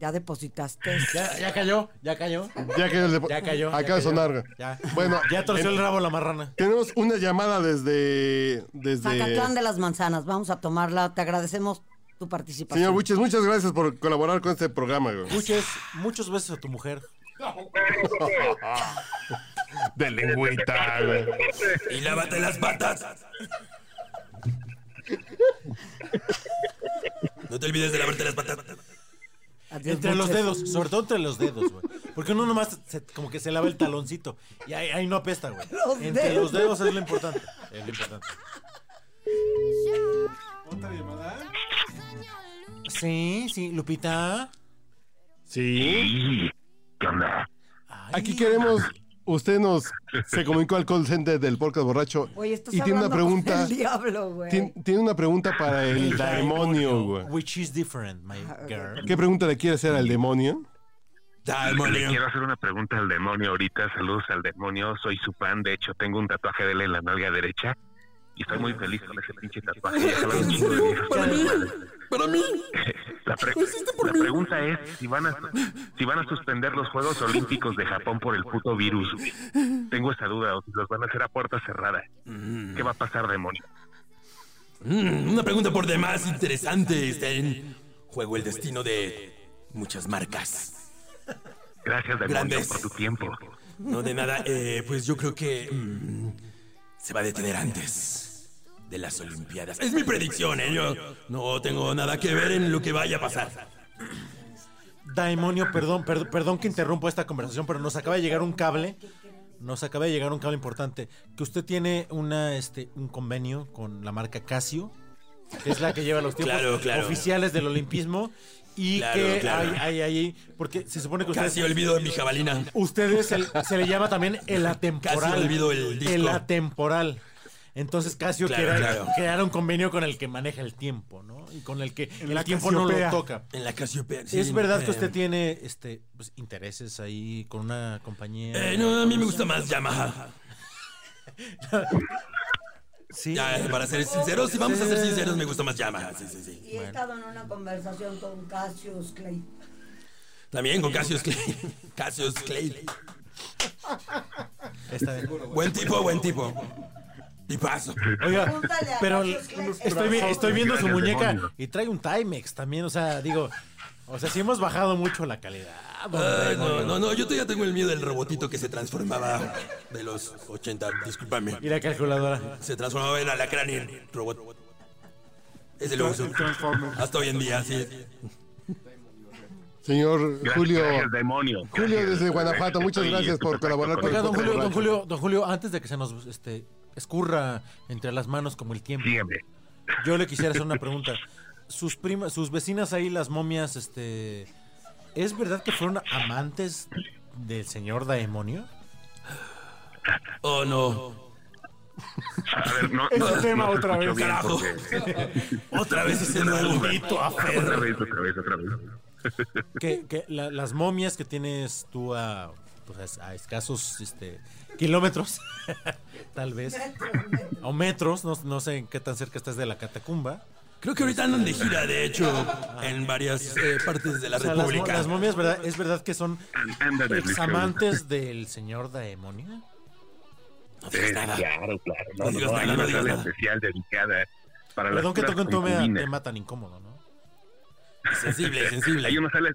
S6: Ya depositaste.
S4: Ya, ya cayó, ya cayó.
S3: Ya que le-
S4: Ya cayó,
S3: Acaba
S4: ya
S3: de
S4: cayó.
S3: sonar, güey.
S4: Ya.
S3: Bueno,
S4: Ya torció
S6: Em-
S4: el rabo la marrana.
S3: Tenemos una llamada desde.
S6: Zacatlán
S3: desde
S6: de las Manzanas. Vamos a tomarla. Te agradecemos tu participación.
S3: Señor Buches, muchas gracias por colaborar con este programa, güey.
S4: Muchos, muchos besos a tu mujer.
S3: De lengüita, güey.
S7: Y lávate las patas. No te olvides de lavarte las patas.
S6: Adiós,
S4: Entre los
S6: Buches.
S4: dedos, sobre todo entre los dedos, güey. Porque uno nomás se- como que se lava el taloncito. Y ahí, ahí no apesta, güey.
S6: Los
S4: Entre
S6: dedos.
S4: los dedos es lo importante. Es lo importante.
S1: otra llamada?
S4: Sí, sí, Lupita.
S3: Sí. Aquí queremos. Usted nos se comunicó al call center del podcast borracho
S6: Oye, estás
S3: y tiene una
S6: hablando con
S3: pregunta.
S6: el diablo, güey.
S3: Tien- tiene una pregunta para el demonio, güey.
S4: Which is different, my
S6: Ah,
S4: girl.
S3: ¿Qué pregunta le quiere hacer al demonio?
S8: Le quiero hacer una pregunta al demonio ahorita. Saludos al demonio. Soy su fan. De hecho, tengo un tatuaje de él en la nalga derecha. Y estoy muy feliz con ese pinche tatuaje. Ya se va un chingo de viejas.
S7: Para mí.
S8: La, pre- la pregunta es si van, a, si van a suspender los Juegos Olímpicos de Japón por el puto virus. güey. Tengo esa duda. O si los van a hacer a puerta cerrada. ¿Qué va a pasar, demonio?
S7: Mm, una pregunta por demás interesante. Está en juego el destino de muchas marcas.
S8: Gracias, demonio,
S7: Grandes.
S8: por tu tiempo.
S7: No de nada. eh, pues yo creo que mm, se va a detener antes de las Olimpiadas. Es mi predicción, ¿eh? Yo no tengo nada que ver en lo que vaya a pasar.
S4: Demonio, perdón, per- perdón que interrumpo esta conversación, pero nos acaba de llegar un cable. Nos acaba de llegar un cable importante. Que usted tiene una, este, un convenio con la marca Casio, que es la que lleva los tiempos
S7: Claro, claro.
S4: oficiales del olimpismo. Y
S7: Claro,
S4: que
S7: claro.
S4: hay, hay, hay- porque se supone que ustedes.
S7: Casi olvido de mi jabalina.
S4: Ustedes se, se le llama también el atemporal.
S7: Casi olvido el disco.
S4: atemporal. Entonces Casio
S7: Claro,
S4: crea-
S7: claro.
S4: creara un convenio con el que maneja el tiempo, ¿no? Y con el que el tiempo no
S7: Casiopea.
S4: lo toca.
S7: En la Casiopea, sí,
S4: es verdad que
S7: eh,
S4: usted tiene este pues, intereses ahí con una compañía.
S7: Eh, no, a mí me gusta más Yamaha.
S4: Sí.
S7: Ya, para ser sinceros, si vamos a ser sinceros, me gusta más Yamaha. Sí, sí, sí.
S6: Y he estado en una conversación con Cassius Clay.
S7: También con Cassius Clay. Cassius Clay.
S4: Está bien.
S7: Buen tipo, buen tipo. Tipazo.
S4: Oiga,
S6: Pregúntale a
S4: pero
S6: Cassius Clay.
S4: estoy, vi- estoy viendo su muñeca y trae un Timex también, o sea, digo, o sea, sí hemos bajado mucho la calidad.
S7: Ay, no, no, no, yo todavía tengo el miedo del robotito que se transformaba de los 80, discúlpame.
S4: Y la calculadora.
S7: Se transformaba en alacrán y en robot. Ese lo uso. Hasta hoy en día, sí.
S3: Señor
S7: Gracias,
S3: Julio. eh,
S7: gracias,
S8: demonio.
S3: Julio
S7: Gracias.
S3: desde Guanajuato, muchas
S7: Estoy
S3: gracias por colaborar con
S4: Oiga,
S3: el
S4: don
S3: podcast
S4: Julio, don
S3: borracho.
S4: Julio, don Julio, antes de que se nos este, escurra entre las manos como el tiempo. Yo le quisiera hacer una pregunta. Sus primas, sus vecinas ahí, las momias, este, ¿es verdad que fueron amantes del señor Daemonio?
S7: Oh no.
S8: A ver, no,
S4: Ese
S8: no,
S4: tema
S8: no se
S4: otra
S8: escuchó
S4: vez.
S8: bien
S4: Carajo.
S8: porque-
S4: Otra vez ese maldito afer.
S8: Otra vez, otra vez, otra vez.
S4: Que, que la- las momias que tienes tú a, pues, a, a escasos este, kilómetros, tal vez, o metros, no, no sé en qué tan cerca estás de la catacumba.
S7: Creo que ahorita andan de gira, de hecho, en varias eh, partes de la
S4: O sea, las mo-
S7: República.
S4: Las, momias, ¿verdad? ¿Es verdad que son
S7: Andan de
S4: examantes del señor Daemonio?
S8: Sí, claro, claro. No,
S4: No
S8: no,
S4: digas
S8: no, hay
S4: nada, no
S8: una
S4: digas
S8: sala
S4: nada.
S8: especial dedicada para
S4: Perdón
S8: las
S4: que
S8: puras
S4: toque un tome-
S8: concubinas.
S4: tema tan incómodo, ¿no?
S7: Sensible, sensible.
S8: Hay una sala,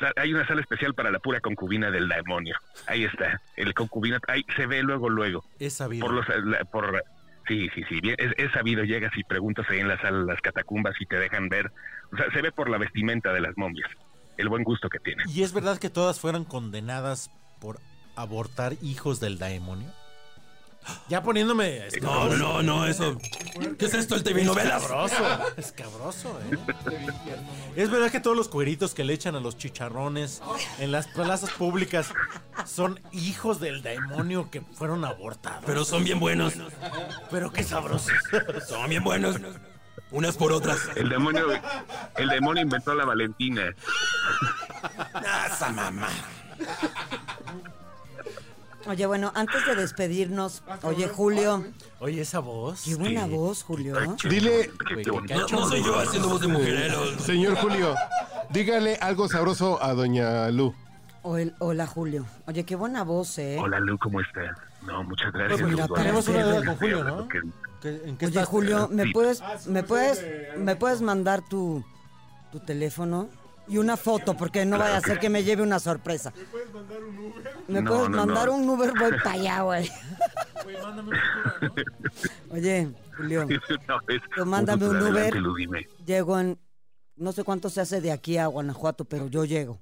S8: sa- hay una sala especial para la pura concubina del demonio. Ahí está, el concubina, ahí se ve luego, luego.
S4: Es sabido.
S8: Por los, la- por, sí, sí, sí, bien, es, es sabido, llegas y preguntas ahí en la sala, las catacumbas y te dejan ver. O sea, se ve por la vestimenta de las momias, el buen gusto que tienen.
S4: ¿Y es verdad que todas fueron condenadas por abortar hijos del Daemonio? Ya poniéndome... este-
S7: No, no, no, eso. ¿Qué es esto, el TV novelas?
S4: Es cabroso, es cabroso, ¿eh? ¿Es verdad que todos los cueritos que le echan a los chicharrones en las plazas públicas son hijos del demonio que fueron abortados?
S7: Pero son bien buenos.
S4: Pero qué sabrosos.
S7: Son bien buenos. Unas por otras.
S8: El demonio, el demonio inventó la Valentina.
S7: Ah, esa mamá.
S6: Oye, bueno, antes de despedirnos, oye, Julio.
S4: Oye, esa voz.
S6: Qué buena voz, Julio.
S3: Dile.
S7: No, no soy yo haciendo voz de mujer, eh, lo-
S3: Señor Julio, dígale algo sabroso a doña Lu.
S6: O el- hola, Julio. Oye, qué buena voz, ¿eh?
S8: Hola Lu, ¿cómo estás? No, muchas gracias.
S6: Pues mira,
S8: Lu, Duarte.
S6: tenemos una duda
S4: con Julio, ¿no?
S8: Que-
S4: ¿En
S6: Oye,
S4: qué estás?
S6: Julio, ¿me
S8: Sí.
S6: puedes, me puedes, me puedes mandar tu, tu teléfono y una foto? Porque no
S8: Claro
S6: vaya a
S8: que
S6: ser
S8: sí.
S6: que me lleve una sorpresa. ¿Me
S8: No,
S6: puedes
S8: no,
S6: mandar
S8: no.
S6: un Uber? Voy para allá, güey. Oye, Julio,
S8: No, es
S6: Tú mándame un
S8: gusto,
S6: Uber.
S8: adelante, Lu, dime.
S6: llego en, no sé cuánto se hace de aquí a Guanajuato, pero yo llego.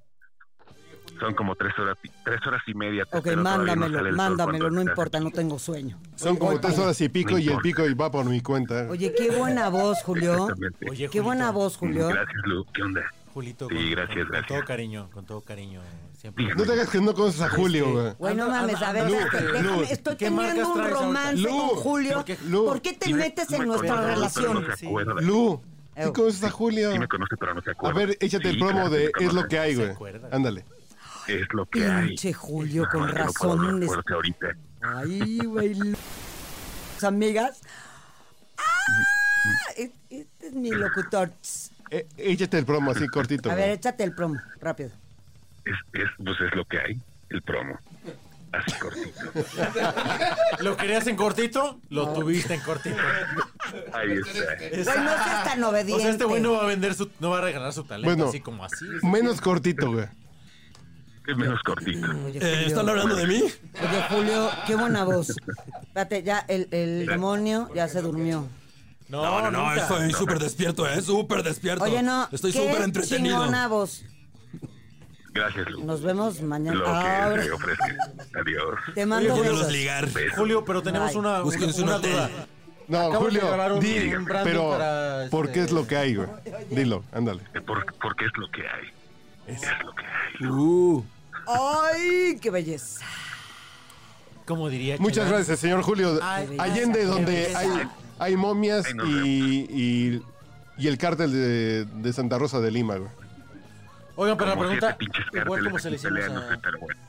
S8: Son como tres horas, y- tres horas y media.
S6: Ok,
S8: pero todavía no sale
S6: mándamelo,
S8: el sol
S6: mándamelo,
S8: cuando
S6: no
S8: sale.
S6: importa, no tengo sueño.
S3: Son como
S6: Voy
S3: tres
S6: para
S3: horas y
S6: allá.
S3: pico
S8: No
S3: y el
S8: importa.
S3: pico y va por mi cuenta.
S6: Oye, qué buena voz, Julio.
S8: Exactamente.
S6: Oye, qué buena voz, Julio.
S8: Gracias, Lu. ¿Qué onda?
S4: Julito,
S8: Sí,
S4: con,
S8: gracias,
S4: con- con todo cariño, con todo cariño. eh, siempre.
S3: No te hagas que no conoces a Julio, güey.
S6: Este, Güey, no
S4: Anda-
S6: mames,
S4: anda-
S6: a ver,
S4: anda-
S6: déjame-
S4: Luz,
S6: déjame,
S4: Luz.
S6: estoy
S4: ¿Qué
S6: teniendo
S4: marcas
S6: un
S4: traes ahorita?
S6: romance con Julio. ¿Por qué te metes en nuestra
S8: conoce,
S6: relación?
S8: pero no se acuerda.
S3: Lu, ¿sí conoces a Julio?
S8: Sí me conoce, pero no se
S3: A
S8: acuerda.
S3: ver, échate
S8: Sí,
S3: el promo
S8: claro que
S3: de
S8: me
S3: Es lo
S8: conoce.
S3: que hay, güey. Ándale.
S8: Es lo que Este, hay.
S6: Pinche Julio, con
S8: Porque no puedo hablar
S6: razones.
S8: fuerte ahorita.
S6: Ay, güey. lo- Sus amigas. ¡Ah! E- Este es mi locutor. Tss.
S3: Eh, échate el promo así cortito.
S6: A ver,
S3: güey.
S6: échate el promo, rápido.
S8: Es, es, pues es lo que hay, el promo. Así cortito.
S4: ¿Lo querías en cortito? Lo tuviste en cortito.
S8: Ahí está.
S6: Güey, no seas tan
S4: O sea,
S6: obediente.
S4: este güey no va a vender su, no va a regalar su talento
S3: Bueno,
S4: así como así.
S3: menos cortito, güey.
S8: Es menos cortito.
S4: Eh,
S6: Julio. ¿están hablando de mí? Oye, Julio, qué buena voz. Espérate, ya el, el demonio ya se durmió.
S7: No, no, no,
S4: nunca.
S7: estoy súper despierto, ¿eh? Súper despierto.
S6: Oye, no.
S7: Estoy
S6: qué
S7: súper entretenido.
S6: chingona voz.
S8: Gracias, Lu.
S6: Nos vemos mañana.
S8: Lo
S6: Ahora-
S8: que se ofrece. Adiós.
S6: Te mando
S7: Oye,
S6: besos.
S7: podemos ligar.
S4: Julio, pero tenemos
S6: Bye.
S4: una, una,
S7: Búsquense un
S4: una
S7: hotel.
S4: duda.
S3: No,
S4: Acabo de grabar
S3: Julio,
S4: un-
S3: di,
S4: un branding
S3: pero
S4: para,
S3: ¿por qué
S4: este-
S3: es lo que hay, güey? Dilo, ándale.
S8: Por- porque es lo que hay. Es, lo que hay.
S6: ¡Ay, qué belleza!
S4: Como diría
S3: Muchas
S4: Chalán.
S3: gracias, señor Julio.
S6: Ay, qué
S3: Allende,
S6: belleza, qué
S3: donde hay,
S6: belleza.
S3: hay momias
S8: Ay, nos
S3: y, y, y el cártel de, de Santa Rosa de Lima, güey.
S4: Oigan, pero la
S8: Como
S4: pregunta,
S8: siete pinches
S4: igual
S8: cárteles
S4: como se le
S8: aquí
S4: hicimos
S8: peleándose,
S4: a-
S8: pero bueno.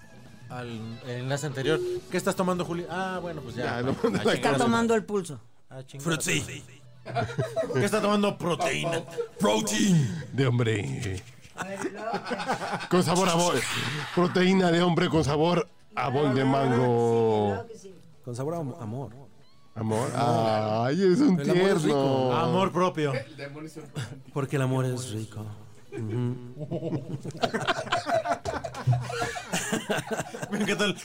S4: al enlace anterior, ¿qué estás tomando, Julio? Ah, bueno, pues ya.
S3: Ya,
S4: A
S3: lo- Está
S4: chingar a
S6: Está
S4: su-
S6: tomando el pulso.
S4: a chingar a su-
S7: Fruitsy.
S4: ¿Qué está tomando? Proteína.
S7: Protein.
S3: De hombre. Con sabor a bol. Proteína de hombre con sabor a bol de mango.
S2: Con sabor a am- amor.
S3: Amor. Ay, es un
S2: El amor es rico.
S3: tierno.
S4: Amor propio.
S2: Porque el amor es rico. Ujú.
S4: Me encanta el...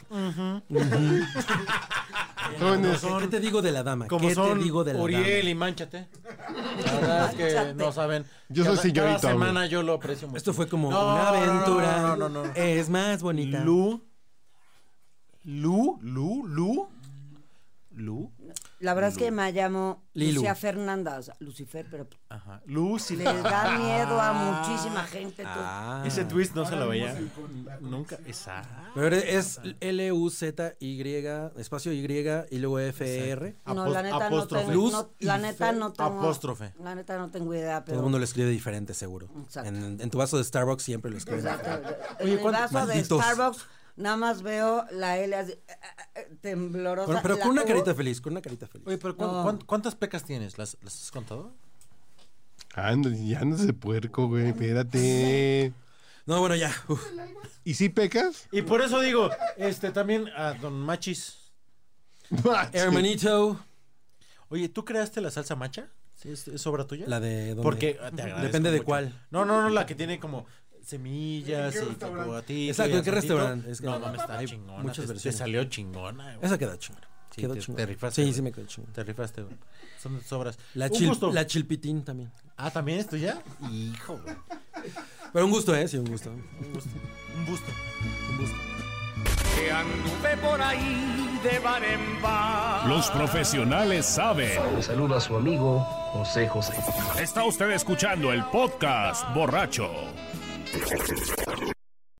S3: Jóvenes,
S2: ¿Qué te digo de la dama?
S4: Como
S2: ¿Qué
S4: son
S2: te digo de la
S4: Uriel y Manchate. La verdad es que no saben.
S3: Yo soy
S4: Cada-
S3: señorita,
S4: Cada
S3: güey.
S4: semana yo lo aprecio mucho.
S2: dama? Esto fue como
S4: No,
S2: una
S4: no, no,
S2: aventura. Eh,
S4: no, no, no, no.
S2: Es más bonita.
S4: Lu. Lu, Lu, Lu. Lu.
S6: La verdad es que me llamo
S2: Lilu.
S6: Lucía Fernanda, o sea, Lucifer, pero
S4: Ajá. Lucy.
S6: le da miedo a muchísima gente. tú.
S2: Ah.
S4: Ese twist no se lo veía. Nunca. Esa.
S2: Pero es L-U-Z-Y, espacio Y y luego F-R.
S6: No,
S4: Apos-
S6: la neta no
S4: apóstrofe.
S6: tengo,
S2: Luz
S6: no- la
S2: y
S6: neta
S2: Fer-
S6: no tengo,
S4: apóstrofe.
S6: la neta no tengo idea,
S2: Todo
S6: pero
S2: el mundo lo escribe diferente, seguro.
S6: Exacto.
S2: En, en tu vaso de Starbucks siempre lo escribe.
S6: en el
S2: ¿cuánto-
S6: vaso
S2: malditos?
S6: de Starbucks nada más veo la L así, eh, eh, eh, temblorosa.
S2: Pero, pero
S6: la
S2: con una
S6: U.
S2: carita feliz, con una carita feliz.
S4: Oye, pero ¿cuán-
S6: No.
S4: cuán- ¿cuántas pecas tienes? ¿Las, las has contado?
S3: Anda, ya andas de puerco, güey. Espérate.
S2: No, bueno, ya. Uf.
S3: ¿Y si pecas?
S4: Y por eso digo, este también a Don Machis.
S2: Hermanito.
S4: Oye, ¿tú creaste la salsa macha? ¿Sí, ¿Es, es obra tuya?
S2: La de dónde?
S4: Porque ah, te agradezco
S2: Depende de
S4: mucho.
S2: cuál.
S4: No, no, no, la que tiene como semillas y chocolatito.
S2: Exacto,
S4: y
S2: ¿en qué
S4: aceitito.
S2: restaurante? Es que
S4: no, mames, está
S2: hay
S4: chingona.
S2: muchas
S4: te- te,
S2: versiones.
S4: salió chingona. güey.
S2: Esa quedó chingona.
S4: Sí,
S2: quedó
S4: te- te
S2: chingona.
S4: rifaste,
S2: sí,
S4: güey.
S2: sí me quedó chingona.
S4: Te rifaste, güey. Son de sobras.
S2: La,
S4: Un
S2: chil-
S4: gusto.
S2: la chilpitín también.
S4: Ah, ¿también es tuya? Hijo, güey.
S2: Pero un gusto, ¿eh? Sí, un gusto.
S4: Un gusto. Un gusto.
S15: Que anduve por ahí de bar en bar.
S10: Los profesionales saben.
S12: Un saludo a su amigo José José.
S10: Está usted escuchando el podcast borracho.